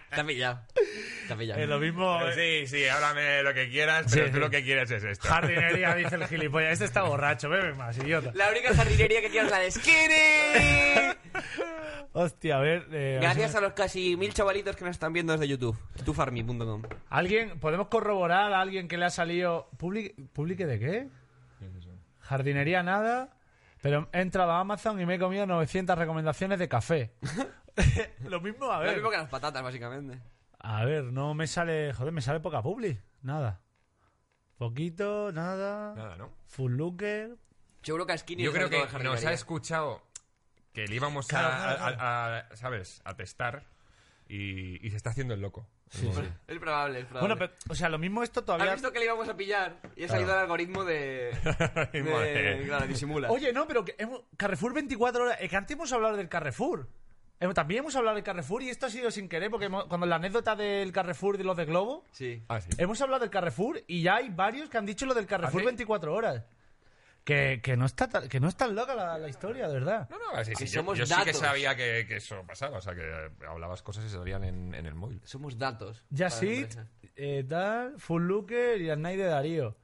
S5: Te has pillado. Te has pillado.
S2: es Eh, lo mismo.
S4: Pero Sí, sí, háblame lo que quieras, pero
S2: Sí,
S4: tú
S2: sí.
S4: lo que quieres es esto.
S2: Jardinería, dice el gilipollas. Este está borracho, bebe más, idiota.
S5: La única jardinería que quiero es la de Skinny.
S2: Hostia, a ver. eh,
S5: Gracias a los casi mil chavalitos que nos están viendo desde YouTube. Tufarmi.com.
S2: ¿Alguien, podemos corroborar a alguien que le ha salido. publi- ¿Publique de qué? Jardinería nada. Pero he entrado a Amazon y me he comido 900 recomendaciones de café. lo mismo, a
S5: Lo
S2: ver.
S5: mismo que las patatas, básicamente.
S2: A ver, no me sale. Joder, me sale poca publi. Nada. Poquito, nada.
S4: Nada, ¿no?
S2: Full looker.
S5: Seguro que a Skinny
S4: Yo
S5: le
S4: creo
S5: faltó
S4: que
S5: dejar de
S4: nos
S5: caer.
S4: ha escuchado que le íbamos
S5: Claro,
S4: a,
S5: claro, claro.
S4: a- a- ¿sabes? A testar y, y se está haciendo el loco.
S2: Sí, sí.
S5: Es probable, es probable.
S2: Bueno, pero, o sea, lo mismo esto
S5: ¿Has
S2: todavía...
S5: visto que le íbamos a pillar? Y ha
S4: Claro.
S5: salido el algoritmo de...
S4: Algoritmo
S5: de-
S4: de-
S5: Claro, disimula.
S2: Oye, no, pero que hemos- Carrefour 24 horas... eh, que antes hemos hablado del Carrefour. Hemos- También hemos hablado del Carrefour y esto ha sido sin querer porque hemos- cuando la anécdota del Carrefour de los de Globo...
S5: Sí.
S4: Eh,
S2: Hemos hablado del Carrefour y ya hay varios que han dicho lo del Carrefour
S4: ¿Ah, sí?
S2: 24 horas. Que, que no está tan- que no es tan loca la, la historia, de verdad.
S4: No, no, sí, sí,
S5: Que
S4: yo,
S5: somos
S4: yo sí que
S5: datos.
S4: sabía que, que eso pasaba, o sea, que hablabas cosas y se salían en, en el móvil.
S5: Somos datos.
S2: Ya
S5: para la
S2: sí,
S5: empresa.
S2: eh, tal, Full Looker y Arnay de Darío.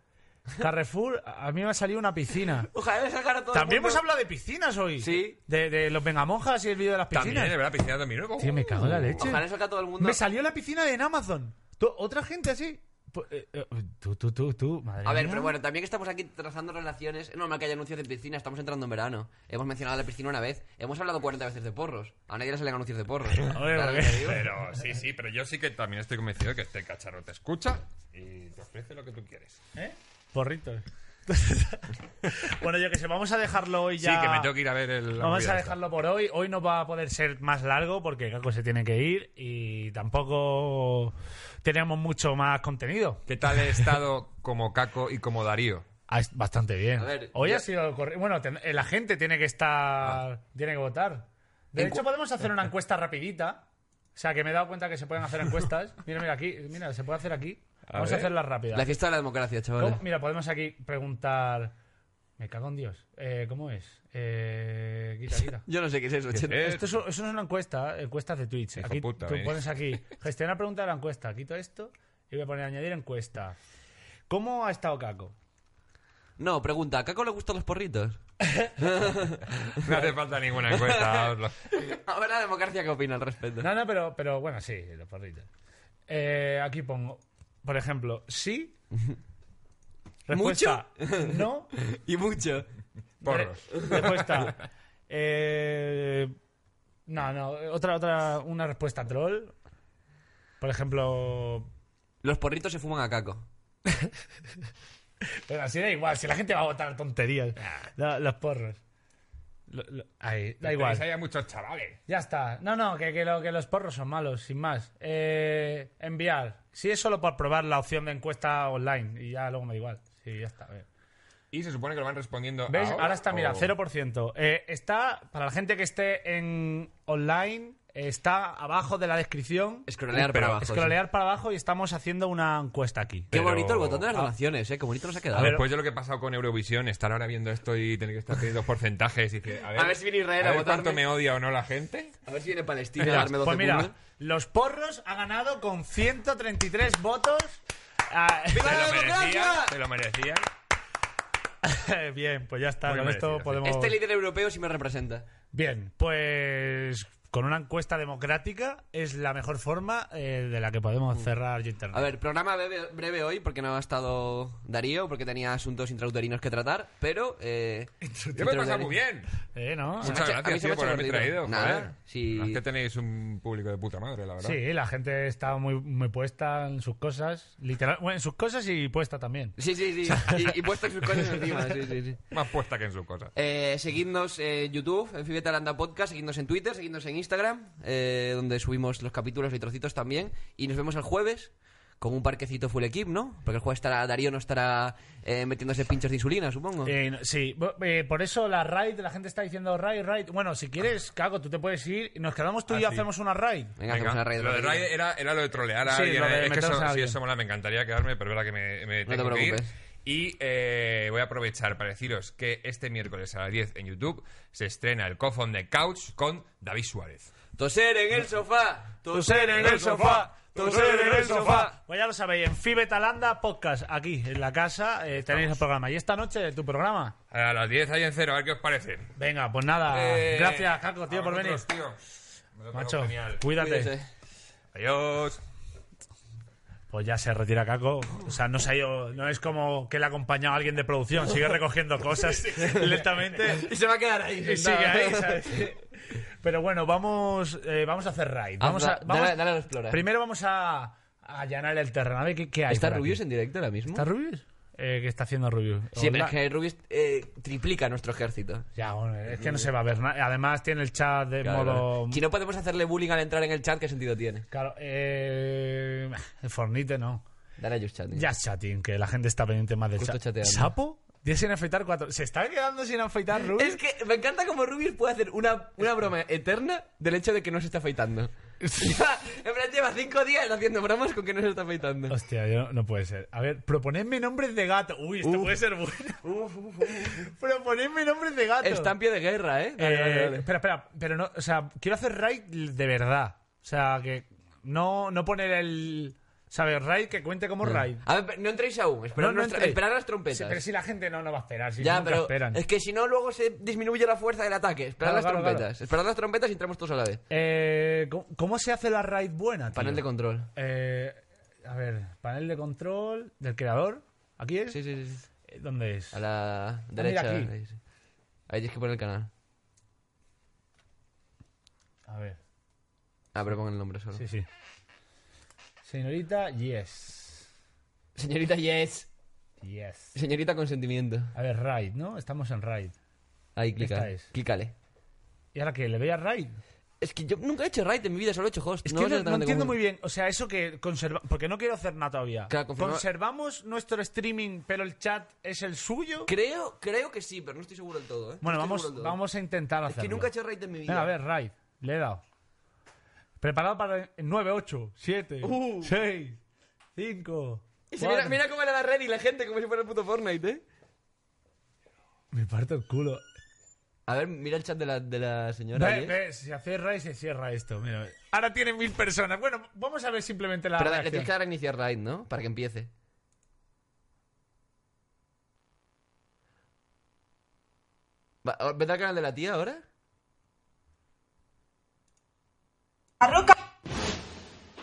S2: Carrefour, a a mí me ha salido una piscina.
S5: Ojalá le sacara todo el
S2: También
S5: mundo.
S2: hemos hablado de piscinas hoy. Sí. De, de los Vengamonjas y el vídeo de las piscinas.
S4: También, de verdad, piscina de Miro.
S2: Tío, me cago en la leche.
S5: Ojalá le sacara todo el mundo.
S2: Me salió la piscina en Amazon. Tú- Otra gente así. Pues, eh, eh, Tú, tú, tú, tú, madre
S5: A ver,
S2: mía.
S5: pero bueno, también que estamos aquí trazando relaciones. Es normal que haya anuncios de piscina, estamos entrando en verano. Hemos mencionado la piscina una vez. Hemos hablado 40 veces de porros. A nadie le salen anuncios de porros. ¿Sabes lo que te digo?
S4: Pero sí, sí, pero yo sí que también estoy convencido de que este cacharro te escucha y te ofrece lo que tú quieres.
S2: ¿Eh? Porritos. bueno, yo que sé, vamos a dejarlo hoy ya.
S4: Sí, que me tengo que ir a ver el. la
S2: Vamos
S4: movida
S2: a
S4: esta.
S2: dejarlo por hoy. Hoy no va a poder ser más largo porque Caco se tiene que ir y tampoco tenemos mucho más contenido.
S4: ¿Qué tal he estado como Caco y como Darío?
S2: Ah, es Bastante bien.
S4: A ver,
S2: hoy
S4: ya-
S2: ha sido corre- Bueno, ten- eh, la gente tiene que estar. Tiene que votar. De
S4: Ah. En
S2: hecho,
S4: cu-
S2: podemos hacer una encuesta rapidita. O sea, que me he dado cuenta que se pueden hacer encuestas. Mira, mira, aquí. Mira, se puede hacer aquí.
S5: A
S2: Vamos a,
S5: ver.
S2: hacerla rápida.
S5: La fiesta de la democracia, chavales.
S2: ¿Cómo? Mira, podemos aquí preguntar. Me cago en Dios. Eh, ¿Cómo es? Eh, quita, quita.
S5: Yo no sé qué es eso,
S4: ¿Qué
S5: Cheto.
S4: es?
S2: Esto es- eso no es una encuesta, eh, encuestas de Twitch.
S4: Hijo
S2: Aquí
S4: puta,
S2: tú
S4: eh.
S2: pones aquí, gestionar pregunta de la encuesta. Quito esto y voy a poner añadir encuesta. ¿Cómo ha estado Caco?
S5: No, pregunta, ¿a Caco le gustan los porritos?
S4: Eh, No hace falta ninguna encuesta. hazlo.
S5: A ver la democracia qué opina al respecto.
S2: No, no, pero, pero bueno, sí, los porritos. Eh, aquí pongo, por ejemplo, sí. Respuesta,
S5: ¿Mucho?
S2: no.
S5: Y mucho.
S4: Porros.
S2: Re- respuesta. eh, no, no. Otra, otra, una respuesta troll. Por ejemplo.
S5: Los porritos se fuman a Caco.
S2: Pero así da igual, si la gente va a votar tonterías. La- los porros. Lo- lo- ahí, da igual.
S4: Tenéis ahí a muchos chavales.
S2: Ya está. No, no, que, que lo- que los porros son malos, sin más. Eh, enviar. Si es solo por probar la opción de encuesta online y ya luego me da igual. Sí, ya está. bien.
S4: Y se supone que lo van respondiendo.
S2: ¿Ves? Ahora está, mira,
S4: o-
S2: 0%. Eh, está, para la gente que esté en online, eh, está abajo de la descripción.
S5: Escrolear para abajo,
S2: Escrolear para abajo y estamos haciendo una encuesta aquí.
S5: Qué bonito el botón de
S2: Ah.
S5: las donaciones, ¿eh? Qué bonito nos ha quedado.
S4: Después de pues lo que ha pasado con Eurovisión, estar ahora viendo esto y tener que estar teniendo porcentajes y que, a, ver,
S5: A ver si viene Israel a
S4: ver
S5: votarme.
S4: cuánto me odia o no la gente.
S5: A ver si viene Palestina a
S2: Mira,
S5: darme 12
S2: pues mira,
S5: puntos.
S2: los porros ha ganado con 133 votos. Ah,
S5: ¡Viva la
S4: Se lo
S5: democracia!
S4: merecía, se lo merecía.
S2: Bien, pues ya está.
S4: Muy
S2: con
S4: merecido,
S2: esto
S4: sí.
S2: podemos.
S5: Este líder europeo sí me representa.
S2: Bien, pues con una encuesta democrática es la mejor forma eh, de la que podemos cerrar yo internet.
S5: Mm. A ver, programa breve, breve hoy porque no ha estado Darío, porque tenía asuntos intrauterinos que tratar, pero... Eh,
S4: Yo me he pasado muy bien.
S2: Eh, ¿no?
S5: Se me ha
S4: Muchas
S5: hecho- a mí
S4: gracias,
S5: se me ha
S4: tío, por
S5: hecho
S4: haberme
S5: gordito.
S4: traído.
S5: Nada,
S4: joder.
S5: sí.
S4: Es que tenéis un público de puta madre, la verdad.
S2: Sí, la gente está muy, muy puesta en sus cosas. Literal, bueno, en sus cosas y puesta también. Eh,
S5: Sí, sí, sí. Y, y puesto sus cosas encima, sí, sí, sí.
S4: Más puesta que en sus cosas.
S5: Eh, seguidnos en YouTube, en Fibeta Aranda Podcast, seguidnos en Twitter, seguidnos en Instagram, eh, donde subimos los capítulos y trocitos también. Y nos vemos el jueves con un parquecito full equip, ¿no? Porque el jueves estará Darío no estará eh, metiéndose pinchos de insulina, supongo.
S2: Eh, no- sí, bo- eh, por eso la raid, la gente está diciendo raid, raid. Bueno, si quieres, Cago, tú te puedes ir. Nos quedamos tú y
S4: Ah,
S2: yo
S4: sí.
S2: hacemos una raid.
S5: Venga, hacemos una raid de
S4: Lo de
S5: Darío.
S4: Raid era, era lo de trolear a
S2: Sí,
S4: alguien.
S2: lo de
S4: es que
S2: meterse
S4: eso,
S2: a
S4: sí,
S2: alguien.
S4: eso mola, me encantaría quedarme, pero es verdad que me, me
S5: te
S4: tengo que ir.
S5: preocupes.
S4: Y eh, voy a aprovechar para deciros que este miércoles a las 10 en YouTube se estrena el cofón de Couch con David Suárez.
S5: Toser en el sofá,
S2: Toser en el sofá,
S5: toser en el sofá.
S2: Pues ya lo sabéis, en Fibetalanda Podcast, aquí en la casa, eh, tenéis el programa. Y esta noche, tu programa.
S4: A las 10 ahí en cero, a ver qué os parece.
S2: Venga, pues nada.
S4: Eh,
S2: Gracias, Caco, tío,
S4: a
S2: por venir.
S4: vosotros, tío. Me lo he
S2: Macho,
S4: pasado genial.
S2: cuídate.
S5: Cuídese.
S4: Adiós.
S2: Pues ya se retira Caco. O sea, no se ha ido- no es como que le ha acompañado alguien de producción. Sigue recogiendo cosas lentamente.
S5: Y se va a quedar ahí.
S2: Y sigue
S5: sentado.
S2: ahí, ¿sabes? Pero bueno, vamos, eh, vamos a hacer raid. Vamos
S5: Hazla,
S2: a, vamos-
S5: dale- dale a la explora.
S2: Primero vamos a, a allanar el terreno. A ver qué, qué hay.
S5: ¿Está
S2: por aquí.
S5: Rubius en directo ahora mismo?
S2: ¿Está Rubius? eh, que está haciendo Rubius.
S5: Sí,
S2: Hola.
S5: pero es que Rubius eh, triplica nuestro ejército.
S2: Ya, bueno, es que no se va a ver nada. Además, tiene el chat de
S5: Claro,
S2: modo.
S5: claro. Si no podemos hacerle bullying al entrar en el chat, ¿qué sentido tiene?
S2: Claro, eh. Fornite no.
S5: Dale a Just Chatting.
S2: Ya chatting, que la gente está pendiente más del
S5: Justo
S2: chat.
S5: chateando.
S2: ¿Sapo? 10 sin afeitar, 4. Se está quedando sin afeitar, Rubius.
S5: Es que me encanta como Rubius puede hacer una, una broma eterna del hecho de que no se está afeitando. Ya, en plan, lleva cinco días haciendo bromas con que no se está afeitando.
S2: Hostia, yo- no puede ser. A ver, proponedme nombres de gato. Uy, esto
S5: Uf.
S2: puede ser bueno. Proponedme nombres de gato.
S5: Está en pie de guerra, ¿eh? Dale,
S2: Eh,
S5: dale, dale.
S2: Espera, espera, pero no, o sea, quiero hacer raid de verdad. O sea, que no, no poner el. ¿Sabes? Raid que cuente como raid.
S5: A ver, Ah, pero no entréis aún. Esperad,
S2: No, no
S5: nuestra-
S2: entréis.
S5: esperad las trompetas.
S2: Sí, pero si la gente no, no va a esperar, si
S5: ya,
S2: nunca
S5: pero
S2: esperan.
S5: es que si no, luego se disminuye la fuerza del ataque. Esperad
S2: Claro,
S5: las
S2: claro,
S5: trompetas.
S2: claro.
S5: Esperad las trompetas y entramos todos a la vez.
S2: Eh, ¿cómo, cómo se hace la raid buena, tío?
S5: Panel de control.
S2: Eh, a ver, panel de control del creador. ¿Aquí es?
S5: Sí, sí, sí.
S2: Eh, ¿Dónde es?
S5: A la
S2: Ah, mira,
S5: derecha.
S2: aquí.
S5: Ahí, sí. Ahí tienes que poner el canal.
S2: A ver.
S5: Ah, pero pon el nombre solo.
S2: Sí, sí. Señorita, yes.
S5: Señorita Yes.
S2: Yes.
S5: Señorita consentimiento.
S2: A ver, raid, ¿no? Estamos en raid.
S5: Ahí, clica.
S2: Esta es.
S5: Clícale.
S2: ¿Y ahora qué? ¿Le doy a raid?
S5: Es que yo nunca he hecho raid en mi vida, solo he hecho host.
S2: Es que no, no
S5: exactamente
S2: entiendo
S5: cómo-
S2: muy bien. O sea, eso que conserva... Porque no quiero hacer nada todavía.
S5: Claro, confirma-
S2: ¿Conservamos nuestro streaming, pero el chat es el suyo?
S5: Creo, creo que sí, pero no estoy seguro del todo, ¿eh?
S2: Bueno,
S5: No estoy
S2: vamos,
S5: seguro del todo.
S2: vamos a intentar
S5: Es
S2: hacerlo.
S5: que nunca he hecho raid en mi vida.
S2: Venga, a ver, raid. Le he dado. Preparado para 9, 8, 7, 6, 5.
S5: Uh. Y se mira, mira cómo era la red y la gente como si fuera el puto Fortnite, ¿eh?
S2: Me parto el culo.
S5: A ver, mira el chat de la, de la señora.
S2: Ve,
S5: ¿eh? Yes.
S2: ve, si hacéis raid, se cierra esto. Mira, ahora tiene mil personas. Bueno, vamos a ver simplemente la.
S5: Pero a ver,
S2: reacción.
S5: le tienes que dar a iniciar raid, ¿no? Para que empiece. Va, a- ¿Vete al canal de la tía ahora?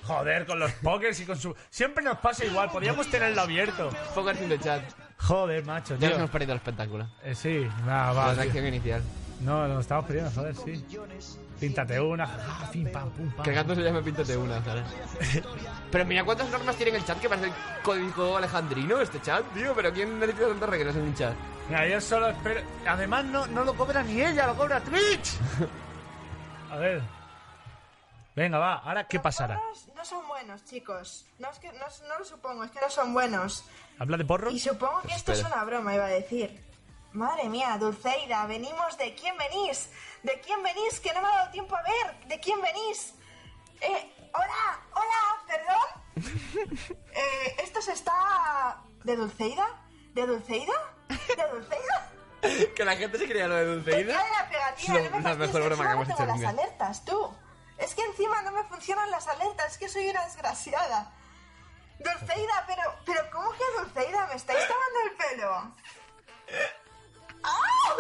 S2: Joder, con los pokers y con su. Siempre nos pasa igual, podríamos tenerlo abierto.
S5: Póker sin el chat.
S2: Joder, macho,
S5: Ya
S2: tío.
S5: nos hemos perdido el espectáculo.
S2: Eh, sí, va,
S5: la
S2: va. tío.
S5: atracción inicial.
S2: No, nos estamos pidiendo, joder, sí. Píntate una. Ah, fin, pam, pum, pam.
S5: Que gato se llama Píntate una, ¿sabes? Pero mira cuántas normas tiene en el chat que parece el código alejandrino este chat, tío. Pero ¿quién necesita tantas reglas en un chat?
S2: Mira, yo solo espero. Además, no, no lo cobra ni ella, lo cobra Twitch. A ver. Venga, va, ahora qué pasará.
S12: No son buenos, chicos. No, es que, no, no lo supongo, es que no son buenos.
S2: ¿Habla de porros?
S12: Y supongo que esto es
S2: Espera.
S12: una broma, iba a decir. Madre mía, Dulceida, venimos de quién venís. ¿De quién venís? Que no me ha dado tiempo a ver. ¿De quién venís? Eh, hola, hola, perdón. Eh, ¿Esto se está... ¿De Dulceida? ¿De Dulceida? ¿De Dulceida?
S5: que la gente se creía lo de
S12: Te
S5: Dulceida.
S12: cae la pegatina,
S5: Lo-
S12: no me
S5: la
S12: fastidies,
S5: mejor broma
S12: que
S5: que
S12: encima
S5: hemos
S12: no
S5: hecho
S12: tengo las
S5: nunca.
S12: alertas, tú. Es que encima no me funcionan las alertas, es que soy una desgraciada. Dulceida, pero, pero ¿cómo que Dulceida? ¿Me estáis tomando el pelo? ¡Ah!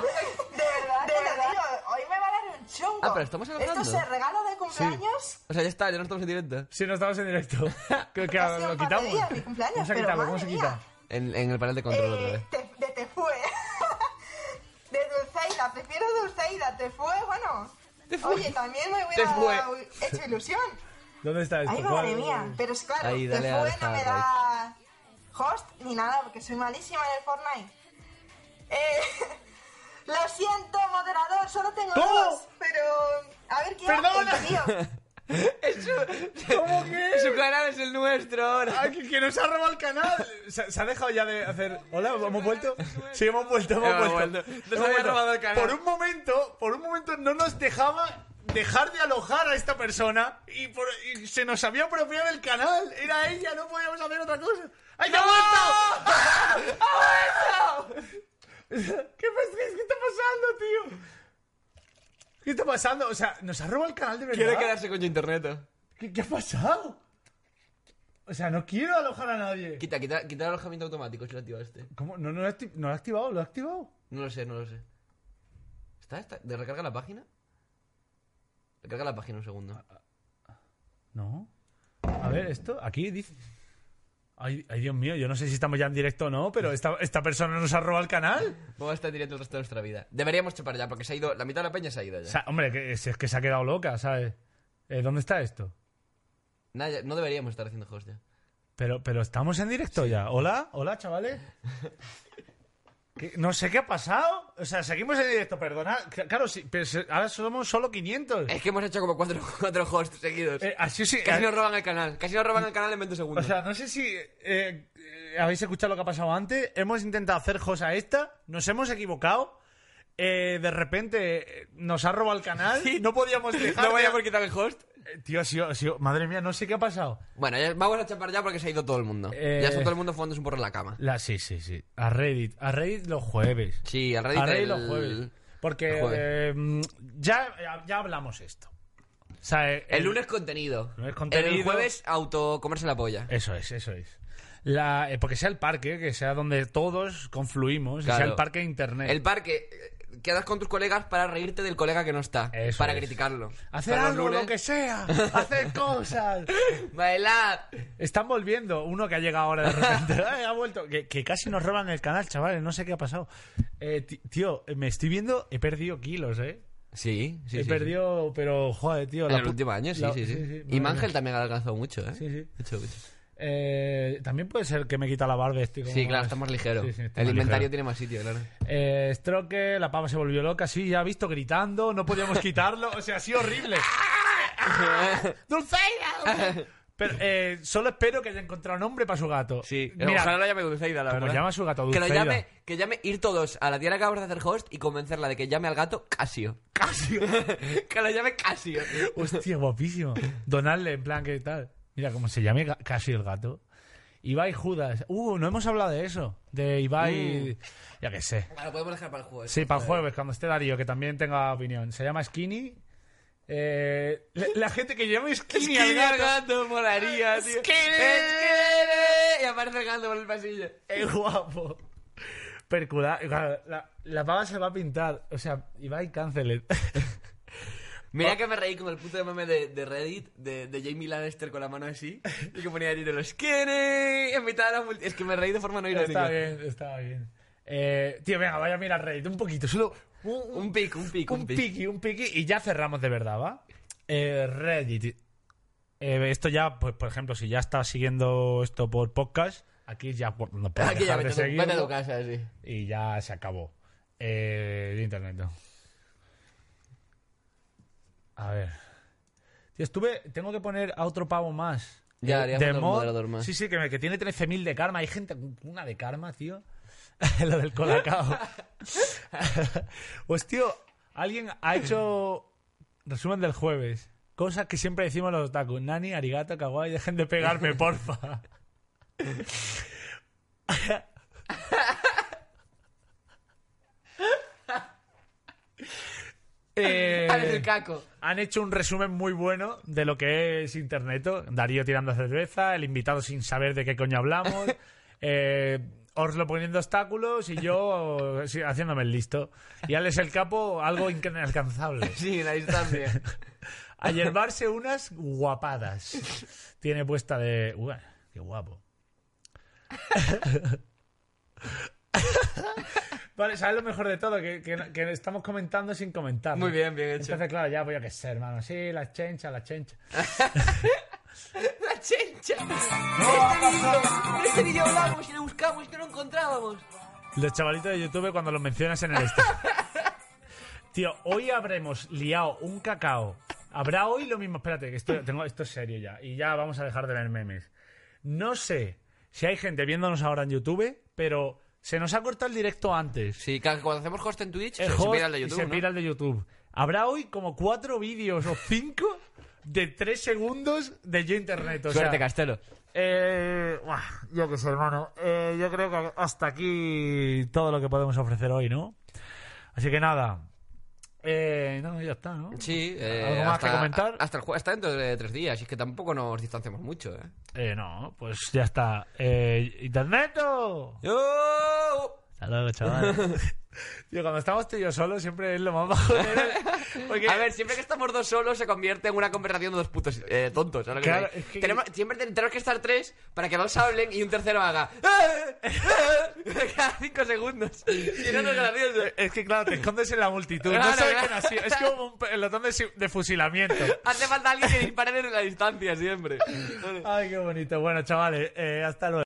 S12: De verdad, te lo digo, hoy me va a dar un chungo.
S5: Ah, pero estamos
S12: ¿Esto
S5: grabando.
S12: es el regalo de cumpleaños?
S5: O sea, ya está, ya no estamos en directo.
S2: Sí, no estamos en directo. Creo que
S12: Ha sido
S2: lo
S12: un par de
S2: quitamos.
S12: días, mi cumpleaños,
S2: Vamos a
S12: pero
S2: quitarlo, ¿cómo se
S12: madre
S2: quita?
S12: mía.
S5: En, en el panel de
S12: Eh,
S5: control otra vez.
S12: Te, de te fue. De Dulceida, prefiero Dulceida, te fue, bueno. Oye, también me
S2: Te
S12: hubiera
S2: fue.
S12: hecho ilusión.
S2: ¿Dónde está esto?
S12: Ay, madre
S2: ¿Cuál?
S12: mía. Pero es claro,
S2: Ahí,
S12: te
S2: dale al
S12: fue no me
S2: hard
S12: da host ni nada porque soy malísima en el Fortnite. Eh, lo siento, moderador, solo tengo
S5: ¿Cómo?
S12: dos, pero a ver qué
S5: Perdona.
S12: hace, tío.
S5: ¿Cómo que? Su canal es el nuestro ahora.
S2: Ay, que, que nos ha robado el canal. Se, se ha dejado ya de hacer. Hola, ¿hemos vuelto? Sí, hemos vuelto, hemos,
S5: Hemos
S2: vuelto.
S5: vuelto. Nos
S2: Hemos
S5: había
S2: vuelto.
S5: robado el canal.
S2: Por un momento, por un momento no nos dejaba dejar de alojar a esta persona y, por- y se nos había apropiado el canal. Era ella, no podíamos hacer otra cosa. ¡Ay, que ha vuelto! ¡Ha vuelto! ¿Qué, pas- qué está pasando, tío? ¿Qué está pasando? O sea, nos ha robado el canal de verdad.
S5: Quiere quedarse con yo internet. eh.
S2: ¿Qué, qué ha pasado? O sea, no quiero alojar a nadie.
S5: Quita, quita, quita el alojamiento automático si lo activaste.
S2: ¿Cómo? ¿No, no, lo he acti- no lo he activado? ¿Lo he activado?
S5: No lo sé, no lo sé. ¿Está? está ¿De recarga la página? Recarga la página un segundo.
S2: No. A ver, esto, aquí dice. Ay, ay, Dios mío, yo no sé si estamos ya en directo o no, pero esta, esta persona nos ha robado el canal.
S5: Vamos a estar directo el resto de nuestra vida. Deberíamos chupar ya porque se ha ido. La mitad de la peña se ha ido
S2: O
S5: ya.
S2: sea, hombre, que, si es que se ha quedado loca, ¿sabes? Eh, ¿Dónde está esto?
S5: Nada, ya- no deberíamos estar haciendo host ya.
S2: Pero, pero estamos en directo ya. Hola, hola, chavales. ¿Qué? No sé qué ha pasado. O sea, seguimos en directo, perdonad. C- Claro, sí, pero se- ahora somos solo 500.
S5: Es que hemos hecho como cuatro, cuatro hosts seguidos.
S2: así sí.
S5: Casi
S2: eh,
S5: nos roban el canal. Casi nos roban el canal en 20
S2: O
S5: segundos.
S2: sea, no sé si eh, eh, habéis escuchado lo que ha pasado antes. Hemos intentado hacer cosa esta, nos hemos equivocado. eh, de repente eh, nos ha robado el canal. no podíamos dejar.
S5: no vaya
S2: de-
S5: por quitar el host.
S2: Eh, Tío, ha sido- ha sido- madre mía, no sé qué ha pasado.
S5: Bueno, ya- vamos a chapar ya porque se ha ido todo el mundo.
S2: Eh,
S5: Ya está todo el mundo fumándose un porro en la cama.
S2: La, sí, sí, sí. A Reddit. A Reddit los jueves.
S5: Sí, al Reddit
S2: A Reddit
S5: el-
S2: los jueves. Porque
S5: el jueves.
S2: eh, mm, ya, ya hablamos esto. O sea, eh,
S5: El lunes contenido.
S2: lunes contenido.
S5: El jueves autocomerse la polla.
S2: Eso es, eso es. La, eh, porque sea el parque, que sea donde todos confluimos, que sea
S5: Claro.
S2: el parque de internet.
S5: El parque. eh, Quedas con tus colegas para reírte del colega que no está.
S2: Eso
S5: para
S2: es.
S5: criticarlo.
S2: Hacer
S5: Para los
S2: algo,
S5: lunes-
S2: lo que sea. Hacer cosas.
S5: Bailar.
S2: Están volviendo. Uno que ha llegado ahora de repente. Ay, ha vuelto. Que, que casi nos roban el canal, chavales. No sé qué ha pasado. Eh, ti- tío, me estoy viendo. He perdido kilos, ¿eh?
S5: Sí, sí.
S2: he
S5: sí, sí.
S2: perdido, pero joder, tío.
S5: En
S2: la
S5: el
S2: pu-
S5: último año, sí,
S2: la-
S5: sí, sí.
S2: madre
S5: y
S2: mía.
S5: Mangel también ha alcanzado mucho, ¿eh?
S2: Sí, sí.
S5: Mucho, mucho.
S2: Eh, También puede ser que me quita la barba. estoy como
S5: Sí, claro,
S2: más-
S5: está más ligero.
S2: Sí, sí, está
S5: el
S2: más
S5: inventario
S2: ligero.
S5: tiene más sitio, claro.
S2: Eh, Stroke, la pava se volvió loca, sí, ya ha visto gritando, no podíamos quitarlo, o sea, ha sido horrible. ¡Dulceida! Pero eh, solo espero que haya encontrado nombre para su gato. Sí,
S5: eh,
S2: eh,
S5: Ojalá lo llame Dulceida, la
S2: como
S5: verdad.
S2: llama a su gato
S5: que lo
S2: Dulceida.
S5: llame, que llame ir todos a la tía que acabas de hacer host y convencerla de que llame al gato Casio. Casio. que lo llame Casio.
S2: Hostia, guapísimo. Donarle, en plan, ¿qué tal? Mira, como se llame Ga- casi el gato. Ibai Judas. Uh, no hemos hablado de eso. De Ibai.
S5: Mm.
S2: Ya que sé.
S5: Bueno, podemos dejar para el jueves.
S2: Sí, para el jueves, cuando esté Darío, que también tenga opinión. Se llama Skinny. Eh, la, la gente que llama Skinny,
S5: Skinny
S2: al
S5: al gato molaría, tío.
S2: Skinny.
S5: Skinny. Y aparece el gato por el pasillo.
S2: Es guapo. Percular. Claro, La, la pava se va a pintar. O sea, Ibai, cancel
S5: Mira que me reí con el puto meme de, de Reddit de, de Jamie Lannister con la mano así y que ponía el título Skinny en mitad de la multi- Es que me reí de forma no irónica.
S2: Está bien, está bien. Eh, tío, venga, vaya a mirar Reddit un poquito. Solo un,
S5: Un pic, un pic, un
S2: un
S5: pic.
S2: piqui, un piqui. Y ya cerramos de verdad, ¿va? Eh, Reddit. Eh, esto ya, pues, por ejemplo, si ya estás siguiendo esto por podcast, aquí ya pues, no puedes
S5: Aquí
S2: dejar
S5: ya
S2: de
S5: vete, a tu-
S2: seguirlo Eh.
S5: vete a tu casa, sí.
S2: y ya se acabó. Eh, el internet. no. A ver. Tío, estuve. Tengo que poner a otro pavo más.
S5: Ya,
S2: Eh,
S5: haría
S2: de
S5: falta un
S2: mod-
S5: moderador más.
S2: Sí, sí, que, me- que tiene 13.000 de karma. Hay gente con una de karma, tío. Lo del colacao. pues, tío, alguien ha hecho. Resumen del jueves. Cosas que siempre decimos los otaku. Nani, arigato, kawaii, dejen de pegarme, porfa. Eh,
S5: Ah, es el caco.
S2: han hecho un resumen muy bueno de lo que es Internet. Darío tirando cerveza, el invitado sin saber de qué coño hablamos, eh, Oslo poniendo obstáculos y yo sí, haciéndome el listo. Y Alex el Capo, algo inalcanzable.
S5: Sí, en la distancia.
S2: A llevarse unas guapadas. Tiene puesta de... Ué, ¡Qué guapo! Vale, ¿sabes lo mejor de todo? Que, que- que estamos comentando sin comentar. ¿no?
S5: Muy bien, bien hecho.
S2: Entonces, claro, ya voy a que sé, hermano. Sí, la chencha, la chencha.
S5: ¡La chencha! ¡Este vídeo! ¡Este vídeo hablamos y lo buscamos y no lo encontrábamos!
S2: Los chavalitos de YouTube cuando los mencionas en el stream. Tío, hoy habremos liado un cacao. Habrá hoy lo mismo. Espérate, que esto, tengo, esto es serio ya. Y ya vamos a dejar de ver memes. No sé si hay gente viéndonos ahora en YouTube, pero se nos ha cortado el directo antes.
S5: Sí, claro, que cuando hacemos host en Twitch, se,
S2: El
S5: se
S2: host
S5: pira el de
S2: y
S5: YouTube,
S2: se
S5: ¿no?
S2: pira el de YouTube. Habrá hoy como cuatro vídeos o cinco de tres segundos de Yo Internet. O sea,
S5: Suerte, Castelo.
S2: eh, buah, yo qué sé, hermano. Eh, yo creo que hasta aquí todo lo que podemos ofrecer hoy, ¿no? Así que nada. Eh, no, ya está, ¿no?
S5: Sí, eh,
S2: ¿Algo más
S5: hasta,
S2: que comentar?
S5: Hasta, el jue- hasta dentro de tres días, y es que tampoco nos distanciamos mucho, ¿eh?
S2: Eh, no, pues ya está. Eh, ¡Interneto!
S5: ¡Yo!
S2: Hasta luego, chaval. Tío, cuando estamos tú y yo solos siempre es lo más bajo. Porque-
S5: A ver, siempre que estamos dos solos se convierte en una conversación de dos putos eh, tontos. ¿sabes lo que
S2: Claro,
S5: digo?
S2: es que-
S5: Tenemos- siempre ten- tenemos que estar tres para que dos hablen y un tercero haga. "Ah, ah, Cada cinco segundos. Y no nos gracioso.
S2: Es que claro, te escondes en la multitud. no
S5: Claro,
S2: sabes
S5: claro.
S2: quién ha sido. Es como un, el botón de, si- de fusilamiento.
S5: Hace falta alguien que dispare desde la distancia siempre.
S2: Ay, qué bonito. Bueno, chavales, eh, hasta luego.